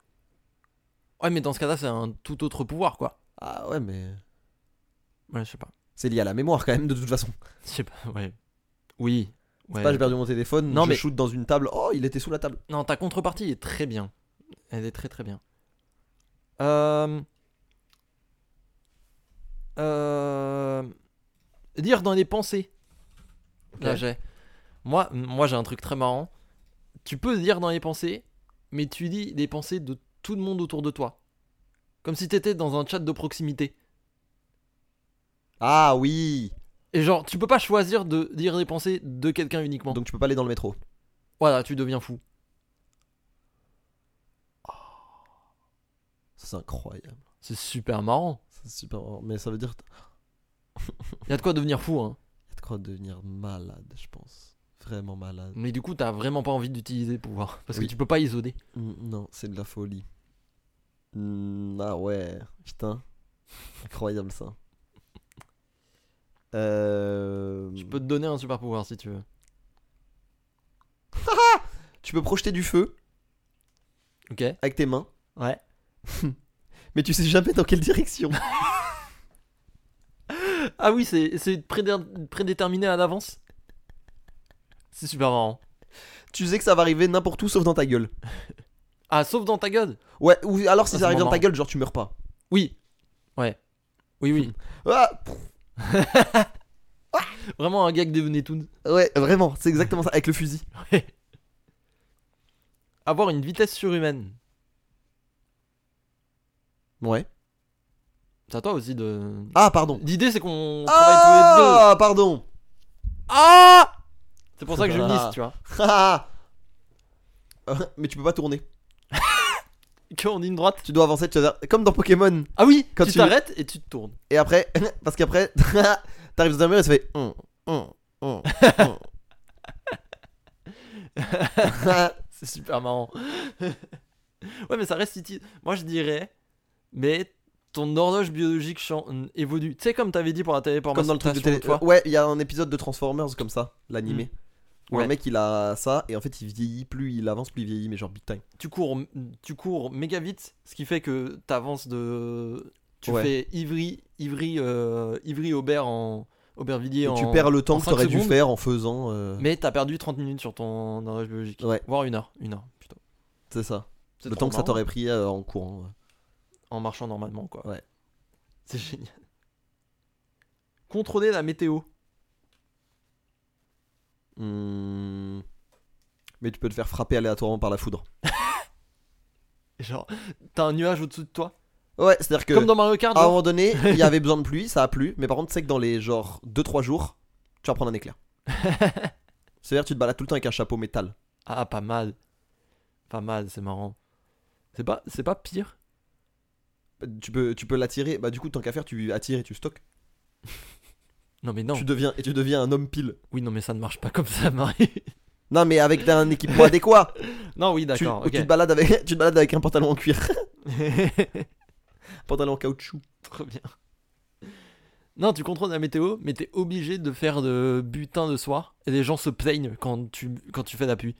B: Ouais, mais dans ce cas-là, c'est un tout autre pouvoir, quoi.
A: Ah ouais, mais
B: Ouais, je sais pas.
A: c'est lié à la mémoire quand même, de toute façon.
B: Je sais pas, ouais. Oui.
A: C'est
B: Ouais.
A: pas j'ai perdu mon téléphone,
B: Non,
A: je
B: mais-
A: shoot dans une table. Oh, il était sous la table.
B: Non, ta contrepartie est très bien. Elle est très très bien. Euh... Euh... Dire dans les pensées. Là,
A: Ok.
B: j'ai. Moi, moi j'ai un truc très marrant. Tu peux dire dans les pensées, mais tu dis les pensées de tout le monde autour de toi. Comme si t'étais dans un chat de proximité.
A: Ah oui
B: Et genre, tu peux pas choisir de dire les pensées de quelqu'un uniquement.
A: Donc tu peux pas aller dans le métro.
B: Voilà, tu deviens fou.
A: Ça, C'est incroyable.
B: C'est super marrant.
A: Ça, C'est super. marrant. Mais ça veut dire.
B: Y a de quoi devenir fou, hein.
A: Tu crois devenir malade, je pense. Vraiment malade.
B: Mais du coup, t'as vraiment pas envie d'utiliser le pouvoir. Parce
A: Oui.
B: que tu peux pas isoler.
A: Mm, Non, c'est de la folie. Mm, ah ouais, putain. *laughs* Incroyable ça. Euh,
B: Je peux te donner un super pouvoir si tu veux.
A: Tu peux projeter du feu
B: Ok
A: avec tes mains,
B: Ouais.
A: *laughs* mais tu sais jamais dans quelle
B: *laughs*
A: direction.
B: Ah oui, c'est c'est prédé- prédéterminé à l'avance C'est super marrant.
A: tu sais que ça va arriver n'importe où sauf dans ta gueule.
B: Ah, sauf dans ta gueule
A: Ouais, ou alors si
B: Ça,
A: ça,
B: c'est
A: arrive dans ta
B: marrant.
A: gueule, genre tu meurs pas.
B: Oui. Ouais. Oui,
A: *laughs*
B: oui.
A: Ah,
B: vraiment un gag des Venetoons.
A: ouais, vraiment, c'est exactement ça, avec le fusil.
B: Avoir une vitesse surhumaine.
A: Ouais.
B: C'est à toi aussi de.
A: Ah, pardon.
B: L'idée, c'est qu'on travaille tous les deux.
A: Ah, pardon.
B: Ah C'est pour
A: *laughs*
B: ça que je lisse, tu vois.
A: Ah. Euh, mais tu peux pas tourner.
B: que en ligne droite.
A: Tu dois avancer, tu vas- comme dans Pokémon.
B: Ah oui,
A: Quand
B: tu
A: tu-
B: t'arrêtes et tu te tournes.
A: Et après, *laughs* parce qu'après, t'arrives dans un mur et ça fait. Hum, hum, hum, hum.
B: *laughs* C'est super marrant. *laughs* ouais, mais ça reste ici. Moi, je dirais, mais ton horloge biologique chan- euh, évolue. Tu sais, comme t'avais dit pour la téléportation.
A: comme dans le truc de télé.
B: l'autre fois.
A: Ouais, il y a un épisode de Transformers comme ça, l'animé. Où
B: Mm. Ouais.
A: un mec il a ça et en fait il vieillit plus, il avance plus, il vieillit, mais genre big time.
B: Tu, cours, tu cours méga vite, ce qui fait que t'avances de. Tu
A: Ouais.
B: fais Ivry, Ivry, euh, Ivry Aubert en. Aubervilliers
A: Et
B: en.
A: tu perds le temps
B: en
A: que
B: cinq
A: t'aurais dû
B: secondes.
A: faire en faisant. euh,
B: Mais t'as perdu 30 minutes sur ton horloge biologique.
A: Ouais.
B: Voire une heure. Une heure, plutôt.
A: C'est ça.
B: C'est
A: Le
B: trop
A: temps que ça
B: marrant.
A: t'aurait pris euh, en courant. ouais.
B: en marchant normalement quoi.
A: Ouais.
B: C'est génial. Contrôler la météo.
A: Hmm. Mais tu peux te faire frapper aléatoirement par la foudre.
B: Genre, t'as un nuage au-dessous de toi.
A: Ouais, c'est à dire que. Ah
B: Comme dans Mario Kart.
A: À un
B: genre.
A: moment *laughs* donné, il y avait besoin de pluie, ça a plu, mais par contre, tu sais que dans les genre 2-3 jours, tu vas prendre un éclair. *laughs* C'est-à-dire, tu te balades tout le temps avec un chapeau métal.
B: Ah, pas mal. Pas mal, c'est marrant. C'est pas, c'est pas pire.
A: Tu peux, tu peux l'attirer, bah du coup, tant qu'à faire, tu attires et tu stockes.
B: Non mais non.
A: Tu deviens, et tu deviens un homme pile.
B: Oui, non mais ça ne marche pas comme ça, Marie.
A: *laughs* Non, mais avec *laughs* un équipement adéquat.
B: non, oui,
A: Tu,
B: d'accord.
A: ou tu, te
B: ok.
A: balades avec, tu te balades avec un pantalon en cuir, *laughs* pantalon en caoutchouc.
B: *laughs* Trop bien. Non, tu contrôles la météo, mais t'es obligé de faire de butin le soir. Et les gens se plaignent quand tu, quand tu fais la pluie.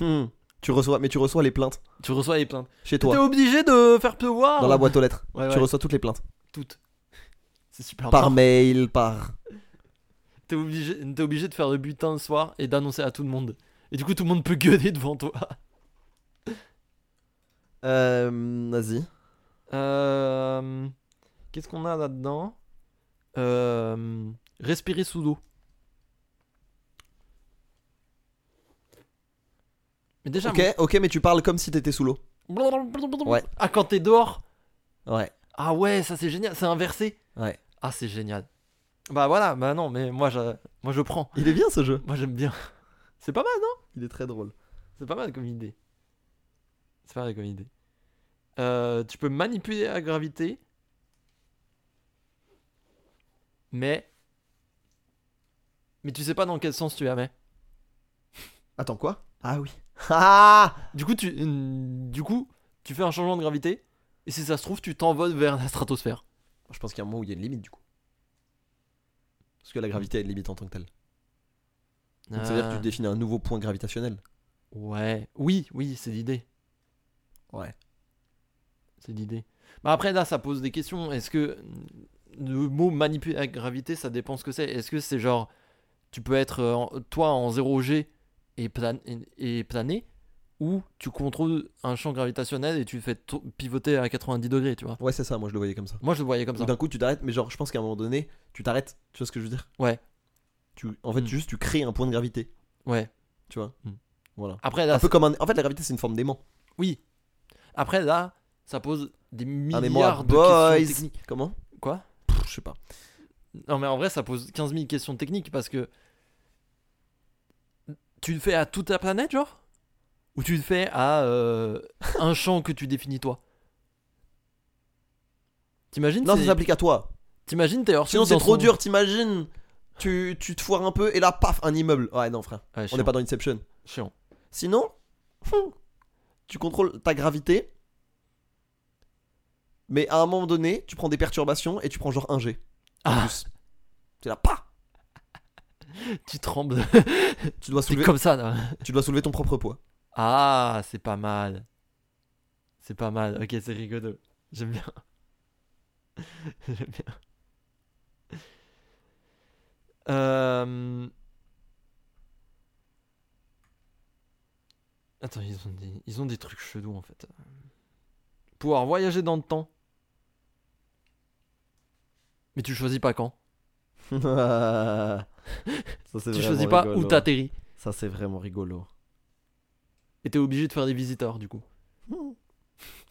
A: Hmm. Tu reçois, mais tu reçois les plaintes
B: Tu reçois les plaintes.
A: chez
B: T'es
A: toi,
B: obligé de faire pleuvoir.
A: dans la boîte aux lettres.
B: Ouais, ouais.
A: Tu reçois toutes les plaintes.
B: toutes. C'est super
A: Par
B: marrant.
A: mail, par.
B: T'es obligé, t'es obligé de faire le butin le soir et d'annoncer à tout le monde. Et du coup, tout le monde peut gueuler devant toi.
A: Euh, Vas-y.
B: Euh, Qu'est-ce qu'on a là-dedans Euh, Respirer sous l'eau. Mais déjà,
A: Ok, ok, mais tu parles comme si t'étais sous l'eau.
B: mon-
A: Ouais.
B: ah, quand t'es dehors,
A: Ouais,
B: ah ouais, ça c'est génial, c'est inversé.
A: ouais.
B: Ah, c'est génial. Bah voilà, bah non, mais moi je, moi, je prends.
A: Il est bien ce jeu.
B: Moi j'aime bien. *laughs* C'est pas mal.
A: Il est très drôle.
B: C'est pas mal comme idée. C'est pas mal comme idée. Euh, tu peux manipuler la gravité. Mais. Mais tu sais pas dans quel sens tu la mets.
A: Attends quoi Ah oui. Ah
B: Du coup, tu, du coup, tu fais un changement de gravité. Et si ça se trouve, tu t'envoles vers la stratosphère.
A: Je pense qu'il y a un moment où il y a une limite du coup. Parce que la gravité a une limite en tant que telle. Donc ça veut dire que tu définis un nouveau point gravitationnel.
B: Ouais. Oui, oui, c'est l'idée.
A: Ouais.
B: C'est l'idée. Bah après, là, ça pose des questions. Est-ce que le mot manipuler la gravité, ça dépend ce que c'est Est-ce que c'est genre, tu peux être euh, en- toi en 0G et, plan- et, et planer ou tu contrôles un champ gravitationnel et tu fais to- pivoter à 90 degrés, tu vois
A: Ouais, c'est ça, moi je le voyais comme ça.
B: Moi, je le voyais comme ça.
A: Ou d'un coup tu t'arrêtes, mais genre je pense qu'à un moment donné, tu t'arrêtes. Tu vois ce que je veux dire
B: Ouais.
A: Tu, en fait,
B: Mm.
A: juste tu crées un point de gravité.
B: Ouais.
A: Tu vois
B: Mm.
A: Voilà.
B: Après, là,
A: un peu comme un... En fait, la gravité c'est une forme d'aimant.
B: oui. Après, là, ça pose des
A: Un aimant à
B: milliards de
A: boys.
B: questions techniques.
A: Comment
B: Quoi
A: Pff, Je sais pas.
B: Non, mais en vrai, ça pose 15 000 questions techniques parce que. Tu le fais à toute la planète, genre Ou tu le fais à euh, un champ que tu définis toi T'imagines
A: Non,
B: c'est-
A: ça s'applique à toi.
B: T'imagines Taylor Swift
A: Sinon c'est
B: dans
A: trop
B: son-
A: dur, t'imagines tu, tu te foires un peu et là, paf, un immeuble. Ouais, non, frère.
B: Ouais,
A: On
B: chiant,
A: n'est pas dans Inception.
B: chiant.
A: Sinon, hum, tu contrôles ta gravité. Mais à un moment donné, tu prends des perturbations et tu prends genre 1G.
B: Ah.
A: Plus. T'es là, pas
B: Tu trembles.
A: tu dois,
B: C'est
A: soulever,
B: comme ça, là.
A: tu dois soulever ton propre
B: *laughs*
A: poids.
B: Ah, c'est pas mal. C'est pas mal. Ok, c'est rigolo. J'aime bien. *laughs* J'aime bien. Euh... Attends, ils ont, des... ils ont des trucs chelous en fait. Pouvoir voyager dans le temps. Mais tu choisis pas quand.
A: Ça, c'est
B: Tu
A: vraiment
B: choisis pas
A: rigolo.
B: où t'atterris.
A: Ça, c'est vraiment rigolo.
B: Et t'es obligé de faire des
A: *laughs*
B: visiteurs du coup. Hmm.
A: Hum.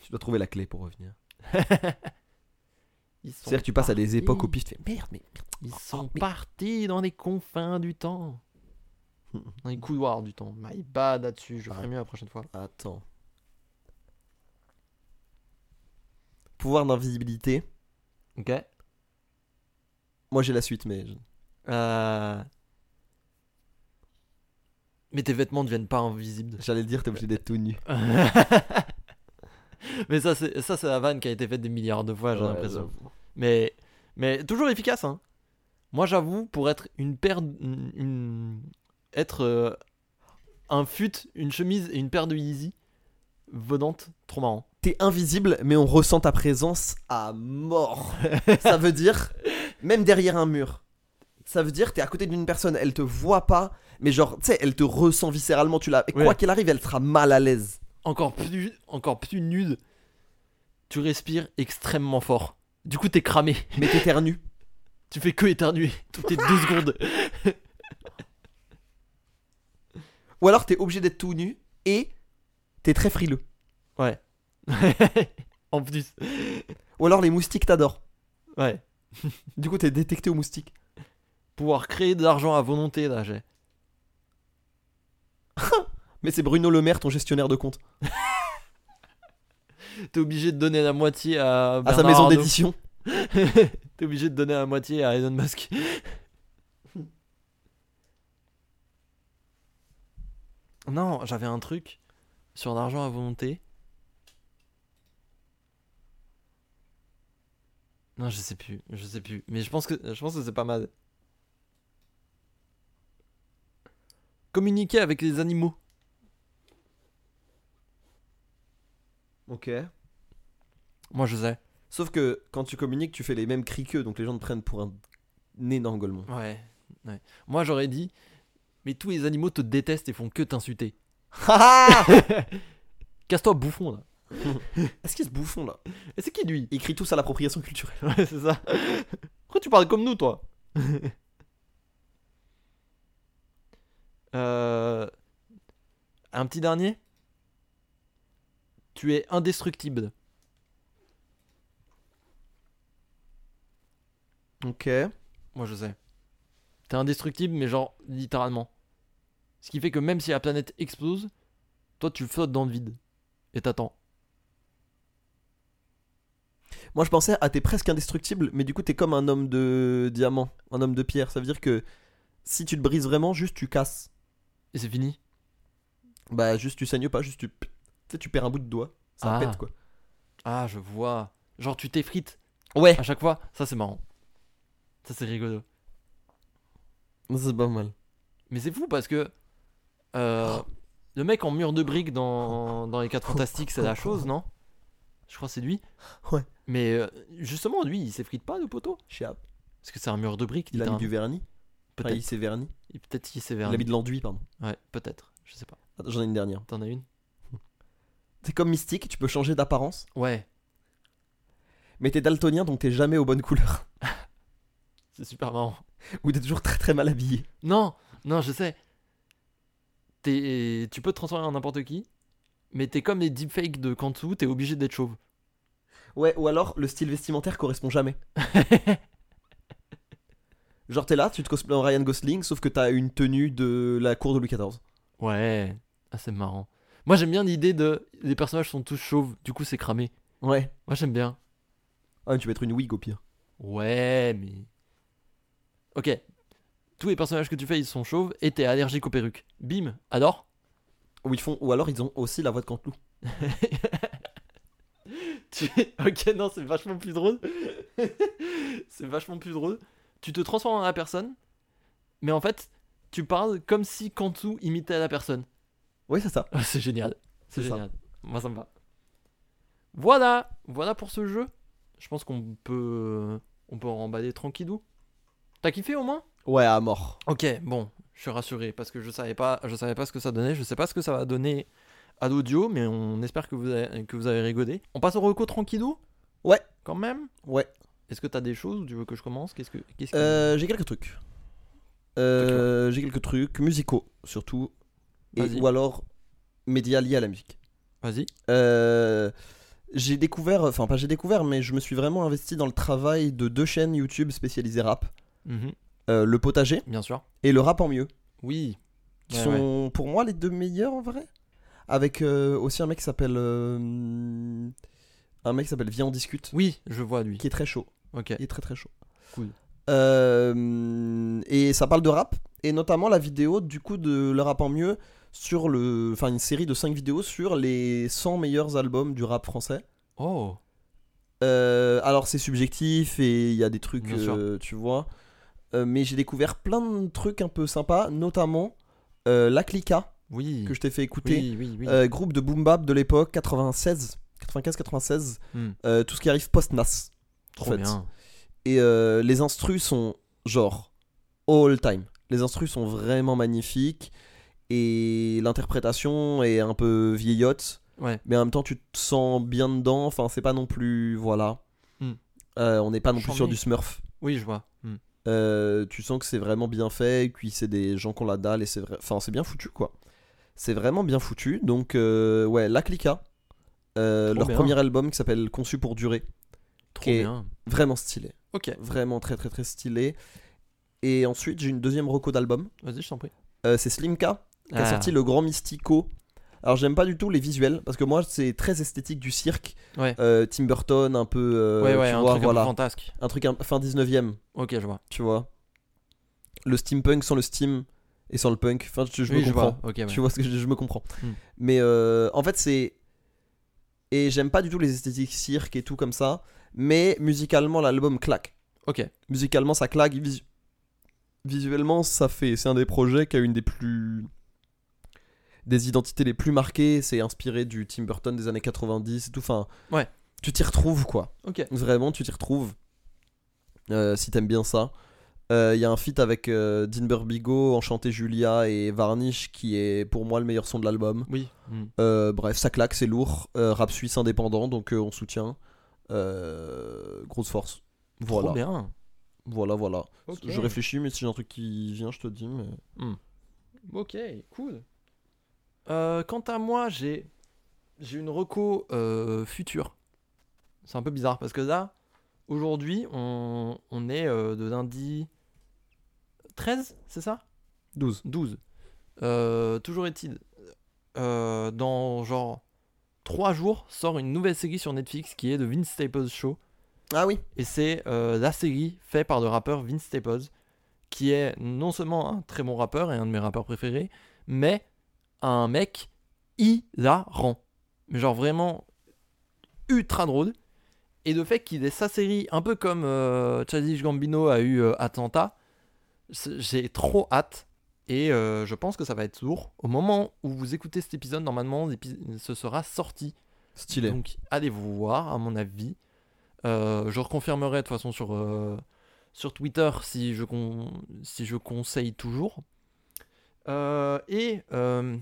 A: Tu dois trouver la clé pour revenir.
B: Ils sont
A: C'est-à-dire que tu passes à des époques où
B: partis.
A: pif, tu fais merde, mais.
B: Ils
A: Oh,
B: sont
A: mais-
B: partis dans les confins du temps. *laughs* Dans les couloirs du temps. My bad là-dessus, je ferai
A: Ouais.
B: mieux la prochaine fois.
A: Attends. Pouvoir d'invisibilité.
B: Ok.
A: Moi j'ai la suite, mais. je-
B: Euh, Mais tes vêtements ne deviennent pas *laughs* invisibles.
A: J'allais le dire, t'es obligé d'être tout nu.
B: mais ça, c'est ça, c'est la vanne qui a été faite des milliards de fois, j'ai
A: Ouais,
B: l'impression.
A: j'avoue.
B: Mais, mais toujours efficace, hein. Moi, j'avoue, pour être une paire, d- une, une- être euh, un fut, une chemise et une paire de Yeezy venante, trop marrant.
A: T'es invisible, mais on ressent ta présence à mort. ça veut dire, même derrière un mur. Ça veut dire, t'es à côté d'une personne, elle te voit pas, mais genre, tu sais, elle te ressent viscéralement. Tu la... et
B: Ouais.
A: Quoi qu'il arrive, elle sera mal à l'aise.
B: Encore plus, encore plus nude. Tu respires extrêmement fort. Du coup, t'es cramé.
A: Mais t'éternues.
B: Tu fais que éternuer toutes les deux secondes.
A: *laughs* Ou alors, t'es obligé d'être tout nu et t'es très frileux.
B: en plus,
A: Ou alors, les moustiques t'adorent.
B: ouais.
A: Du coup, t'es détecté aux moustiques.
B: Pouvoir créer de l'argent à volonté, là, j'ai.
A: Mais c'est Bruno Le Maire, ton gestionnaire de compte.
B: T'es obligé de donner la moitié
A: à
B: à.
A: sa
B: Bernard
A: maison
B: Arnault.
A: d'édition.
B: *laughs* T'es obligé de donner la moitié à Elon Musk. *laughs* non, j'avais un truc sur l'argent à volonté. Non, je sais plus, je sais plus. Mais je pense que je pense que c'est pas mal. Communiquer avec les animaux.
A: Ok.
B: Moi, je sais.
A: Sauf que quand tu communiques, tu fais les mêmes cris qu'eux, donc les gens te prennent pour un, un énorme golemon.
B: Ouais. ouais. Moi, j'aurais dit, mais tous les animaux te détestent et font que *laughs* t'insulter. Casse-toi, bouffon là.
A: Est-ce qu'il se bouffon là
B: Et c'est qui lui
A: Ils crient tous à l'appropriation culturelle.
B: *laughs* Ouais, c'est ça. Pourquoi tu parles comme nous, toi Euh, Un petit dernier Tu es indestructible.
A: Ok.
B: Moi, je sais. T'es indestructible, mais genre littéralement. Ce qui fait que même si la planète explose, toi, tu flottes dans le vide. Et t'attends.
A: Moi je pensais à t'es presque indestructible, mais du coup t'es comme un homme de diamant, un homme de pierre. Ça veut dire que si tu te brises vraiment, juste tu casses.
B: Et c'est fini.
A: Bah juste tu saignes pas, juste tu. Tu sais, tu perds un bout de doigt. Ça
B: Ah.
A: pète quoi.
B: Ah, je vois. Genre, tu t'effrites
A: Ouais.
B: à chaque fois. Ça, c'est marrant. Ça, c'est rigolo.
A: C'est pas mal.
B: Mais c'est fou parce que euh, le mec en mur de briques dans, dans les 4 fantastiques, c'est la chose, non Je crois que c'est lui.
A: Ouais.
B: Mais euh, justement, lui, il s'effrite pas le poteau.
A: Chiap.
B: Parce que c'est un mur de briques.
A: Il a mis
B: littéralement.
A: du vernis. Enfin, il
B: Peut-être
A: s'est verni.
B: il... peut il s'est
A: Il a
B: verni.
A: mis de l'enduit, pardon.
B: Ouais, peut-être. Je sais pas.
A: Attends, J'en ai une dernière.
B: T'en as une
A: T'es comme mystique, tu peux changer d'apparence,
B: Ouais,
A: mais t'es daltonien donc t'es jamais aux bonnes couleurs. *laughs*
B: c'est super marrant.
A: Ou t'es toujours très très mal habillé.
B: Non, non, je sais. T'es- Tu peux te transformer en n'importe qui, mais t'es comme les deepfakes de Kantu, t'es obligé d'être chauve.
A: Ouais, ou alors le style vestimentaire correspond jamais.
B: *laughs*
A: Genre t'es là, tu te cosplays en Ryan Gosling, sauf que t'as une tenue de la cour de Louis XIV.
B: Ouais, ah, c'est marrant. Moi j'aime bien l'idée de les personnages sont tous chauves, du coup c'est cramé.
A: Ouais.
B: Moi j'aime bien.
A: Ah, mais tu peux être une wig au pire.
B: Ouais, mais. Ok. Tous les personnages que tu fais, ils sont chauves et t'es allergique aux perruques. Bim, alors
A: Ou ils font, ou alors ils ont aussi la voix de Cantelou.
B: Tu- *laughs* Ok, non, c'est vachement plus drôle. *laughs* c'est vachement plus drôle. Tu te transformes en la personne, mais en fait, tu parles comme si Kantu imitait la *laughs* personne.
A: Oui, c'est ça.
B: Ah, c'est génial. C'est
A: C'est ça.
B: génial. Moi, ça me va. Voilà, voilà pour ce jeu. Je pense qu'on peut, on peut en remballer tranquillou. T'as kiffé au moins
A: Ouais, à mort.
B: Ok, bon, je suis rassuré parce que je savais pas, je savais pas ce que ça donnait, je sais pas ce que ça va donner à l'audio, mais on espère que vous avez, que vous avez rigolé. On passe au reco tranquillou
A: Ouais.
B: Quand même
A: Ouais.
B: Est-ce que t'as des choses ou tu veux que je commence Qu'est-ce que, qu'est-ce que-
A: Euh, j'ai quelques trucs. Euh, j'ai quelques trucs musicaux surtout, et,
B: Vas-y.
A: ou alors médias liés à la musique.
B: Vas-y.
A: Euh, j'ai découvert, enfin pas j'ai découvert, mais je me suis vraiment investi dans le travail de deux chaînes YouTube spécialisées rap,
B: Mhm,
A: Euh, le potager
B: Bien sûr.
A: et le rap en mieux.
B: Oui.
A: qui
B: Ouais, ouais.
A: sont pour moi les deux meilleurs en vrai. Avec euh, aussi un mec qui s'appelle. euh, un mec qui s'appelle Viens on discute,
B: Oui, je vois lui.
A: qui est très chaud.
B: Ok.
A: Il est très très chaud.
B: Cool.
A: Euh, et ça parle de rap, et notamment la vidéo du coup de Le Rap en Mieux, sur le... enfin une série de 5 vidéos sur les 100 meilleurs albums du rap français.
B: Oh,
A: Euh, alors c'est subjectif et il y a des trucs,
B: Bien sûr.
A: euh, tu vois. Euh, mais j'ai découvert plein de trucs un peu sympas, notamment euh, La Clica,
B: oui.
A: que je t'ai fait écouter.
B: oui, oui, oui.
A: Euh, groupe de boom bap de l'époque 96 95 96
B: Hmm.
A: euh, tout ce qui arrive post nas
B: Trop
A: fait.
B: bien.
A: et euh, les instrus sont genre all time les instrus sont vraiment magnifiques et l'interprétation est un peu vieillotte
B: Ouais.
A: mais en même temps tu te sens bien dedans enfin c'est pas non plus voilà
B: Hmm.
A: Euh, on n'est pas non plus
B: Chambé.
A: sur du smurf
B: Oui, je vois. Hmm.
A: Euh, tu sens que c'est vraiment bien fait, et puis c'est des gens qui ont la dalle, et c'est vrai... enfin, c'est bien foutu, quoi. C'est vraiment bien foutu. Donc, euh, ouais, La Clica, euh,
B: Trop
A: leur
B: bien.
A: premier album qui s'appelle Conçu pour durer,
B: Trop
A: qui est
B: bien.
A: vraiment stylé.
B: Ok.
A: Vraiment très, très, très stylé. Et ensuite, j'ai une deuxième reco d'album.
B: Vas-y, je t'en prie.
A: Euh, c'est Slimka, qui a
B: Ah.
A: sorti Le Grand Mystico. Alors, j'aime pas du tout les visuels, parce que moi, c'est très esthétique du cirque.
B: Ouais.
A: Euh, Tim Burton, un peu. euh,
B: ouais, ouais,
A: tu
B: un
A: vois,
B: truc un
A: voilà.
B: peu fantasque.
A: un truc un- fin 19ème
B: Ok, je vois.
A: tu vois. Le steampunk sans le steam et sans le punk. Enfin, je, je
B: Oui,
A: me comprends.
B: vois. Ok, ouais.
A: Tu vois ce que je, je me comprends.
B: Hmm.
A: Mais euh, en fait, c'est. Et j'aime pas du tout les esthétiques cirque et tout comme ça. Mais musicalement, l'album claque.
B: Ok.
A: Musicalement, ça claque. visu- Visuellement, ça fait. C'est un des projets qui a une des plus. Des identités les plus marquées. C'est inspiré du Tim Burton des années 90 et tout. Enfin.
B: Ouais.
A: Tu t'y retrouves, quoi.
B: Ok.
A: Vraiment, tu t'y retrouves. Euh, si t'aimes bien ça. Euh, Il y a un feat avec euh, Dean Burbigo, Enchanté Julia et Varnish qui est pour moi le meilleur son de l'album.
B: Oui. Hmm.
A: Euh, bref, ça claque, c'est lourd. Euh, rap suisse indépendant, donc euh, on soutient. Euh, grosse force.
B: Trop
A: Voilà,
B: bien.
A: voilà, voilà.
B: Ok.
A: Je réfléchis, mais si j'ai un truc qui vient, je te dis. Mais...
B: Ok, cool. Euh, quant à moi, j'ai j'ai une reco euh, future. C'est un peu bizarre parce que là, aujourd'hui, on, on est euh, de lundi 13, c'est ça
A: 12.
B: 12. Euh, toujours est-il, euh, dans genre 3 jours, sort une nouvelle série sur Netflix qui est de Vince Staples Show.
A: Ah oui,
B: Et c'est euh, la série faite par le rappeur Vince Staples, qui est non seulement un très bon rappeur et un de mes rappeurs préférés, mais un mec hilarant. Mais genre vraiment ultra drôle. Et le fait qu'il ait sa série, un peu comme euh, Childish Gambino a eu euh, Atlanta, c'est- j'ai trop hâte. Et euh, je pense que ça va être lourd. Au moment où vous écoutez cet épisode, normalement, l'épi- ce sera sorti.
A: stylé.
B: Donc allez vous voir, à mon avis. Euh, je reconfirmerai de toute façon sur, euh, sur Twitter si je, con- si je conseille toujours. Euh, et euh,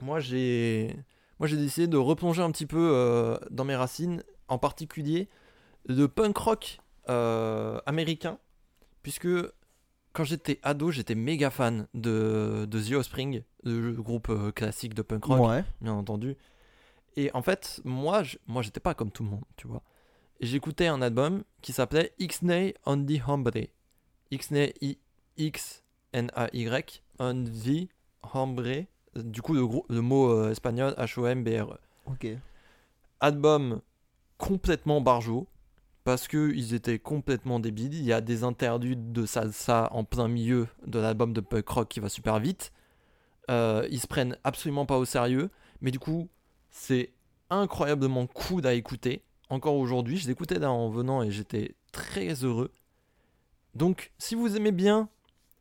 B: moi j'ai moi j'ai décidé de replonger un petit peu euh, dans mes racines, en particulier de punk rock euh, américain, puisque quand j'étais ado j'étais méga fan de, de The Offspring, le groupe euh, classique de punk rock
A: ouais.
B: bien entendu. Et en fait, moi, je, moi, j'étais pas comme tout le monde, tu vois. Et J'écoutais un album qui s'appelait X-Nay on the Hombre. X-Nay, I- X-N-A-Y, on the Hombre. Du coup, le, gros- le mot euh, espagnol, H-O-M-B-R-E.
A: Ok.
B: Album complètement barjot, parce que ils étaient complètement débiles. Il y a des interludes de salsa en plein milieu de l'album de punk rock qui va super vite. Euh, ils se prennent absolument pas au sérieux, mais du coup, c'est incroyablement cool à écouter. Encore aujourd'hui, je l'écoutais là en venant et j'étais très heureux. Donc, si vous aimez bien,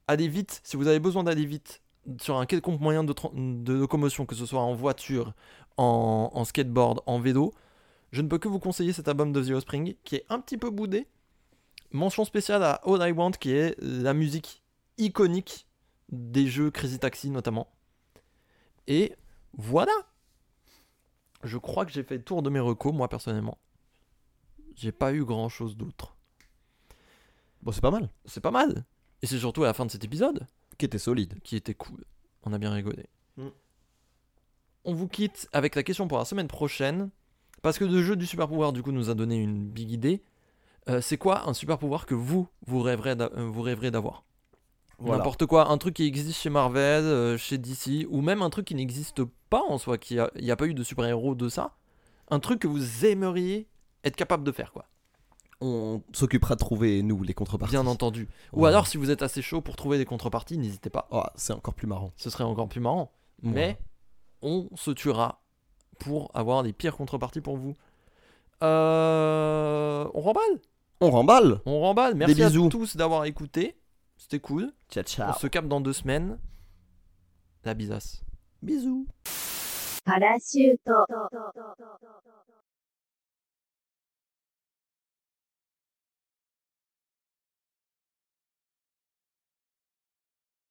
B: allez vite. Si vous avez besoin d'aller vite sur un quelconque moyen de, tran- de locomotion, que ce soit en voiture, en, en skateboard, en vélo, je ne peux que vous conseiller cet album de The Offspring qui est un petit peu boudé. Mention spéciale à All I Want qui est la musique iconique des jeux Crazy Taxi notamment. Et voilà Je crois que j'ai fait le tour de mes recos moi personnellement. J'ai pas eu grand chose d'autre.
A: Bon, c'est pas mal.
B: C'est pas mal Et c'est surtout à la fin de cet épisode
A: Qui était solide.
B: qui était cool. On a bien rigolé.
A: Mm.
B: On vous quitte avec la question pour la semaine prochaine. Parce que le jeu du super pouvoir, du coup, nous a donné une big idée. Euh, c'est quoi un super pouvoir que vous, vous rêverez d'a- euh, vous rêverez d'avoir N'importe quoi, un truc qui existe chez Marvel, euh, chez DC, ou même un truc qui n'existe pas en soi, qui a- il n'y a, pas eu de super-héros de ça. Un truc que vous aimeriez être capable de faire quoi.
A: On s'occupera de trouver, nous, les contreparties.
B: Bien entendu. Ou
A: Ouais.
B: alors si vous êtes assez chaud pour trouver des contreparties, n'hésitez pas.
A: Oh, c'est encore plus marrant.
B: Ce serait encore plus marrant. Mais on se tuera pour avoir les pires contreparties pour vous. Euh, On remballe
A: On remballe
B: On remballe. Merci
A: bisous.
B: à tous d'avoir écouté. C'était cool.
A: Ciao,
B: On
A: ciao.
B: se capte dans deux semaines. La bisace.
A: Bisous.
C: パラシュート。